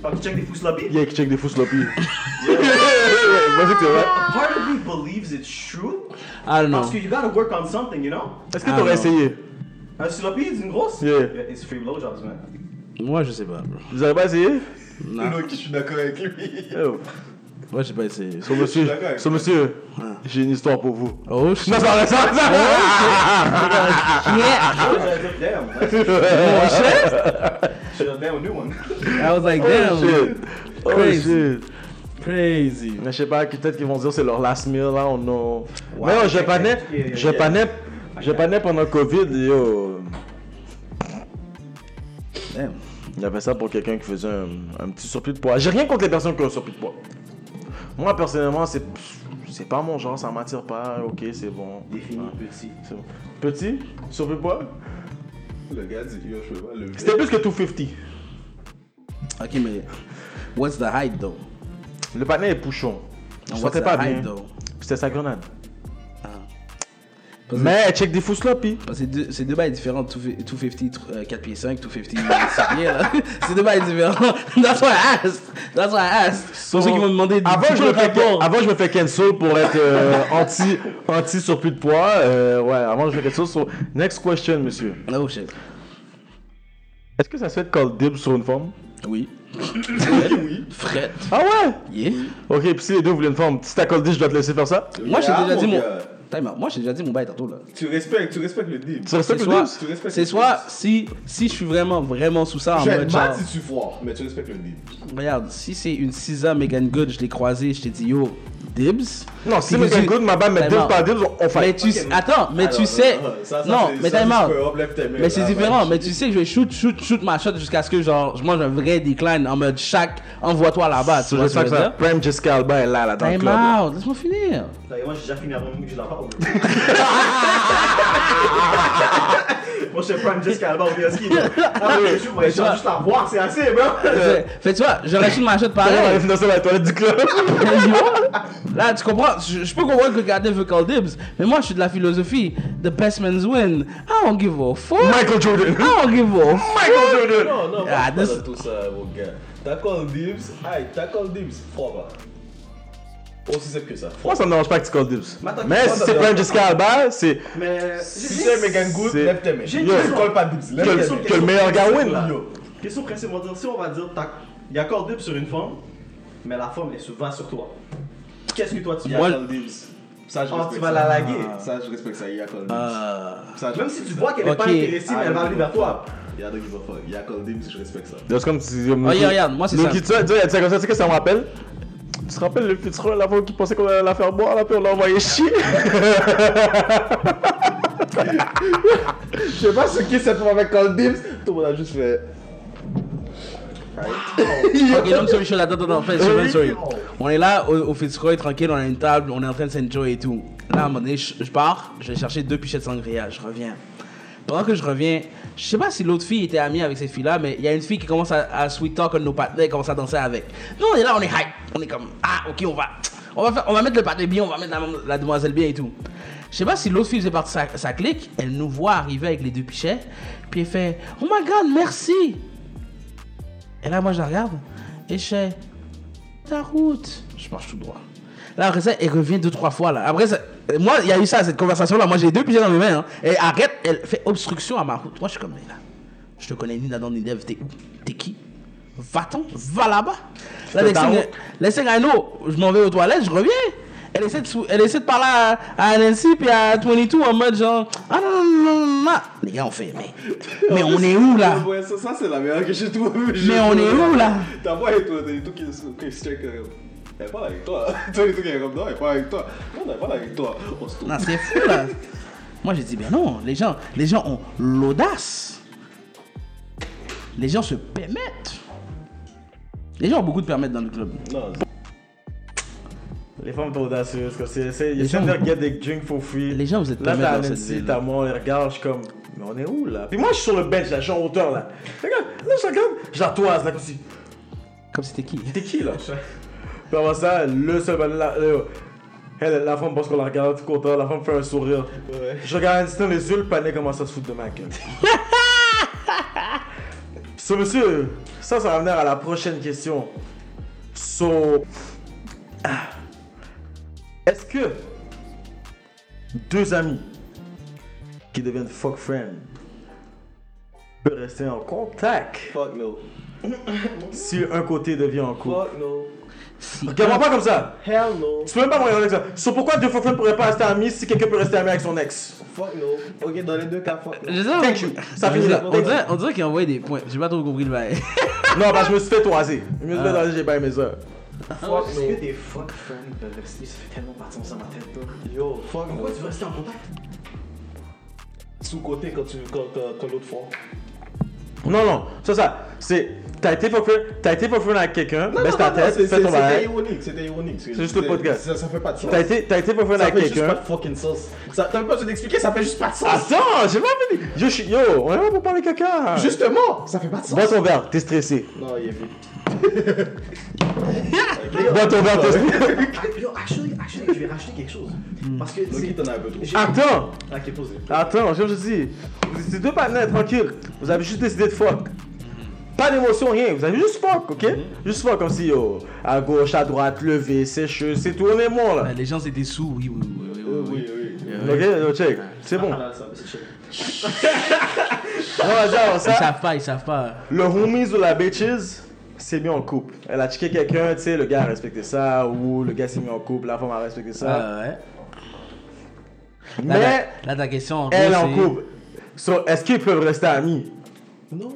[SPEAKER 5] Fuck, check des fous lobby.
[SPEAKER 2] Yeah, qui check des fous sloppy. Vous pensez que c'est vrai
[SPEAKER 5] Part of me believes it's true.
[SPEAKER 4] I don't know.
[SPEAKER 5] Parce que you gotta work on something, you know?
[SPEAKER 2] Est-ce que
[SPEAKER 4] Ah,
[SPEAKER 2] t'aurais
[SPEAKER 4] non.
[SPEAKER 2] essayé
[SPEAKER 5] Un sloppy, c'est une grosse?
[SPEAKER 2] Yeah.
[SPEAKER 5] It's free blowjobs, man.
[SPEAKER 4] Moi, je sais pas, bro.
[SPEAKER 2] Vous avez pas essayé
[SPEAKER 4] Non,
[SPEAKER 3] Ok, je suis d'accord avec lui.
[SPEAKER 2] Yo,
[SPEAKER 4] moi, j'ai pas essayé.
[SPEAKER 2] So, monsieur,
[SPEAKER 3] d'accord avec
[SPEAKER 2] so, monsieur,
[SPEAKER 4] Ah.
[SPEAKER 2] j'ai une histoire pour vous.
[SPEAKER 4] Oh, shit.
[SPEAKER 2] Non, ça va, ça va, ça
[SPEAKER 4] Yeah.
[SPEAKER 3] Ah,
[SPEAKER 5] I was like, damn. that's-
[SPEAKER 4] Oh, shit.
[SPEAKER 5] Should have damn new one.
[SPEAKER 4] I was like,
[SPEAKER 2] va.
[SPEAKER 4] damn.
[SPEAKER 2] Oh shit. Oh
[SPEAKER 4] Crazy.
[SPEAKER 2] shit.
[SPEAKER 4] Crazy.
[SPEAKER 2] Mais je sais pas, peut-être qu'ils vont dire c'est leur last meal là, on a. Mais yo, je panais, je panais, je panais pendant Covid, yo.
[SPEAKER 4] Damn.
[SPEAKER 2] Il y avait ça pour quelqu'un qui faisait un, un petit surplus de poids. J'ai rien contre les personnes qui ont un surplus de poids. Moi, personnellement, c'est, c'est pas mon genre, ça m'attire pas. Ok, c'est bon.
[SPEAKER 5] Défini petit.
[SPEAKER 2] C'est bon. Petit, surplus de poids,
[SPEAKER 3] Le gars dit, yo, je peux pas lever.
[SPEAKER 2] c'était plus que 250.
[SPEAKER 4] Ok, mais. What's the height, though?
[SPEAKER 2] Le patin est pouchon. Je
[SPEAKER 4] What's
[SPEAKER 2] sentais
[SPEAKER 4] the
[SPEAKER 2] pas bien.
[SPEAKER 4] height, though?
[SPEAKER 2] C'était sa grenade.
[SPEAKER 4] Parce que-
[SPEAKER 2] Mais check des fous sloppy.
[SPEAKER 4] Parce que c'est deux, c'est deux bails différents, 250, euh, 4 pieds 5, 250, 6 pieds, là. C'est deux bails différents. That's why I asked. That's why I asked. Pour ceux qui m'ont demandé
[SPEAKER 2] Avant, je me fais,
[SPEAKER 4] rapport.
[SPEAKER 2] avant, je me fais cancel pour être euh, anti, anti surplus de poids. Euh, ouais, avant, je me fais cancel sur. Next question, monsieur.
[SPEAKER 4] Oh shit.
[SPEAKER 2] Est-ce que ça se fait de call dib sur une forme
[SPEAKER 4] Oui. oui. Fred.
[SPEAKER 2] Ah ouais
[SPEAKER 4] Yeah.
[SPEAKER 2] Ok, puis si les deux voulaient une forme, si t'as call dib, je dois te laisser faire ça
[SPEAKER 4] Moi, j'ai
[SPEAKER 3] Ah,
[SPEAKER 4] déjà
[SPEAKER 3] mon
[SPEAKER 4] dit mon.
[SPEAKER 3] gars.
[SPEAKER 4] Time out. Moi, j'ai déjà dit mon bail tantôt, là.
[SPEAKER 3] Tu respectes, tu respectes le deal.
[SPEAKER 2] Tu respectes
[SPEAKER 4] C'est
[SPEAKER 2] le
[SPEAKER 4] soit,
[SPEAKER 2] dib
[SPEAKER 3] Tu respectes
[SPEAKER 4] c'est
[SPEAKER 3] le
[SPEAKER 4] soit
[SPEAKER 3] dib.
[SPEAKER 4] si, si je suis vraiment, vraiment sous ça en
[SPEAKER 3] Je vais
[SPEAKER 4] mode
[SPEAKER 3] être
[SPEAKER 4] genre.
[SPEAKER 3] mad si tu foires, mais tu respectes le deal.
[SPEAKER 4] Regarde, si c'est une 6 Megan Good, je l'ai croisée, je t'ai dit yo, dibs.
[SPEAKER 6] Non, si
[SPEAKER 4] Puis
[SPEAKER 6] mais
[SPEAKER 4] tu-
[SPEAKER 6] good, ma bad, mais
[SPEAKER 4] Time
[SPEAKER 6] dibs
[SPEAKER 4] out.
[SPEAKER 6] par dibs, on- on
[SPEAKER 4] Mais
[SPEAKER 6] fait.
[SPEAKER 4] tu sais- attends, mais tu sais, non, mais time out. Mais c'est différent, mais tu sais que je vais shoot, shoot, shoot ma shot jusqu'à ce que genre je mange un vrai decline en mode chaque envoie-toi
[SPEAKER 2] Ah,
[SPEAKER 4] là-bas. Tu
[SPEAKER 6] C'est
[SPEAKER 4] vois ce
[SPEAKER 6] ça
[SPEAKER 4] que
[SPEAKER 6] que
[SPEAKER 4] je veux
[SPEAKER 6] ça.
[SPEAKER 4] dire?
[SPEAKER 6] Prime Jessica Alba est là, là, dans le
[SPEAKER 4] Time
[SPEAKER 6] club.
[SPEAKER 4] out, laisse-moi finir.
[SPEAKER 2] Moi, j'ai déjà fini avant même que je la parle. Moi, je suis Prime Jessica Alba ou Bioski. Ah, mais je vais juste la voir, c'est assez, bro.
[SPEAKER 4] Fait fait, tu vois, j'aurais shoot ma shot
[SPEAKER 6] On va aller
[SPEAKER 4] pareil.
[SPEAKER 6] financer la toilette du club.
[SPEAKER 4] Là, tu comprends? Je, je peux comprendre que Gardner veut call dibs, mais moi, je suis de la philosophie. The best man's win. I don't give a fuck.
[SPEAKER 6] Michael Jordan.
[SPEAKER 4] I don't give a
[SPEAKER 6] Michael Jordan.
[SPEAKER 3] Non, non, moi,
[SPEAKER 4] Ah,
[SPEAKER 3] je parle
[SPEAKER 4] this-
[SPEAKER 3] de tout ça, mon gars. Tackle Dibs, aïe, tackle Dibs, froid bas. Aussi simple que ça. Froid.
[SPEAKER 6] Moi, ça me dérange pas que tu calls dibs.
[SPEAKER 2] Mais attends,
[SPEAKER 6] Mais
[SPEAKER 2] tu
[SPEAKER 6] si
[SPEAKER 2] parles
[SPEAKER 6] c'est
[SPEAKER 2] de-
[SPEAKER 6] Prime Jessica Alba, c'est
[SPEAKER 2] Mais.
[SPEAKER 3] Si c'est Megan Good,
[SPEAKER 6] c'est-
[SPEAKER 3] lève tes mains.
[SPEAKER 2] J'ai
[SPEAKER 3] Tu
[SPEAKER 2] une
[SPEAKER 6] Yo,
[SPEAKER 2] question.
[SPEAKER 3] colles pas Dibs,
[SPEAKER 2] J'ai une
[SPEAKER 3] lève
[SPEAKER 6] que-
[SPEAKER 3] tes
[SPEAKER 2] question,
[SPEAKER 3] mains.
[SPEAKER 6] que le meilleur gars win, là.
[SPEAKER 2] Yo. Question principe, on va dire, si on va dire, t'as- il y a call dibs sur une femme, mais la femme, elle se va sur toi. Qu'est-ce que toi tu
[SPEAKER 3] Il y
[SPEAKER 2] dis
[SPEAKER 3] a
[SPEAKER 2] à
[SPEAKER 3] Call Dibs. Ça, je
[SPEAKER 2] Ah,
[SPEAKER 3] respecte
[SPEAKER 2] tu vas
[SPEAKER 3] ça.
[SPEAKER 2] la laguer.
[SPEAKER 3] Ça, je respecte ça. Il y a Call Dibs.
[SPEAKER 4] fuck.
[SPEAKER 3] Ça, je
[SPEAKER 2] Même si
[SPEAKER 3] respecte
[SPEAKER 2] tu
[SPEAKER 3] ça.
[SPEAKER 2] vois qu'elle est pas
[SPEAKER 4] Ok.
[SPEAKER 2] intéressée, mais elle va venir vers toi.
[SPEAKER 3] Il y a de qui va fuck. Il y a Call Dibs, je respecte ça.
[SPEAKER 6] C'est comme si.
[SPEAKER 4] Regarde, regarde, Ah, moi, c'est
[SPEAKER 6] Donc,
[SPEAKER 4] ça.
[SPEAKER 6] il- tu vois, tu vois, il y a dit ça comme ça, tu sais que ça me rappelle. Tu te rappelles le futur là qui pensait qu'on allait la faire boire là puis on l'a envoyé chier
[SPEAKER 3] Je sais pas ce qui est cette fois avec Call Dibs. Tout le monde a juste fait.
[SPEAKER 4] Ok, non, sorry, je suis là, attends, attends, fais, je fais, sorry. On est là au, au Fitzroy, tranquille, on a une table, on est en train de s'enjoy et tout. Là, à un moment donné, je, je pars, je vais chercher deux pichettes de sangria, je reviens. Pendant que je reviens, je sais pas si l'autre fille était amie avec cette fille-là, mais il y a une fille qui commence à, à sweet talk un de nos partenaires, commence à danser avec. Nous, on est là, on est hype. On est comme, ah, ok, on va, on va, faire- on va mettre le partenaire bien, on va mettre la, la demoiselle bien et tout. Je sais pas si l'autre fille faisait partie de sa, sa clique, elle nous voit arriver avec les deux pichets, puis elle fait, oh my god, merci. Et là, moi, je la regarde et je fais ta route. Je marche tout droit. Là, après ça, elle revient deux, trois fois. Là. Après ça, euh, moi, il y a eu ça, cette conversation-là. Moi, j'ai les deux pigeons dans mes mains. hein. Et arrête, elle fait obstruction à ma route. Moi, je suis comme, mais là, je te connais ni d'Adam ni d'Ève. T'es où T'es qui Va-t'en, va là-bas. Là,
[SPEAKER 6] C'est
[SPEAKER 4] next
[SPEAKER 6] ta
[SPEAKER 4] thing-
[SPEAKER 6] route.
[SPEAKER 4] next thing I know, je m'en vais aux toilettes, je reviens. Elle essaie de, sou- elle essaie de parler à, à Nancy puis à 22 en mode genre, ah non, non, non, non, non. Les gars, on fait, mais, mais on est où là
[SPEAKER 3] Ouais, ça, ça, c'est la meilleure que j'ai trouvé.
[SPEAKER 4] Mais on est où, là
[SPEAKER 3] Ta voix et toi, et tout qui se qui se check. euh, Elle parle avec toi. Toi et tout qui est comme non, elle parle avec toi. Non, elle parle avec toi. On se trouve.
[SPEAKER 4] Non, c'est fou là. Moi j'ai dit ben non, les gens, les gens ont l'audace. Les gens se permettent. Les gens ont beaucoup de permettre dans le club.
[SPEAKER 3] Non,
[SPEAKER 2] Les femmes sont audacieuses, comme c'est.
[SPEAKER 4] Les
[SPEAKER 2] Ils
[SPEAKER 4] gens-
[SPEAKER 2] essaient de faire get des drinks for free.
[SPEAKER 4] Les gens, vous êtes
[SPEAKER 2] Là,
[SPEAKER 4] pas
[SPEAKER 2] t'as
[SPEAKER 4] maîtres dans cette
[SPEAKER 2] Nancy,
[SPEAKER 4] ville.
[SPEAKER 2] t'as moi, on les regarde, je suis comme, mais on est où là Puis moi, je suis sur le bench là, je suis en hauteur là. Regarde, là, je regarde, je la toise là, comme si,
[SPEAKER 4] Comme c'était qui
[SPEAKER 2] t'es qui là Puis avant ça, le seul man là, là, elle, la femme pense qu'on la regarde tout content, la femme fait un sourire. Je regarde Nancy dans les yeux, le panier commence à se foutre de ma gueule. so, monsieur, ça, ça va venir à la prochaine question. So. ah. Est-ce que deux amis qui deviennent fuck friends peuvent rester en contact
[SPEAKER 3] fuck no.
[SPEAKER 2] si un côté devient en couple?
[SPEAKER 3] Fuck no.
[SPEAKER 4] Si.
[SPEAKER 2] Regarde-moi pas comme ça!
[SPEAKER 3] Hell no.
[SPEAKER 2] Tu peux même pas me regarder comme ça. So pourquoi deux fuck friends pourraient pas rester amis si quelqu'un peut rester ami avec son ex?
[SPEAKER 3] Fuck no. Ok, dans les deux cas, fuck no.
[SPEAKER 4] Je sais pas,
[SPEAKER 2] Thank you. Ça
[SPEAKER 4] on
[SPEAKER 2] finit
[SPEAKER 4] dirait-
[SPEAKER 2] là.
[SPEAKER 4] On dirait, on dirait qu'il a envoyé des points. J'ai pas trop compris le bail.
[SPEAKER 2] Non, bah je me suis fait toiser. Je me suis fait toiser, j'ai pas aimé ça.
[SPEAKER 3] Ah, Fuck
[SPEAKER 2] Est-ce
[SPEAKER 3] no.
[SPEAKER 2] que des fuck friends peuvent rester? Ça fait tellement partir ça ma tête,
[SPEAKER 3] Yo, fuck no.
[SPEAKER 2] veux rester en contact?
[SPEAKER 3] Sous-côté quand tu quand, quand, quand l'autre fois.
[SPEAKER 2] Non, non, ça, ça. C'est. T'as été fuck friend, t'as été fuck friend avec quelqu'un, baisse ta tête,
[SPEAKER 3] c'est-
[SPEAKER 2] fais
[SPEAKER 3] c'est-
[SPEAKER 2] ton
[SPEAKER 3] C'était
[SPEAKER 2] bail.
[SPEAKER 3] ironique, c'était ironique. C'est
[SPEAKER 2] juste le podcast.
[SPEAKER 3] Ça, ça fait pas de sens.
[SPEAKER 2] T'as été, t'as été fuck friend
[SPEAKER 3] Ça
[SPEAKER 2] avec
[SPEAKER 3] fait juste pas
[SPEAKER 2] quelqu'un.
[SPEAKER 3] de fucking sens. Ça- T'as même pas besoin d'expliquer, ça fait juste pas de sens.
[SPEAKER 2] Attends, j'ai pas fini. Yo, je suis- yo, on est là pour parler caca.
[SPEAKER 3] Justement, ça fait pas de sens.
[SPEAKER 2] Bois ton verre, t'es stressé.
[SPEAKER 3] Non, il est vite.
[SPEAKER 2] Bois ton verre, t'es stressé.
[SPEAKER 5] Yo, actually, actually, je vais racheter quelque chose.
[SPEAKER 3] Hmm.
[SPEAKER 5] Parce que
[SPEAKER 3] Loki, t'en as un peu trop.
[SPEAKER 2] Attends,
[SPEAKER 5] Ah, qui est posé.
[SPEAKER 2] attends, je te dis. Vous étiez deux partenaires tranquilles. Vous avez juste décidé de fuck. Pas d'émotion, rien. Vous avez juste fuck, ok? Juste fuck comme si yo, à gauche, à droite, levé, sécheux, c'est tourné moi là.
[SPEAKER 4] Ben, Les gens c'était sous, oui, oui, oui, oui, oui, oui.
[SPEAKER 3] Oui, oui.
[SPEAKER 2] Ok, yo, check. C'est bon.
[SPEAKER 5] Ah,
[SPEAKER 2] Non,
[SPEAKER 5] là, ça, c'est chill.
[SPEAKER 2] vas-y, alors,
[SPEAKER 4] Ils
[SPEAKER 2] ça.
[SPEAKER 4] savent pas, ils savent pas.
[SPEAKER 2] Le homies ou la bitches, c'est mis en couple. Elle a checké quelqu'un, tu sais, le gars a respecté ça, ou le gars s'est mis en couple, la femme a respecté ça.
[SPEAKER 4] Ah, ouais. Là,
[SPEAKER 2] Mais
[SPEAKER 4] ta- là, ta question. gros,
[SPEAKER 2] elle est en
[SPEAKER 4] c'est-
[SPEAKER 2] couple. So, est-ce qu'ils peuvent rester amis?
[SPEAKER 3] Non,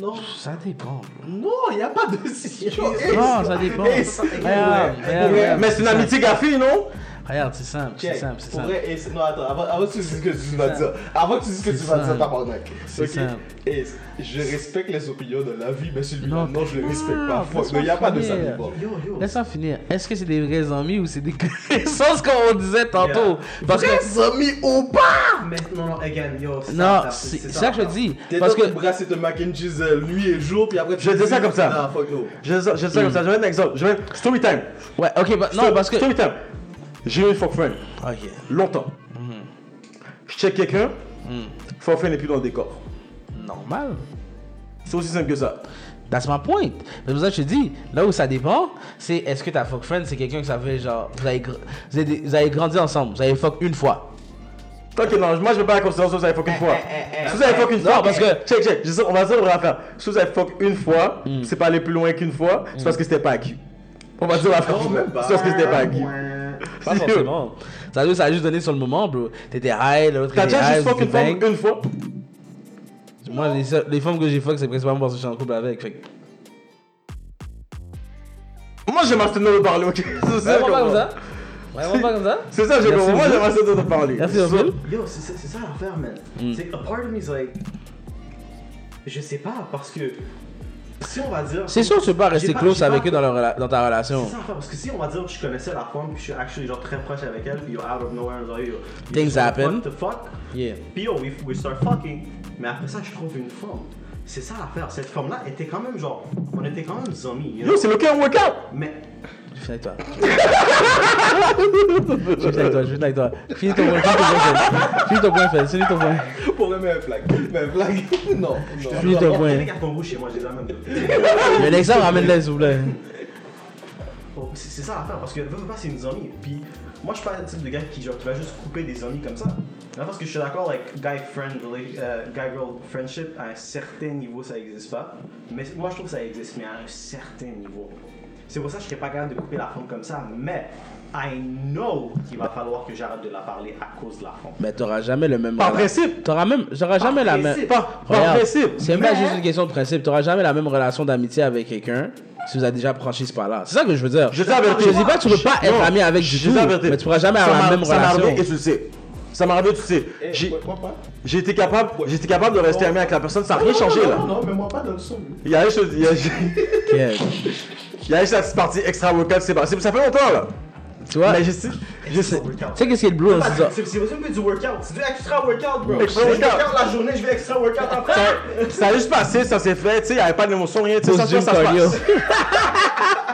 [SPEAKER 3] non,
[SPEAKER 4] Ça dépend.
[SPEAKER 3] non, il n'y a pas de situation.
[SPEAKER 4] Non, ça dépend. Regarde, regarde, regarde,
[SPEAKER 2] Mais c'est une amitié qu'a fait, non
[SPEAKER 4] Regarde, c'est simple, c'est simple, c'est
[SPEAKER 3] Pour
[SPEAKER 4] simple.
[SPEAKER 3] vrai, Ace, non, attends, avant, avant que tu dises ce que tu vas
[SPEAKER 4] ça.
[SPEAKER 3] dire, avant que tu dises ce que tu
[SPEAKER 4] C'est
[SPEAKER 3] vas
[SPEAKER 4] ça.
[SPEAKER 3] dire, tabarnak.
[SPEAKER 4] C'est
[SPEAKER 3] Ok?
[SPEAKER 4] ça.
[SPEAKER 3] Ace, je respecte les opinions de la vie, mais celui-là,
[SPEAKER 4] Non.
[SPEAKER 3] non, je le respecte
[SPEAKER 4] Ah,
[SPEAKER 3] pas. Fuck,
[SPEAKER 4] laisse-moi
[SPEAKER 3] il n'y a pas de
[SPEAKER 4] finir.
[SPEAKER 3] salut. Bon.
[SPEAKER 4] Laisse-moi finir. Est-ce que c'est des vrais amis ou c'est des connaissances comme on disait tantôt Parce que
[SPEAKER 3] amis ou pas
[SPEAKER 5] Mais non, non, again, yo. ça,
[SPEAKER 4] non,
[SPEAKER 5] ça,
[SPEAKER 4] c'est c'est ça que je
[SPEAKER 5] non.
[SPEAKER 4] dis.
[SPEAKER 3] T'es
[SPEAKER 4] Parce que
[SPEAKER 3] que brasser de mac and cheese euh, nuit et jour, puis après tu
[SPEAKER 2] Je dis ça comme ça.
[SPEAKER 3] Non, fuck no.
[SPEAKER 2] Je sais je sais comme ça, je vais un exemple. Je vais... Story time.
[SPEAKER 4] ouais, ok, bah, non
[SPEAKER 2] Story-
[SPEAKER 4] parce que
[SPEAKER 2] Story time. J'ai eu une fuck friend.
[SPEAKER 4] ok.
[SPEAKER 2] Longtemps.
[SPEAKER 4] Mhm.
[SPEAKER 2] Je check quelqu'un, fuck friend n'est plus dans le décor.
[SPEAKER 4] Normal.
[SPEAKER 2] C'est aussi simple que ça.
[SPEAKER 4] That's my point. C'est pour ça que je te dis, là où ça dépend, c'est est-ce que ta fuck friend, c'est quelqu'un que ça fait genre, vous avez, gr- vous, avez, vous avez grandi ensemble, vous avez fuck une fois.
[SPEAKER 2] Tant que non, moi je veux pas la considération si vous avez fuck une fois. Si vous avez fuck une
[SPEAKER 4] eh. Non,
[SPEAKER 2] fois,
[SPEAKER 4] parce que- Mhm.
[SPEAKER 2] Check, check, je sais, on va dire on va faire. Si vous avez fuck une fois, c'est pas aller plus loin qu'une fois, c'est parce que c'était pas acquis. On va dire la faire.
[SPEAKER 3] même pas.
[SPEAKER 2] C'est parce que c'était pas acquis.
[SPEAKER 4] Pas forcément. Ça, veut- ça a juste donné sur le moment, bro. T'étais high, l'autre
[SPEAKER 2] T'as
[SPEAKER 4] était
[SPEAKER 2] déjà
[SPEAKER 4] high.
[SPEAKER 2] juste fuck
[SPEAKER 4] vous
[SPEAKER 2] une femme
[SPEAKER 4] étiez bang.
[SPEAKER 2] une fois
[SPEAKER 4] Moi, les, seules- les femmes que j'ai fuck, c'est principalement parce que je suis en couple avec. Fait que-
[SPEAKER 2] Moi j'aime assez de parler, ok C'est ça,
[SPEAKER 4] Vraiment pas
[SPEAKER 2] comment-
[SPEAKER 4] comme ça Vraiment pas comme ça
[SPEAKER 2] C'est ça, je
[SPEAKER 4] Merci
[SPEAKER 2] comprends. Moi j'aime
[SPEAKER 4] beaucoup.
[SPEAKER 2] assez de parler.
[SPEAKER 4] Merci, Jean-Paul.
[SPEAKER 5] Yo, c'est ça c'est ça l'affaire, man.
[SPEAKER 4] Mm.
[SPEAKER 5] C'est a part of me is like. Je sais pas, parce que. Si on va dire.
[SPEAKER 4] C'est sûr, tu peux pas
[SPEAKER 5] J'ai
[SPEAKER 4] rester
[SPEAKER 5] pas-
[SPEAKER 4] close
[SPEAKER 5] j'ai
[SPEAKER 4] avec
[SPEAKER 5] pas-
[SPEAKER 4] eux dans, leur rela- dans ta relation.
[SPEAKER 5] C'est ça l'affaire, parce que si on va dire que je connaissais la femme, puis je suis actually genre très proche avec elle, puis yo, out of nowhere, genre yo. yo,
[SPEAKER 4] Things
[SPEAKER 5] what
[SPEAKER 4] happen.
[SPEAKER 5] the fuck?
[SPEAKER 4] Yeah.
[SPEAKER 5] Puis yo, we, we start fucking. Mais après ça, je trouve une femme. C'est ça l'affaire, cette femme-là était quand même genre. On était quand même zombies, you know?
[SPEAKER 2] Yo, c'est le cœur workout
[SPEAKER 5] Mais.
[SPEAKER 4] Je suis avec toi. Je suis avec toi, je suis avec toi. Finis ton point, finis ton point faible. Finis ton point faible, finis ton point.
[SPEAKER 3] Pour le même flag. Même flag. Non, non.
[SPEAKER 4] Finis ton
[SPEAKER 5] Ouais.
[SPEAKER 4] point.
[SPEAKER 5] Les cartons rouges chez moi, j'ai la même.
[SPEAKER 4] Mais l'exemple, ramène-les, s'il vous plaît.
[SPEAKER 5] Oh, C'est c'est ça l'affaire, parce que veux, veux pas, c'est une zombie. Puis moi, je suis pas le type de gars qui, genre, qui va juste couper des zombies comme ça. Non, parce que je suis d'accord, like, guy friend, rela- euh, guy girl friendship, à un certain niveau, ça existe pas. Mais moi, je trouve que ça existe, mais à un certain niveau. C'est pour ça que je serais pas capable de couper la femme comme ça, mais I know qu'il va falloir que j'arrête de la parler à cause de la femme.
[SPEAKER 4] Mais t'auras jamais le même.
[SPEAKER 2] Par
[SPEAKER 4] rela-
[SPEAKER 2] principe.
[SPEAKER 4] T'auras même. J'aurai jamais la même.
[SPEAKER 5] principe.
[SPEAKER 2] Par, par
[SPEAKER 4] Regarde,
[SPEAKER 2] principe
[SPEAKER 4] C'est même pas
[SPEAKER 5] Mais-
[SPEAKER 4] juste une question de principe. T'auras jamais la même relation d'amitié avec quelqu'un si vous avez déjà franchi ce pas-là. C'est ça que je veux dire.
[SPEAKER 2] Je dis la vérité.
[SPEAKER 4] Je dis pas que tu peux pas être
[SPEAKER 2] Non,
[SPEAKER 4] ami avec
[SPEAKER 2] je
[SPEAKER 4] du
[SPEAKER 2] dis
[SPEAKER 4] tout,
[SPEAKER 2] la vérité.
[SPEAKER 4] mais tu pourras jamais avoir
[SPEAKER 2] Ça
[SPEAKER 4] la
[SPEAKER 2] m'a-
[SPEAKER 4] même
[SPEAKER 2] Ça m'a arrivé et
[SPEAKER 4] relation.
[SPEAKER 2] tu le sais. Ça m'a arrivé et tu le sais.
[SPEAKER 3] Eh,
[SPEAKER 2] J'ai-
[SPEAKER 3] moi- moi pas.
[SPEAKER 2] J'ai été capable, j'ai été capable de rester ami avec la personne, ça n'a rien changé
[SPEAKER 3] non,
[SPEAKER 2] là.
[SPEAKER 3] Non, non, mais moi pas dans le son. lui.
[SPEAKER 2] Il y a une chose, il y a, il
[SPEAKER 4] Ok.
[SPEAKER 2] y a juste la petite partie extra workout, c'est pas, c'est- ça fait longtemps là.
[SPEAKER 4] Tu vois,
[SPEAKER 2] Mais
[SPEAKER 4] tu
[SPEAKER 2] je sais, je sais.
[SPEAKER 5] Workout.
[SPEAKER 4] sais qu'est-ce qui est le blue dans cette histoire?
[SPEAKER 5] C'est c'est aussi un peu du workout, c'est du extra workout, bro.
[SPEAKER 2] Extra
[SPEAKER 5] Je vais
[SPEAKER 2] workout.
[SPEAKER 5] workout la journée, je vais extra workout après.
[SPEAKER 2] Ça- Ça a juste passé, ça s'est fait, tu sais, il n'y avait pas d'émotion, rien, tu sais, ça,
[SPEAKER 4] Pause
[SPEAKER 2] ça,
[SPEAKER 4] gym
[SPEAKER 2] ça se
[SPEAKER 4] cardio.
[SPEAKER 2] passe.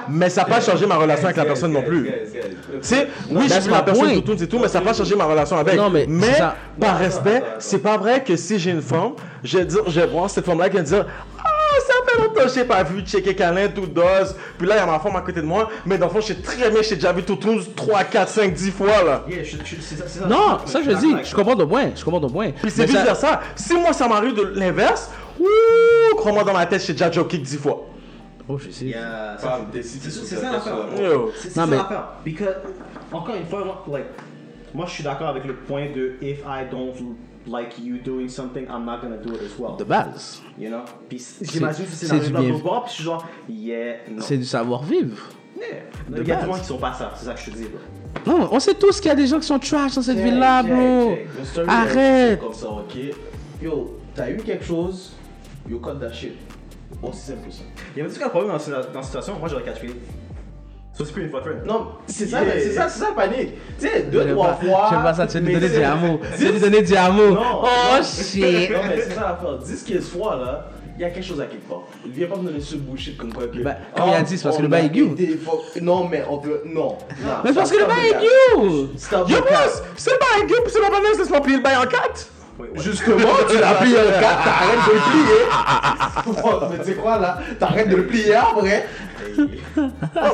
[SPEAKER 2] Mais ça n'a
[SPEAKER 3] Eh,
[SPEAKER 2] pas changé ma relation avec la personne non plus.
[SPEAKER 3] Guys, guys, guys.
[SPEAKER 2] Tu sais, oui, je
[SPEAKER 4] that's
[SPEAKER 2] suis la
[SPEAKER 4] my
[SPEAKER 2] personne
[SPEAKER 4] point.
[SPEAKER 2] qui tourne, c'est tout, mais ça n'a pas changé ma relation avec.
[SPEAKER 4] Non, mais c'est ça.
[SPEAKER 2] par respect, c'est pas vrai que si j'ai une femme, je vais dire, je vais voir cette femme-là qui va dire, ah, ça fait longtemps que je t'ai pas vu, checker câlin, tout dose. Puis là, il y a ma femme à côté de moi, mais dans le fond, je sais très bien, je t'ai déjà vu tout tourne 3, 4, 5, 10 fois là.
[SPEAKER 5] Yeah, je- je- c'est ça, c'est ça.
[SPEAKER 4] Non, ça je
[SPEAKER 5] suis
[SPEAKER 4] dis,
[SPEAKER 5] d'accord avec
[SPEAKER 4] je
[SPEAKER 5] toi.
[SPEAKER 4] comprends ton point, je comprends ton point.
[SPEAKER 2] Puis c'est
[SPEAKER 4] Mais
[SPEAKER 2] vice
[SPEAKER 4] ça-
[SPEAKER 2] versa. Si moi, ça m'arrive de l'inverse, ouh, crois-moi dans ma tête, j'ai déjà joke kick 10 fois.
[SPEAKER 4] Oh, je sais.
[SPEAKER 5] Yeah, ça,
[SPEAKER 3] Femme, décide
[SPEAKER 5] C'est
[SPEAKER 3] sur
[SPEAKER 5] c'est
[SPEAKER 3] cette
[SPEAKER 5] ça
[SPEAKER 3] personne.
[SPEAKER 5] l'affaire.
[SPEAKER 2] Yo.
[SPEAKER 5] C'est c'est
[SPEAKER 4] Non,
[SPEAKER 5] ça
[SPEAKER 4] mais-
[SPEAKER 5] l'affaire. Because, encore une fois, moi, like, moi je suis d'accord avec le point de if I don't like you doing something, I'm not gonna do it as well.
[SPEAKER 4] De base,
[SPEAKER 5] You know? Puis j'imagine que
[SPEAKER 4] c'est
[SPEAKER 5] c'est dans
[SPEAKER 4] du
[SPEAKER 5] les
[SPEAKER 4] bien-
[SPEAKER 5] au bord, puis je suis genre, yeah, non.
[SPEAKER 4] c'est du savoir-vivre.
[SPEAKER 5] Yeah.
[SPEAKER 4] de
[SPEAKER 5] Il y a
[SPEAKER 4] base.
[SPEAKER 5] des gens qui sont pas ça, c'est ça que je te dis. bro.
[SPEAKER 4] Non, on sait tous qu'il y a des gens qui sont trash dans cette
[SPEAKER 3] Check,
[SPEAKER 4] ville-là,
[SPEAKER 3] check,
[SPEAKER 4] bro.
[SPEAKER 3] check. Le story,
[SPEAKER 4] Arrête.
[SPEAKER 3] c'est Comme ça, ok. Yo, t'as eu quelque chose, you cut that shit. Aussi simple que ça.
[SPEAKER 5] Il y avait tout cas un problème dans, ce- dans cette situation, moi j'aurais catch feeling. So c'est plus une fois de friend.
[SPEAKER 3] Non, c'est ça,
[SPEAKER 5] Yeah.
[SPEAKER 3] c'est ça, c'est ça, le panique. Tu sais, deux,
[SPEAKER 4] J'aime
[SPEAKER 3] trois
[SPEAKER 4] pas,
[SPEAKER 3] fois.
[SPEAKER 4] j'aime pas ça, tu vas lui
[SPEAKER 3] mais
[SPEAKER 4] donner
[SPEAKER 3] c'est-
[SPEAKER 4] du amour. Tu vas lui donner du amour.
[SPEAKER 3] Non,
[SPEAKER 4] Oh
[SPEAKER 3] non.
[SPEAKER 4] shit.
[SPEAKER 3] Non, mais c'est ça l'affaire. 10, 15 fois, là, il y a quelque chose à quelque part. Il vient pas me donner ce bullshit comme quoi que.
[SPEAKER 4] Bah, comme il a dit, c'est parce que
[SPEAKER 3] on
[SPEAKER 4] le bas
[SPEAKER 3] Oh, a
[SPEAKER 4] est aigu.
[SPEAKER 3] été- faut- Non, mais on peut. Non.
[SPEAKER 4] Mais c'est parce que le bail est you!
[SPEAKER 3] Stop
[SPEAKER 2] Yo,
[SPEAKER 3] the cap.
[SPEAKER 2] boss, c'est le bail gueule, c'est la bonne c'est laisse-moi plier le bail en 4.
[SPEAKER 3] Justement, tu l'as plié en quatre, t'arrêtes de le plier. Bon, mais tu sais quoi là T'arrêtes de le plier après.
[SPEAKER 2] Non,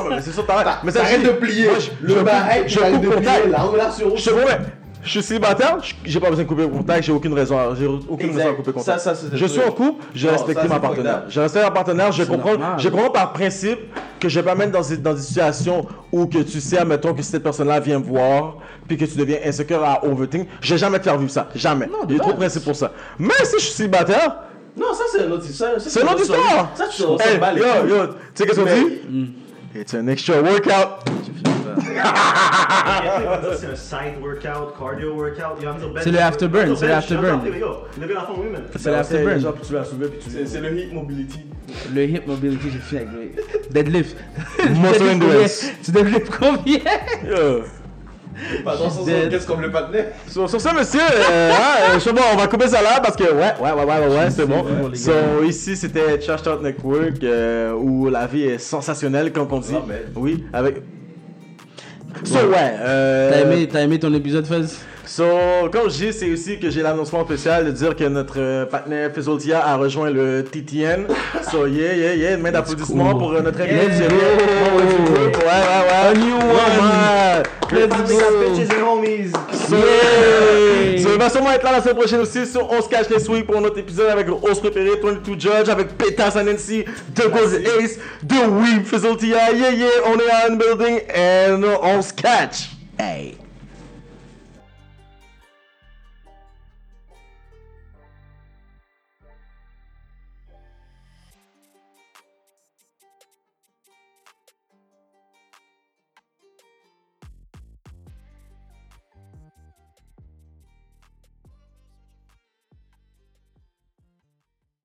[SPEAKER 2] mais c'est sûr, t'arrêtes. Mais ça,
[SPEAKER 3] T'arrêtes
[SPEAKER 2] je-
[SPEAKER 3] de plier.
[SPEAKER 2] moi, je- je-
[SPEAKER 3] Le barrette,
[SPEAKER 2] je
[SPEAKER 3] tu arrêtes de
[SPEAKER 2] coupe
[SPEAKER 3] plier
[SPEAKER 2] contact.
[SPEAKER 3] la relation.
[SPEAKER 2] Je te promets, je suis célibataire, je- j'ai pas besoin de couper le contact, j'ai aucune raison, à- j'ai aucune
[SPEAKER 3] Exact.
[SPEAKER 2] raison à couper le contact.
[SPEAKER 3] Ça, ça, c'est le
[SPEAKER 2] je suis
[SPEAKER 3] truc.
[SPEAKER 2] en couple, je
[SPEAKER 3] Non,
[SPEAKER 2] respecte
[SPEAKER 3] ça, c'est
[SPEAKER 2] ma partenaire.
[SPEAKER 3] fucked
[SPEAKER 2] Je respecte ma partenaire, je comprends,
[SPEAKER 4] normal.
[SPEAKER 2] je comprends par principe que je vais pas mettre dans, ces- dans des situations où que tu sais, admettons que cette personne-là vient me voir, puis que tu deviens insécure à overthink. Je vais jamais te faire vivre ça, jamais.
[SPEAKER 4] de
[SPEAKER 2] Il est trop
[SPEAKER 4] base.
[SPEAKER 2] principe pour ça. Mais si je suis célibataire,
[SPEAKER 5] Non, ça c'est un autre histoire. ça,
[SPEAKER 2] C'est une autre
[SPEAKER 5] story.
[SPEAKER 2] histoire.
[SPEAKER 5] Ça, tu t'en
[SPEAKER 2] Hey,
[SPEAKER 5] bats les
[SPEAKER 2] yo,
[SPEAKER 5] couilles.
[SPEAKER 2] yo, tu sais qu'est-ce qu'on dit? It's an extra workout.
[SPEAKER 5] Ça, C'est un side workout, cardio workout. yo, I'm the best-
[SPEAKER 4] C'est le afterburn,
[SPEAKER 5] I'm the
[SPEAKER 4] c'est le
[SPEAKER 5] best. Je suis
[SPEAKER 4] afterburn.
[SPEAKER 5] en train de- Yo, levez la forme, oui, man.
[SPEAKER 4] C'est l'afterburn.
[SPEAKER 2] Genre, puis tu vas soulever, puis tu
[SPEAKER 3] C'est c'est le hip mobility.
[SPEAKER 4] Le hip mobility, j'ai fini avec le deadlift.
[SPEAKER 2] Muscle
[SPEAKER 4] Tu deadlift
[SPEAKER 2] endurance.
[SPEAKER 4] combien? Tu deadlift combien
[SPEAKER 2] Yo.
[SPEAKER 3] Pas dans son
[SPEAKER 4] Dead.
[SPEAKER 3] qu'est-ce comme le patinet.
[SPEAKER 2] Sur, sur ça, monsieur, euh, hein, euh, je sais pas, on va couper ça là parce que ouais, ouais, ouais, ouais, ouais, ouais, c'est bon.
[SPEAKER 4] bon, les
[SPEAKER 2] So, ici, c'était Trash Talk Network euh, où la vie est sensationnelle, comme on dit.
[SPEAKER 3] Non, mais-
[SPEAKER 2] Oui, avec. So, ouais. euh,
[SPEAKER 4] T'as aimé, t'as aimé ton épisode, Fuzz
[SPEAKER 2] So, comme je dis, c'est aussi que j'ai l'annoncement spécial de dire que notre euh, partenaire Fizoltia a rejoint le TTN. So, yeah, yeah, yeah, une main d'applaudissement
[SPEAKER 4] go.
[SPEAKER 2] pour euh, notre
[SPEAKER 5] Yeah.
[SPEAKER 2] invité. Thierry. Ouais, ouais, ouais.
[SPEAKER 4] new one.
[SPEAKER 2] Ouais, ouais.
[SPEAKER 5] Big up, bitches and homies.
[SPEAKER 2] So,
[SPEAKER 4] Yeah.
[SPEAKER 2] so, il va sûrement être là la semaine prochaine aussi sur On se cache les souris pour notre épisode avec On se préparer, 22 Judge, avec Pétas and Nancy, The Goes Ace, The Weeb, Fizzle TI, yeah yeah, on est à un building and on se catch. Hey.